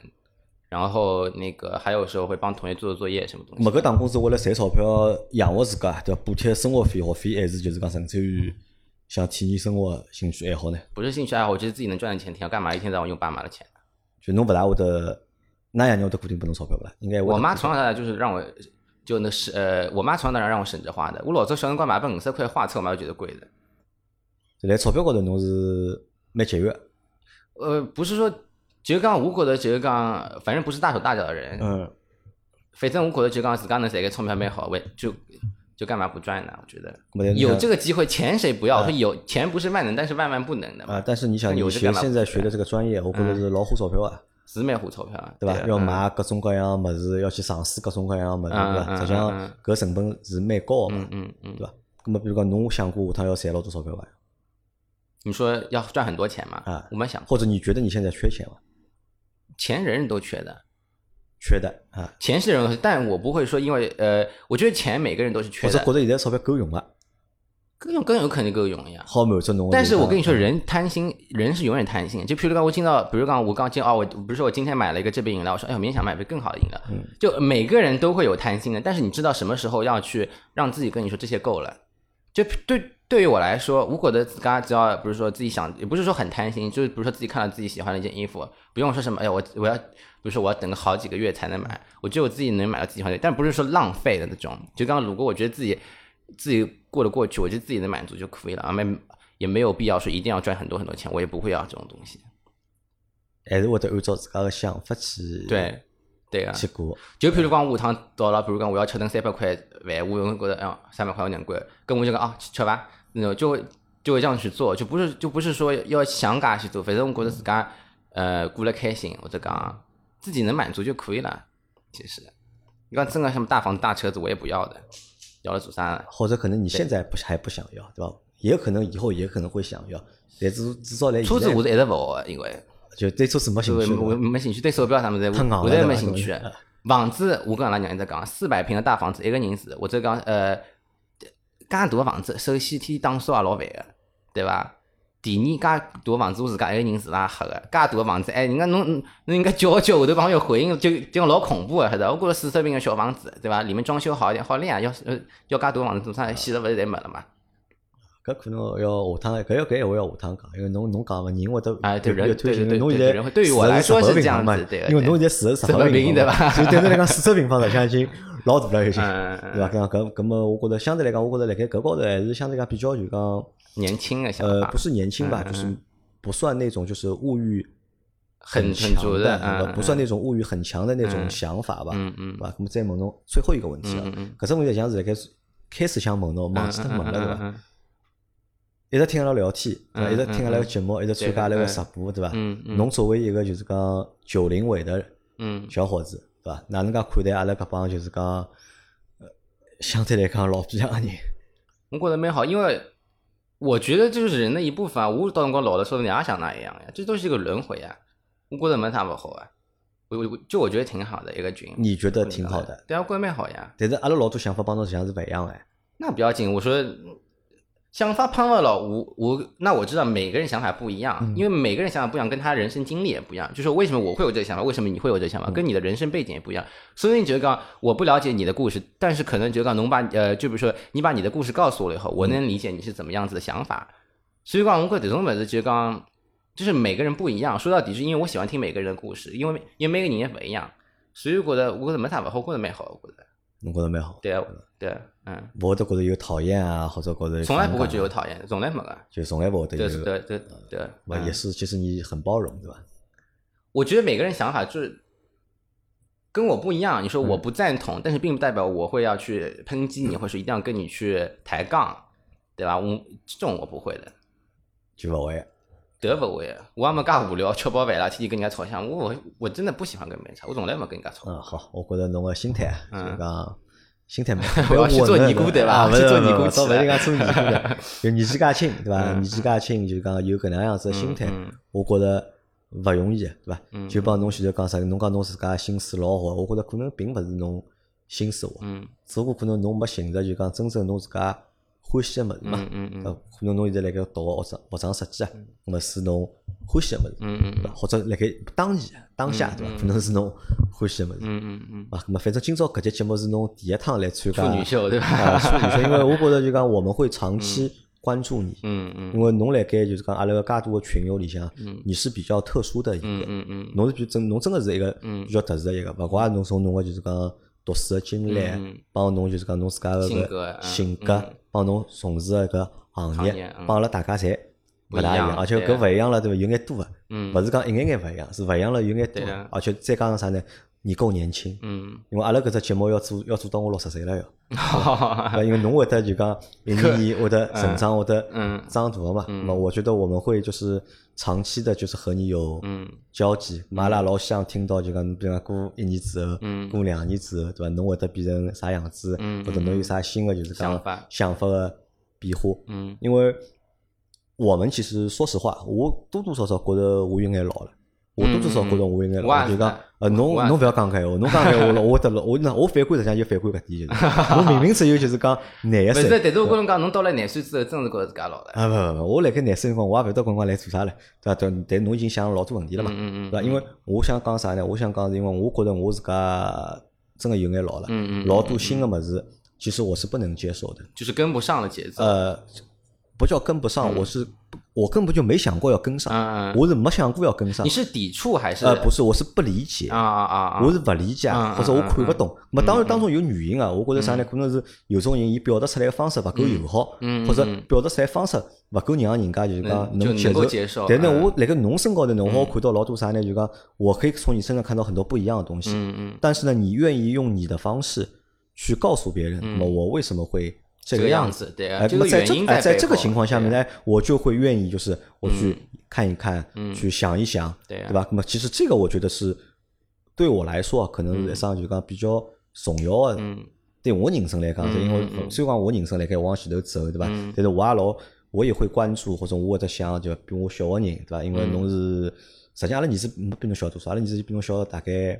[SPEAKER 2] 然后那个还有时候会帮同学做做作业什么东西。
[SPEAKER 1] 没搿打工是为了赚钞票啊养活自家，对伐？补贴生活费、学费，还是就是讲纯粹于
[SPEAKER 2] 嗯
[SPEAKER 1] 想体验生活兴趣爱好呢？
[SPEAKER 2] 不是兴趣爱好，我觉得自己能赚的钱挺好，干嘛一天到晚用爸妈的钱？
[SPEAKER 1] 就侬勿大会得，㑚爷娘会得固定拨侬钞票勿啦？应该会得
[SPEAKER 2] 我妈从小到大就是让我就那是呃，我妈从小到大让我省着花的。我老早小辰光买本五十块的画册，我妈就觉得贵的。
[SPEAKER 1] 在钞票高头侬是蛮节约的，
[SPEAKER 2] 呃，不是说就是讲我觉得就是讲，反正不是大手大脚的人，
[SPEAKER 1] 嗯，
[SPEAKER 2] 反正我觉得就是讲自家能赚个钞票蛮好，喂，就就干嘛不赚呢？我觉得
[SPEAKER 1] 没得嗯
[SPEAKER 2] 有
[SPEAKER 1] 像
[SPEAKER 2] 这个机会，钱谁不要？说有钱不是万能，但是万万不能的
[SPEAKER 1] 啊
[SPEAKER 2] 嘛，，
[SPEAKER 1] 但是你想，
[SPEAKER 2] 那
[SPEAKER 1] 你
[SPEAKER 2] 有这
[SPEAKER 1] 学
[SPEAKER 2] 干嘛
[SPEAKER 1] 现在学的这个专业，我觉
[SPEAKER 2] 嗯
[SPEAKER 1] 得是老花钞票啊。
[SPEAKER 2] 是蛮胡钞票啊，
[SPEAKER 1] 对
[SPEAKER 2] 吧
[SPEAKER 1] 伐？？要买各种各样的物事，要去尝试各种各样的物事，对伐？
[SPEAKER 2] 嗯
[SPEAKER 1] 实际上
[SPEAKER 2] 嗯嗯
[SPEAKER 1] 搿成本是蛮高个嘛
[SPEAKER 2] 嗯，嗯嗯，
[SPEAKER 1] 对伐？咁么，比如讲，侬想过下趟要赚老多钞票伐？
[SPEAKER 2] 你说要赚很多钱嘛？
[SPEAKER 1] 啊
[SPEAKER 2] 我们想
[SPEAKER 1] 或者你觉得你现在缺钱伐？
[SPEAKER 2] 钱人人都缺的，
[SPEAKER 1] 缺的啊，
[SPEAKER 2] 钱是人人都缺，但我不会说因为呃，我觉得钱每个人都是缺
[SPEAKER 1] 或者觉，
[SPEAKER 2] 的
[SPEAKER 1] 得现在钞票够用了，
[SPEAKER 2] 各用各有肯定够用呀。
[SPEAKER 1] 好满足侬。
[SPEAKER 2] 但是我跟你
[SPEAKER 1] 你，
[SPEAKER 2] 说，人贪心，人是永远贪心的。就譬如刚我进到，比如刚我刚进哦，我不是我今天买了一个这杯饮料，我说哎呦，明天想买杯更好的饮料。就每个人都会有贪心的，但是你知道什么时候要去让自己跟你说这些够了。就对对于我来说，我觉得自家只要不是说自己想，也不是说很贪心，就是比如说自己看到自己喜欢的一件衣服，不用说什么哎呀我我要，比如说我要等个好几个月才能买，我觉得我自己能买到自己喜欢的，但不是说浪费的那种。就刚刚如果我觉得自己自己过得过去，我觉得自己能满足就可以了，啊没也没有必要说一定要赚很多很多钱，我也不会要这种东西。
[SPEAKER 1] 还是会得按照自家个想法去
[SPEAKER 2] 对对啊，
[SPEAKER 1] 去过。
[SPEAKER 2] 就譬如讲，我下趟到了，比如讲我要吃顿三百块饭，我会觉得，哎呦，三百块有点贵，跟我就讲啊，去吃吧，那种就会就会这样去做，就不是就不是说要想噶去做，反正我觉得自家呃过得开心，或者讲自己能满足就可以了。其实，你讲真的什么大房子大车子，我也不要的，要了做啥呢？
[SPEAKER 1] 或者可能你现在不还不想要，对伐？也有可能以后也可能会想要，但至至少来
[SPEAKER 2] 车
[SPEAKER 1] 现
[SPEAKER 2] 子我
[SPEAKER 1] 在
[SPEAKER 2] 是一直勿学的，因为
[SPEAKER 1] 就对车子没兴
[SPEAKER 2] 对
[SPEAKER 1] 趣
[SPEAKER 2] 我我
[SPEAKER 1] 了。
[SPEAKER 2] 没兴趣，对手表啥么子
[SPEAKER 1] 太硬了
[SPEAKER 2] 我我也
[SPEAKER 1] 对吧
[SPEAKER 2] 没兴趣
[SPEAKER 1] 这个。
[SPEAKER 2] 房子我跟阿拉娘一直讲，四百平的大房子，一个人住，或者讲呃，介大个房子，首先天打扫也老烦个，对伐？第二，介大个房子我自家一个人住也吓个，介大个房子，哎，人家侬侬人家叫一叫后头帮友回应，就就老恐怖个，晓得？我觉着四十平个小房子，对伐？里面装修好一点，好亮，要是呃要介大个房子做啥？现在勿是侪没了嘛？
[SPEAKER 1] 搿可能要下趟，搿要搿闲话要下趟讲，因为侬侬讲嘛，人会得
[SPEAKER 2] 哎对
[SPEAKER 1] 越
[SPEAKER 2] 人
[SPEAKER 1] 推
[SPEAKER 2] 对
[SPEAKER 1] 进
[SPEAKER 2] 对对
[SPEAKER 1] 侬现
[SPEAKER 2] 对
[SPEAKER 1] 在
[SPEAKER 2] 人会对于我来说
[SPEAKER 1] 40
[SPEAKER 2] 是这
[SPEAKER 1] 平方
[SPEAKER 2] 样
[SPEAKER 1] 嘛
[SPEAKER 2] 子对
[SPEAKER 1] 因为
[SPEAKER 2] 对
[SPEAKER 1] 侬现在四十十八
[SPEAKER 2] 40
[SPEAKER 1] 方
[SPEAKER 2] 平
[SPEAKER 1] 嘛，
[SPEAKER 2] <laughs>
[SPEAKER 1] 所以对侬来讲四十平方实际上已经老大了已经，
[SPEAKER 2] 嗯嗯嗯
[SPEAKER 1] 对伐？搿搿搿么，我觉得相对来讲，我觉得辣盖搿高头还是相对来讲比较就讲
[SPEAKER 2] 年轻个想
[SPEAKER 1] 呃
[SPEAKER 2] 法
[SPEAKER 1] 不，是年轻吧，
[SPEAKER 2] 嗯嗯
[SPEAKER 1] 就是不算那种就是物欲
[SPEAKER 2] 很很
[SPEAKER 1] 强
[SPEAKER 2] 足
[SPEAKER 1] 的
[SPEAKER 2] 的，嗯
[SPEAKER 1] 呃
[SPEAKER 2] 嗯
[SPEAKER 1] 不算那种物欲很强的那种
[SPEAKER 2] 嗯
[SPEAKER 1] 想法吧，
[SPEAKER 2] 嗯嗯
[SPEAKER 1] 对伐？搿么再问侬最后一个问题啊
[SPEAKER 2] 嗯嗯嗯，
[SPEAKER 1] 搿只问题像是辣盖开始想问侬，忘记脱问了对伐？
[SPEAKER 2] 嗯
[SPEAKER 1] 一直听阿拉聊天，对伐？
[SPEAKER 2] 嗯
[SPEAKER 1] 一直听阿拉个节目，一直参加阿拉个
[SPEAKER 2] 对
[SPEAKER 1] 直播，对伐？
[SPEAKER 2] 嗯嗯
[SPEAKER 1] 侬作为一个就是讲九零后的
[SPEAKER 2] 嗯，
[SPEAKER 1] 小伙子，对伐？哪能介看待阿拉搿帮就是讲呃相对来讲老逼样个人？
[SPEAKER 2] <laughs> 我觉得蛮好，因为我觉得这就是人的一部分啊。我到辰光老了，说不定也想那一样呀，这都是一个轮回啊。我觉得没啥不好啊。我我就我觉得挺好的一个群，
[SPEAKER 1] 你觉得挺好的，
[SPEAKER 2] 对啊，关蛮好呀。
[SPEAKER 1] 但是阿拉老多想法帮侬实际上是勿一样哎。
[SPEAKER 2] 那不要紧，我说想法碰到了，我我那我知道每个人想法不一样，因为每个人想法不一样，跟他人生经历也不一样。就是为什么我会有这个想法，为什么你会有这个想法，跟你的人生背景也不一样。所以你觉得讲我不了解你的故事，但是可能觉得讲侬把呃，就比如说你把你的故事告诉我了以后，我能理解你是怎么样子的想法。所以讲，我觉得这种么子就是讲，就是每个人不一样。说到底，是因为我喜欢听每个人的故事，因为因为每个人也不一样。所以我觉得，我觉得没啥勿好，觉得蛮好，我觉得。
[SPEAKER 1] 侬觉着蛮好，
[SPEAKER 2] 对啊，对啊，嗯。
[SPEAKER 1] 勿会得觉着有讨厌啊，或者觉着
[SPEAKER 2] 从来不会
[SPEAKER 1] 得，
[SPEAKER 2] 觉得有讨厌，从来没个。
[SPEAKER 1] 就从来勿会得
[SPEAKER 2] 对
[SPEAKER 1] 有。
[SPEAKER 2] 对对对，
[SPEAKER 1] 勿也
[SPEAKER 2] 嗯
[SPEAKER 1] 是，其实你很包容，对伐？
[SPEAKER 2] 我觉得每个人想法就是跟我不一样。你说
[SPEAKER 1] 嗯
[SPEAKER 2] 我不赞同，但是并不代表我会要去抨击
[SPEAKER 1] <clears throat>
[SPEAKER 2] 你，或者是一定要跟你去抬杠，对吧？我这种我不会的，
[SPEAKER 1] 就勿会。
[SPEAKER 2] 得不会。我要么尬无聊，吃饱饭了，天天跟人家吵相，我我我真的不喜欢跟别人吵，我从来没跟人家吵。
[SPEAKER 1] 嗯，好，我觉着侬个心态啊，
[SPEAKER 2] 嗯
[SPEAKER 1] 就讲心态蛮
[SPEAKER 2] 不要去做
[SPEAKER 1] 稳的
[SPEAKER 2] 尼姑对吧
[SPEAKER 1] 啊勿
[SPEAKER 2] 去
[SPEAKER 1] 是
[SPEAKER 2] 做
[SPEAKER 1] 勿
[SPEAKER 2] 尼
[SPEAKER 1] 是
[SPEAKER 2] 姑
[SPEAKER 1] 勿是
[SPEAKER 2] 去
[SPEAKER 1] 倒勿
[SPEAKER 2] 了
[SPEAKER 1] 是讲做尼姑的，就年纪介轻对伐？
[SPEAKER 2] 嗯
[SPEAKER 1] 年纪介轻就讲有搿能样子的心态
[SPEAKER 2] 嗯嗯，
[SPEAKER 1] 我觉着勿容易对伐？
[SPEAKER 2] 嗯
[SPEAKER 1] 就帮侬前头讲啥，侬讲侬自家心思老活，我觉着可能并勿是侬心思活，
[SPEAKER 2] 嗯
[SPEAKER 1] 只不过可能侬没寻着就讲真正侬自家欢喜个物事嘛
[SPEAKER 2] 嗯。嗯嗯
[SPEAKER 1] 呃，可能侬现在辣盖读个学长学长设计啊，那么是侬欢喜个物 <laughs> 事，
[SPEAKER 2] 嗯嗯
[SPEAKER 1] 对伐？或者辣盖当前当下对伐？可能是侬欢喜个物事。
[SPEAKER 2] 嗯嗯嗯，
[SPEAKER 1] 啊，那么反正今朝搿节节目是侬第一趟来参加
[SPEAKER 2] 处女秀对
[SPEAKER 1] 啊，
[SPEAKER 2] 吧？
[SPEAKER 1] 处女秀，因为我觉着就讲我们会长期关注你，
[SPEAKER 2] <laughs> 嗯嗯
[SPEAKER 1] 因为侬辣盖就是讲阿拉个介多个群友里向，你是比较特殊的一
[SPEAKER 2] 嗯
[SPEAKER 1] 个，
[SPEAKER 2] 嗯嗯
[SPEAKER 1] 侬是比真侬真个是一个
[SPEAKER 2] 嗯
[SPEAKER 1] 比较特殊的一个，勿怪侬从侬个就是讲读书个经历
[SPEAKER 2] 嗯嗯，
[SPEAKER 1] 帮侬就是讲侬自家个
[SPEAKER 2] 性格
[SPEAKER 1] 个
[SPEAKER 2] 啊
[SPEAKER 1] 性格
[SPEAKER 2] 嗯，
[SPEAKER 1] 帮侬从事个搿行
[SPEAKER 2] 行业
[SPEAKER 1] 业
[SPEAKER 2] 嗯，
[SPEAKER 1] 帮阿拉大家侪勿大一
[SPEAKER 2] 不一样
[SPEAKER 1] 样，而且
[SPEAKER 2] 对
[SPEAKER 1] 搿
[SPEAKER 2] 啊
[SPEAKER 1] 勿一样了，对伐？有眼多个。
[SPEAKER 2] 嗯
[SPEAKER 1] 勿是讲一眼眼勿一样，是勿一样了有眼多
[SPEAKER 2] 对啊，
[SPEAKER 1] 而且再加上啥呢？你够年轻，
[SPEAKER 2] 嗯，
[SPEAKER 1] 因为阿拉搿只节目要做要做到我六十岁了要，
[SPEAKER 2] 哈哈哈
[SPEAKER 1] 对因为侬会得就讲
[SPEAKER 2] <laughs>
[SPEAKER 1] 一年年会得成长，会得 <laughs>
[SPEAKER 2] 嗯 <laughs>
[SPEAKER 1] 长大的嘛。那么我觉得我们会就是长期的，就是和你有
[SPEAKER 2] 嗯
[SPEAKER 1] 交集。马拉老想听到就讲，侬比如讲过一年之后
[SPEAKER 2] 嗯，
[SPEAKER 1] 过两年之后，对伐？侬会得变成啥样子
[SPEAKER 2] 嗯，
[SPEAKER 1] 或者侬有啥新的就是
[SPEAKER 2] 想
[SPEAKER 1] 讲
[SPEAKER 2] 法
[SPEAKER 1] 想法的变化。
[SPEAKER 2] 嗯
[SPEAKER 1] 因为我们其实说实话，我多多少少觉得我有眼老了，我多多少少觉得我有眼
[SPEAKER 2] 我也
[SPEAKER 1] 老，
[SPEAKER 2] 是
[SPEAKER 1] 就讲呃，侬
[SPEAKER 2] 我也是
[SPEAKER 1] 侬不要讲搿闲话，侬讲搿闲话了，我得了，我那我反感实际上就反感搿点，
[SPEAKER 2] <laughs>
[SPEAKER 1] 就是我明明只有就是讲廿一
[SPEAKER 2] 不是，但
[SPEAKER 1] 岁。
[SPEAKER 2] 是我跟侬讲，侬到了廿岁之后，真是觉着自家老了。
[SPEAKER 1] 啊不不不，我辣盖廿岁辰光，我也勿晓得搿辰光来做啥了，对伐？但但侬已经想老多问题了嘛，
[SPEAKER 2] 嗯
[SPEAKER 1] 对伐？因为我想讲啥呢？我想讲是因为我觉得我自家真的有眼老了
[SPEAKER 2] 嗯嗯，嗯
[SPEAKER 1] 老多新的物事，其实我是不能接受的。
[SPEAKER 2] 就是跟不上了节奏。
[SPEAKER 1] 呃，不叫跟不上，我是我根本就没想过要跟上，
[SPEAKER 2] 嗯嗯，嗯
[SPEAKER 1] 我是没想过要跟上
[SPEAKER 2] 你。是抵触还是？
[SPEAKER 1] 呃，不是，我是不理解，
[SPEAKER 2] 啊啊啊啊！
[SPEAKER 1] 我是不理解，
[SPEAKER 2] 嗯
[SPEAKER 1] 或者我
[SPEAKER 2] 嗯
[SPEAKER 1] 看不懂。那么当然当中有原因啊，我觉得啥呢？可能是有种人伊表达出来的方式勿够友好
[SPEAKER 2] 嗯嗯，
[SPEAKER 1] 或者
[SPEAKER 2] 嗯
[SPEAKER 1] 表达出来的方式勿够让人家就是讲
[SPEAKER 2] 能就能够
[SPEAKER 1] 能
[SPEAKER 2] 接
[SPEAKER 1] 接受。
[SPEAKER 2] 受
[SPEAKER 1] 但呢，
[SPEAKER 2] 嗯
[SPEAKER 1] 我辣盖侬身高头呢，我好看到老多啥呢？就讲我可以从你身上看到很多不一样的东西。
[SPEAKER 2] 嗯嗯，
[SPEAKER 1] 但是呢，你愿意用你的方式去告诉别人，那么我为什么会这
[SPEAKER 2] 嗯这个
[SPEAKER 1] 个样
[SPEAKER 2] 样
[SPEAKER 1] 子？
[SPEAKER 2] 子，对啊，
[SPEAKER 1] 哎，
[SPEAKER 2] 这
[SPEAKER 1] 那
[SPEAKER 2] 个
[SPEAKER 1] 么在
[SPEAKER 2] 原
[SPEAKER 1] 这
[SPEAKER 2] 因
[SPEAKER 1] 哎，在
[SPEAKER 2] 背
[SPEAKER 1] 这个
[SPEAKER 2] 后
[SPEAKER 1] 情况下面，
[SPEAKER 2] 对啊嗯
[SPEAKER 1] 呢，我就会愿意就是我去看一看，去想一想，
[SPEAKER 2] 对啊呀
[SPEAKER 1] 吧？那么其实这个我觉得是对我来说啊，可能是上就讲比较重要的，
[SPEAKER 2] 嗯
[SPEAKER 1] 对我人生来讲，
[SPEAKER 2] 嗯
[SPEAKER 1] 因为
[SPEAKER 2] 嗯嗯
[SPEAKER 1] 虽然讲我人生来讲往前头走，对吧
[SPEAKER 2] 嗯？
[SPEAKER 1] 但是我也老我也会关注或者我会得想，就比我小个人，对吧？因为
[SPEAKER 2] 嗯
[SPEAKER 1] 侬是实际上阿拉儿子没比侬小多少，阿拉儿子比侬小大概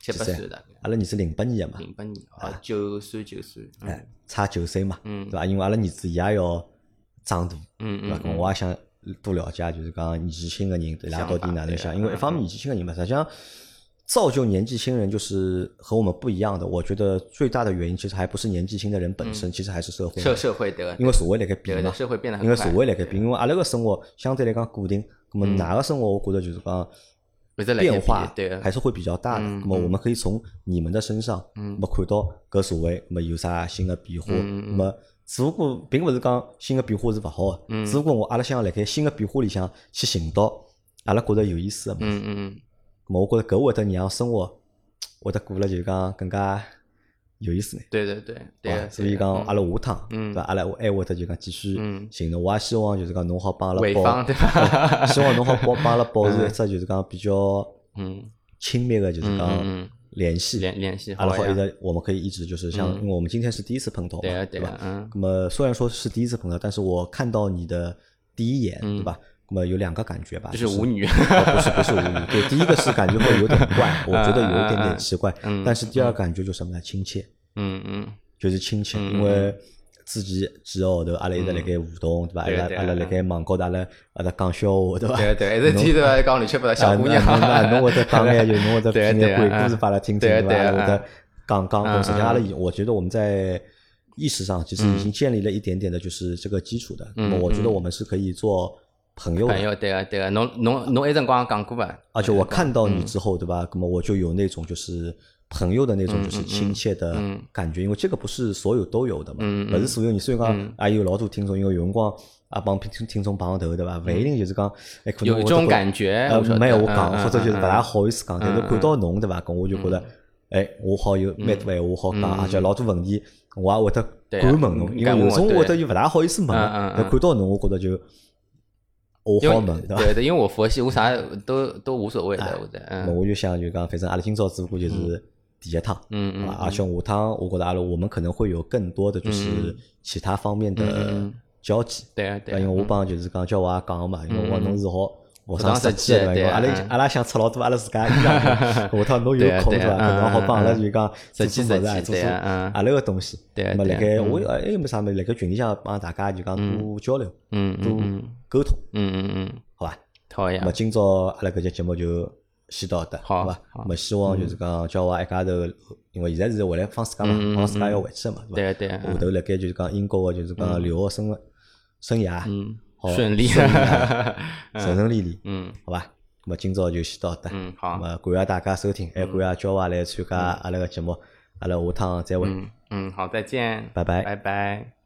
[SPEAKER 2] 七八岁的，
[SPEAKER 1] 阿拉儿子零八年的嘛，
[SPEAKER 2] 零八年啊，九岁九岁，
[SPEAKER 1] 哎，差九岁嘛，
[SPEAKER 2] 嗯
[SPEAKER 1] 对吧？因为阿拉儿子伊也要长大。
[SPEAKER 2] 嗯
[SPEAKER 1] 对
[SPEAKER 2] 嗯
[SPEAKER 1] 伐？
[SPEAKER 2] 嗯
[SPEAKER 1] 咾我也想多了解，就是讲年纪轻个人伊拉
[SPEAKER 2] 想
[SPEAKER 1] 到底
[SPEAKER 2] 法
[SPEAKER 1] 哪
[SPEAKER 2] 对
[SPEAKER 1] 能想？
[SPEAKER 2] 啊
[SPEAKER 1] 因为一
[SPEAKER 2] 嗯
[SPEAKER 1] 方面
[SPEAKER 2] 嗯
[SPEAKER 1] 年纪轻个人嘛，实际上造就年纪轻人就是和我们不一样的。我觉得最大的原因其实还不是年纪轻的人本身，其实还是社会嘛
[SPEAKER 2] 嗯社，社会的，
[SPEAKER 1] 因为社会辣盖变
[SPEAKER 2] 对
[SPEAKER 1] 嘛
[SPEAKER 2] 的，，社会变得很
[SPEAKER 1] 因为社
[SPEAKER 2] 快
[SPEAKER 1] 会辣盖变，因为阿拉个生活相对来讲固定，那么哪个生活我觉得就是讲。
[SPEAKER 2] 不是来
[SPEAKER 1] 变
[SPEAKER 2] 电比
[SPEAKER 1] 化
[SPEAKER 2] 对啊
[SPEAKER 1] 还是会比较大的。
[SPEAKER 2] 嗯
[SPEAKER 1] 那么我们可以从你们的身上，
[SPEAKER 2] 嗯
[SPEAKER 1] 那么看到搿社会，那么有啥新的变化？
[SPEAKER 2] 嗯嗯
[SPEAKER 1] 那么只不过并勿是讲新的变化是勿好的，
[SPEAKER 2] 嗯
[SPEAKER 1] 只不过我阿拉想辣盖新的变化里向去寻到阿拉觉得有意思的嘛。
[SPEAKER 2] 嗯嗯
[SPEAKER 1] 那么我觉得搿会得让生活会得过了就是讲更加有意思呢。
[SPEAKER 2] 对对对对
[SPEAKER 1] 啊
[SPEAKER 2] 啊，
[SPEAKER 1] 所以
[SPEAKER 2] 对啊
[SPEAKER 1] 讲
[SPEAKER 2] 嗯
[SPEAKER 1] 阿拉下趟，
[SPEAKER 2] 嗯
[SPEAKER 1] 对伐？阿拉还会得就讲继续
[SPEAKER 2] 嗯
[SPEAKER 1] 寻侬，我也希望就是讲侬好帮阿拉
[SPEAKER 2] 潍
[SPEAKER 1] 保
[SPEAKER 2] 坊，对
[SPEAKER 1] <laughs>
[SPEAKER 2] 吧？
[SPEAKER 1] 希望侬好保帮阿拉保持一只就是讲比较
[SPEAKER 2] 嗯
[SPEAKER 1] 亲密的，就是
[SPEAKER 2] 嗯
[SPEAKER 1] 讲
[SPEAKER 2] 嗯嗯，
[SPEAKER 1] 联系。
[SPEAKER 2] 联联系
[SPEAKER 1] 阿拉好
[SPEAKER 2] 呀嗯
[SPEAKER 1] 一直，我们可以一直就是像，因为我们今天是第一次碰头嘛，
[SPEAKER 2] 对啊对
[SPEAKER 1] 吧
[SPEAKER 2] 啊？嗯
[SPEAKER 1] 那么虽然说是第一次碰头，但是我看到你的第一眼，对吧？那么有两个感觉吧，
[SPEAKER 2] 嗯就是舞女，
[SPEAKER 1] 哦不是不是舞女，对，第一个是感觉会有点怪，
[SPEAKER 2] <laughs>
[SPEAKER 1] 我觉得有一点点奇怪，
[SPEAKER 2] 嗯
[SPEAKER 1] 但是第二感觉就是什么呢？亲切，
[SPEAKER 2] 嗯嗯，
[SPEAKER 1] 就是亲切，
[SPEAKER 2] 嗯
[SPEAKER 1] 因为之前几个号头阿拉一直辣盖互动，对伐？阿
[SPEAKER 2] 对
[SPEAKER 1] 拉
[SPEAKER 2] 对
[SPEAKER 1] 阿拉辣盖网高头阿拉阿拉讲笑话，对伐？
[SPEAKER 2] 对对，一直听着讲乱七八糟小姑娘
[SPEAKER 1] 啊，那那侬会得讲
[SPEAKER 2] <laughs>
[SPEAKER 1] 眼就侬会得
[SPEAKER 2] 对
[SPEAKER 1] 编
[SPEAKER 2] 对
[SPEAKER 1] 眼
[SPEAKER 2] 啊
[SPEAKER 1] 鬼故事拨阿拉听听，
[SPEAKER 2] 对啊
[SPEAKER 1] 伐？
[SPEAKER 2] 对啊
[SPEAKER 1] 会得讲讲
[SPEAKER 2] 嗯嗯
[SPEAKER 1] 东西。实际上阿拉已经，我觉得我们在意识上其实已经建立了一点点的，就是这个基础的。那么我觉得我们是可以做朋友的
[SPEAKER 2] 朋。友，对啊个对个，侬侬侬一辰光讲过伐？
[SPEAKER 1] 而啊且我看到
[SPEAKER 2] 嗯
[SPEAKER 1] 你之后，对吧？那么我就有那种就是朋友的那
[SPEAKER 2] 嗯
[SPEAKER 1] 种就是亲切的感觉，因为这个不是所有都有的嘛
[SPEAKER 2] 嗯，
[SPEAKER 1] 不是所有。你虽然讲啊有老多听众，因为有辰光啊帮听听众碰头，对吧？不一定就是讲哎可能
[SPEAKER 2] 有
[SPEAKER 1] 我
[SPEAKER 2] 一
[SPEAKER 1] 这
[SPEAKER 2] 种
[SPEAKER 1] 个
[SPEAKER 2] 感觉，
[SPEAKER 1] 呃
[SPEAKER 2] 我晓得
[SPEAKER 1] 没有我
[SPEAKER 2] 嗯
[SPEAKER 1] 讲，
[SPEAKER 2] 嗯
[SPEAKER 1] 或者就是
[SPEAKER 2] 嗯
[SPEAKER 1] 不大好意思讲，但是
[SPEAKER 2] 嗯
[SPEAKER 1] 看到侬对吧？跟我就觉得哎我好有蛮多闲话好讲，而且老多问题我也会得
[SPEAKER 2] 嗯对
[SPEAKER 1] 敢问侬，
[SPEAKER 2] 嗯
[SPEAKER 1] 因
[SPEAKER 2] 敢
[SPEAKER 1] 为
[SPEAKER 2] 问
[SPEAKER 1] 有
[SPEAKER 2] 我
[SPEAKER 1] 辰光
[SPEAKER 2] 对
[SPEAKER 1] 会得就不大好意思问，
[SPEAKER 2] 嗯嗯嗯
[SPEAKER 1] 但看到侬我觉得就我
[SPEAKER 2] 因
[SPEAKER 1] 好
[SPEAKER 2] 为
[SPEAKER 1] 问，对吧？
[SPEAKER 2] 对对，因为我佛系，我啥都都无所谓的，我觉得，
[SPEAKER 1] 那
[SPEAKER 2] 嗯
[SPEAKER 1] 我就想就讲，反正阿拉今朝只不过就是第一趟，
[SPEAKER 2] 嗯嗯
[SPEAKER 1] 啊，而且下趟我觉得阿拉我们可能会有更多的
[SPEAKER 2] 嗯
[SPEAKER 1] 就是其他方面的交集，
[SPEAKER 2] 对啊嗯对啊嗯
[SPEAKER 1] 因为我帮就是讲叫我也讲嘛，因为我侬是好。学
[SPEAKER 2] 服装
[SPEAKER 1] 生
[SPEAKER 2] 设
[SPEAKER 1] 设
[SPEAKER 2] 计
[SPEAKER 1] 计的嘛，因
[SPEAKER 2] 对
[SPEAKER 1] 为
[SPEAKER 2] 啊
[SPEAKER 1] 阿拉
[SPEAKER 2] 嗯
[SPEAKER 1] 阿拉想出老多阿拉自家衣裳
[SPEAKER 2] <laughs>
[SPEAKER 1] 的，下趟侬有
[SPEAKER 2] 对啊
[SPEAKER 1] 空
[SPEAKER 2] 对
[SPEAKER 1] 对伐？
[SPEAKER 2] 啊嗯
[SPEAKER 1] 可能好帮阿拉
[SPEAKER 2] 嗯
[SPEAKER 1] 就讲
[SPEAKER 2] 设
[SPEAKER 1] 做
[SPEAKER 2] 计
[SPEAKER 1] 做物
[SPEAKER 2] 设
[SPEAKER 1] 事啊，
[SPEAKER 2] 计
[SPEAKER 1] 做
[SPEAKER 2] 对
[SPEAKER 1] 做
[SPEAKER 2] 啊嗯
[SPEAKER 1] 阿拉个东西。
[SPEAKER 2] 对啊
[SPEAKER 1] 那么
[SPEAKER 2] 对
[SPEAKER 1] 辣
[SPEAKER 2] 啊
[SPEAKER 1] 盖我还有没啥么？辣盖群里向帮大家就讲多交流、
[SPEAKER 2] 嗯
[SPEAKER 1] 多
[SPEAKER 2] 嗯嗯
[SPEAKER 1] 沟通，
[SPEAKER 2] 嗯嗯嗯，
[SPEAKER 1] 好吧？
[SPEAKER 2] 好呀
[SPEAKER 1] 那么，今朝阿拉搿节节目就先到搿搭，
[SPEAKER 2] 好
[SPEAKER 1] 伐？
[SPEAKER 2] 好
[SPEAKER 1] 那么希望就是讲叫我一家头，因为现在是回来放暑假
[SPEAKER 2] 嗯嗯
[SPEAKER 1] 嘛，放暑假要回去的嘛，
[SPEAKER 2] 对
[SPEAKER 1] 伐？
[SPEAKER 2] 啊对啊，
[SPEAKER 1] 下头辣盖就是讲英国个就是讲留学生的生涯，
[SPEAKER 2] 嗯
[SPEAKER 1] 好
[SPEAKER 2] 顺利，
[SPEAKER 1] 顺啊顺顺利利，
[SPEAKER 2] <laughs> 嗯
[SPEAKER 1] 好伐？那么今朝就先到搿搭，
[SPEAKER 2] 嗯
[SPEAKER 1] 那
[SPEAKER 2] 好，
[SPEAKER 1] 么感谢大家收听，还感谢叫我来参加阿拉个节目，阿拉下趟再会，
[SPEAKER 2] 嗯嗯好，再见，
[SPEAKER 1] 拜拜
[SPEAKER 2] 拜拜。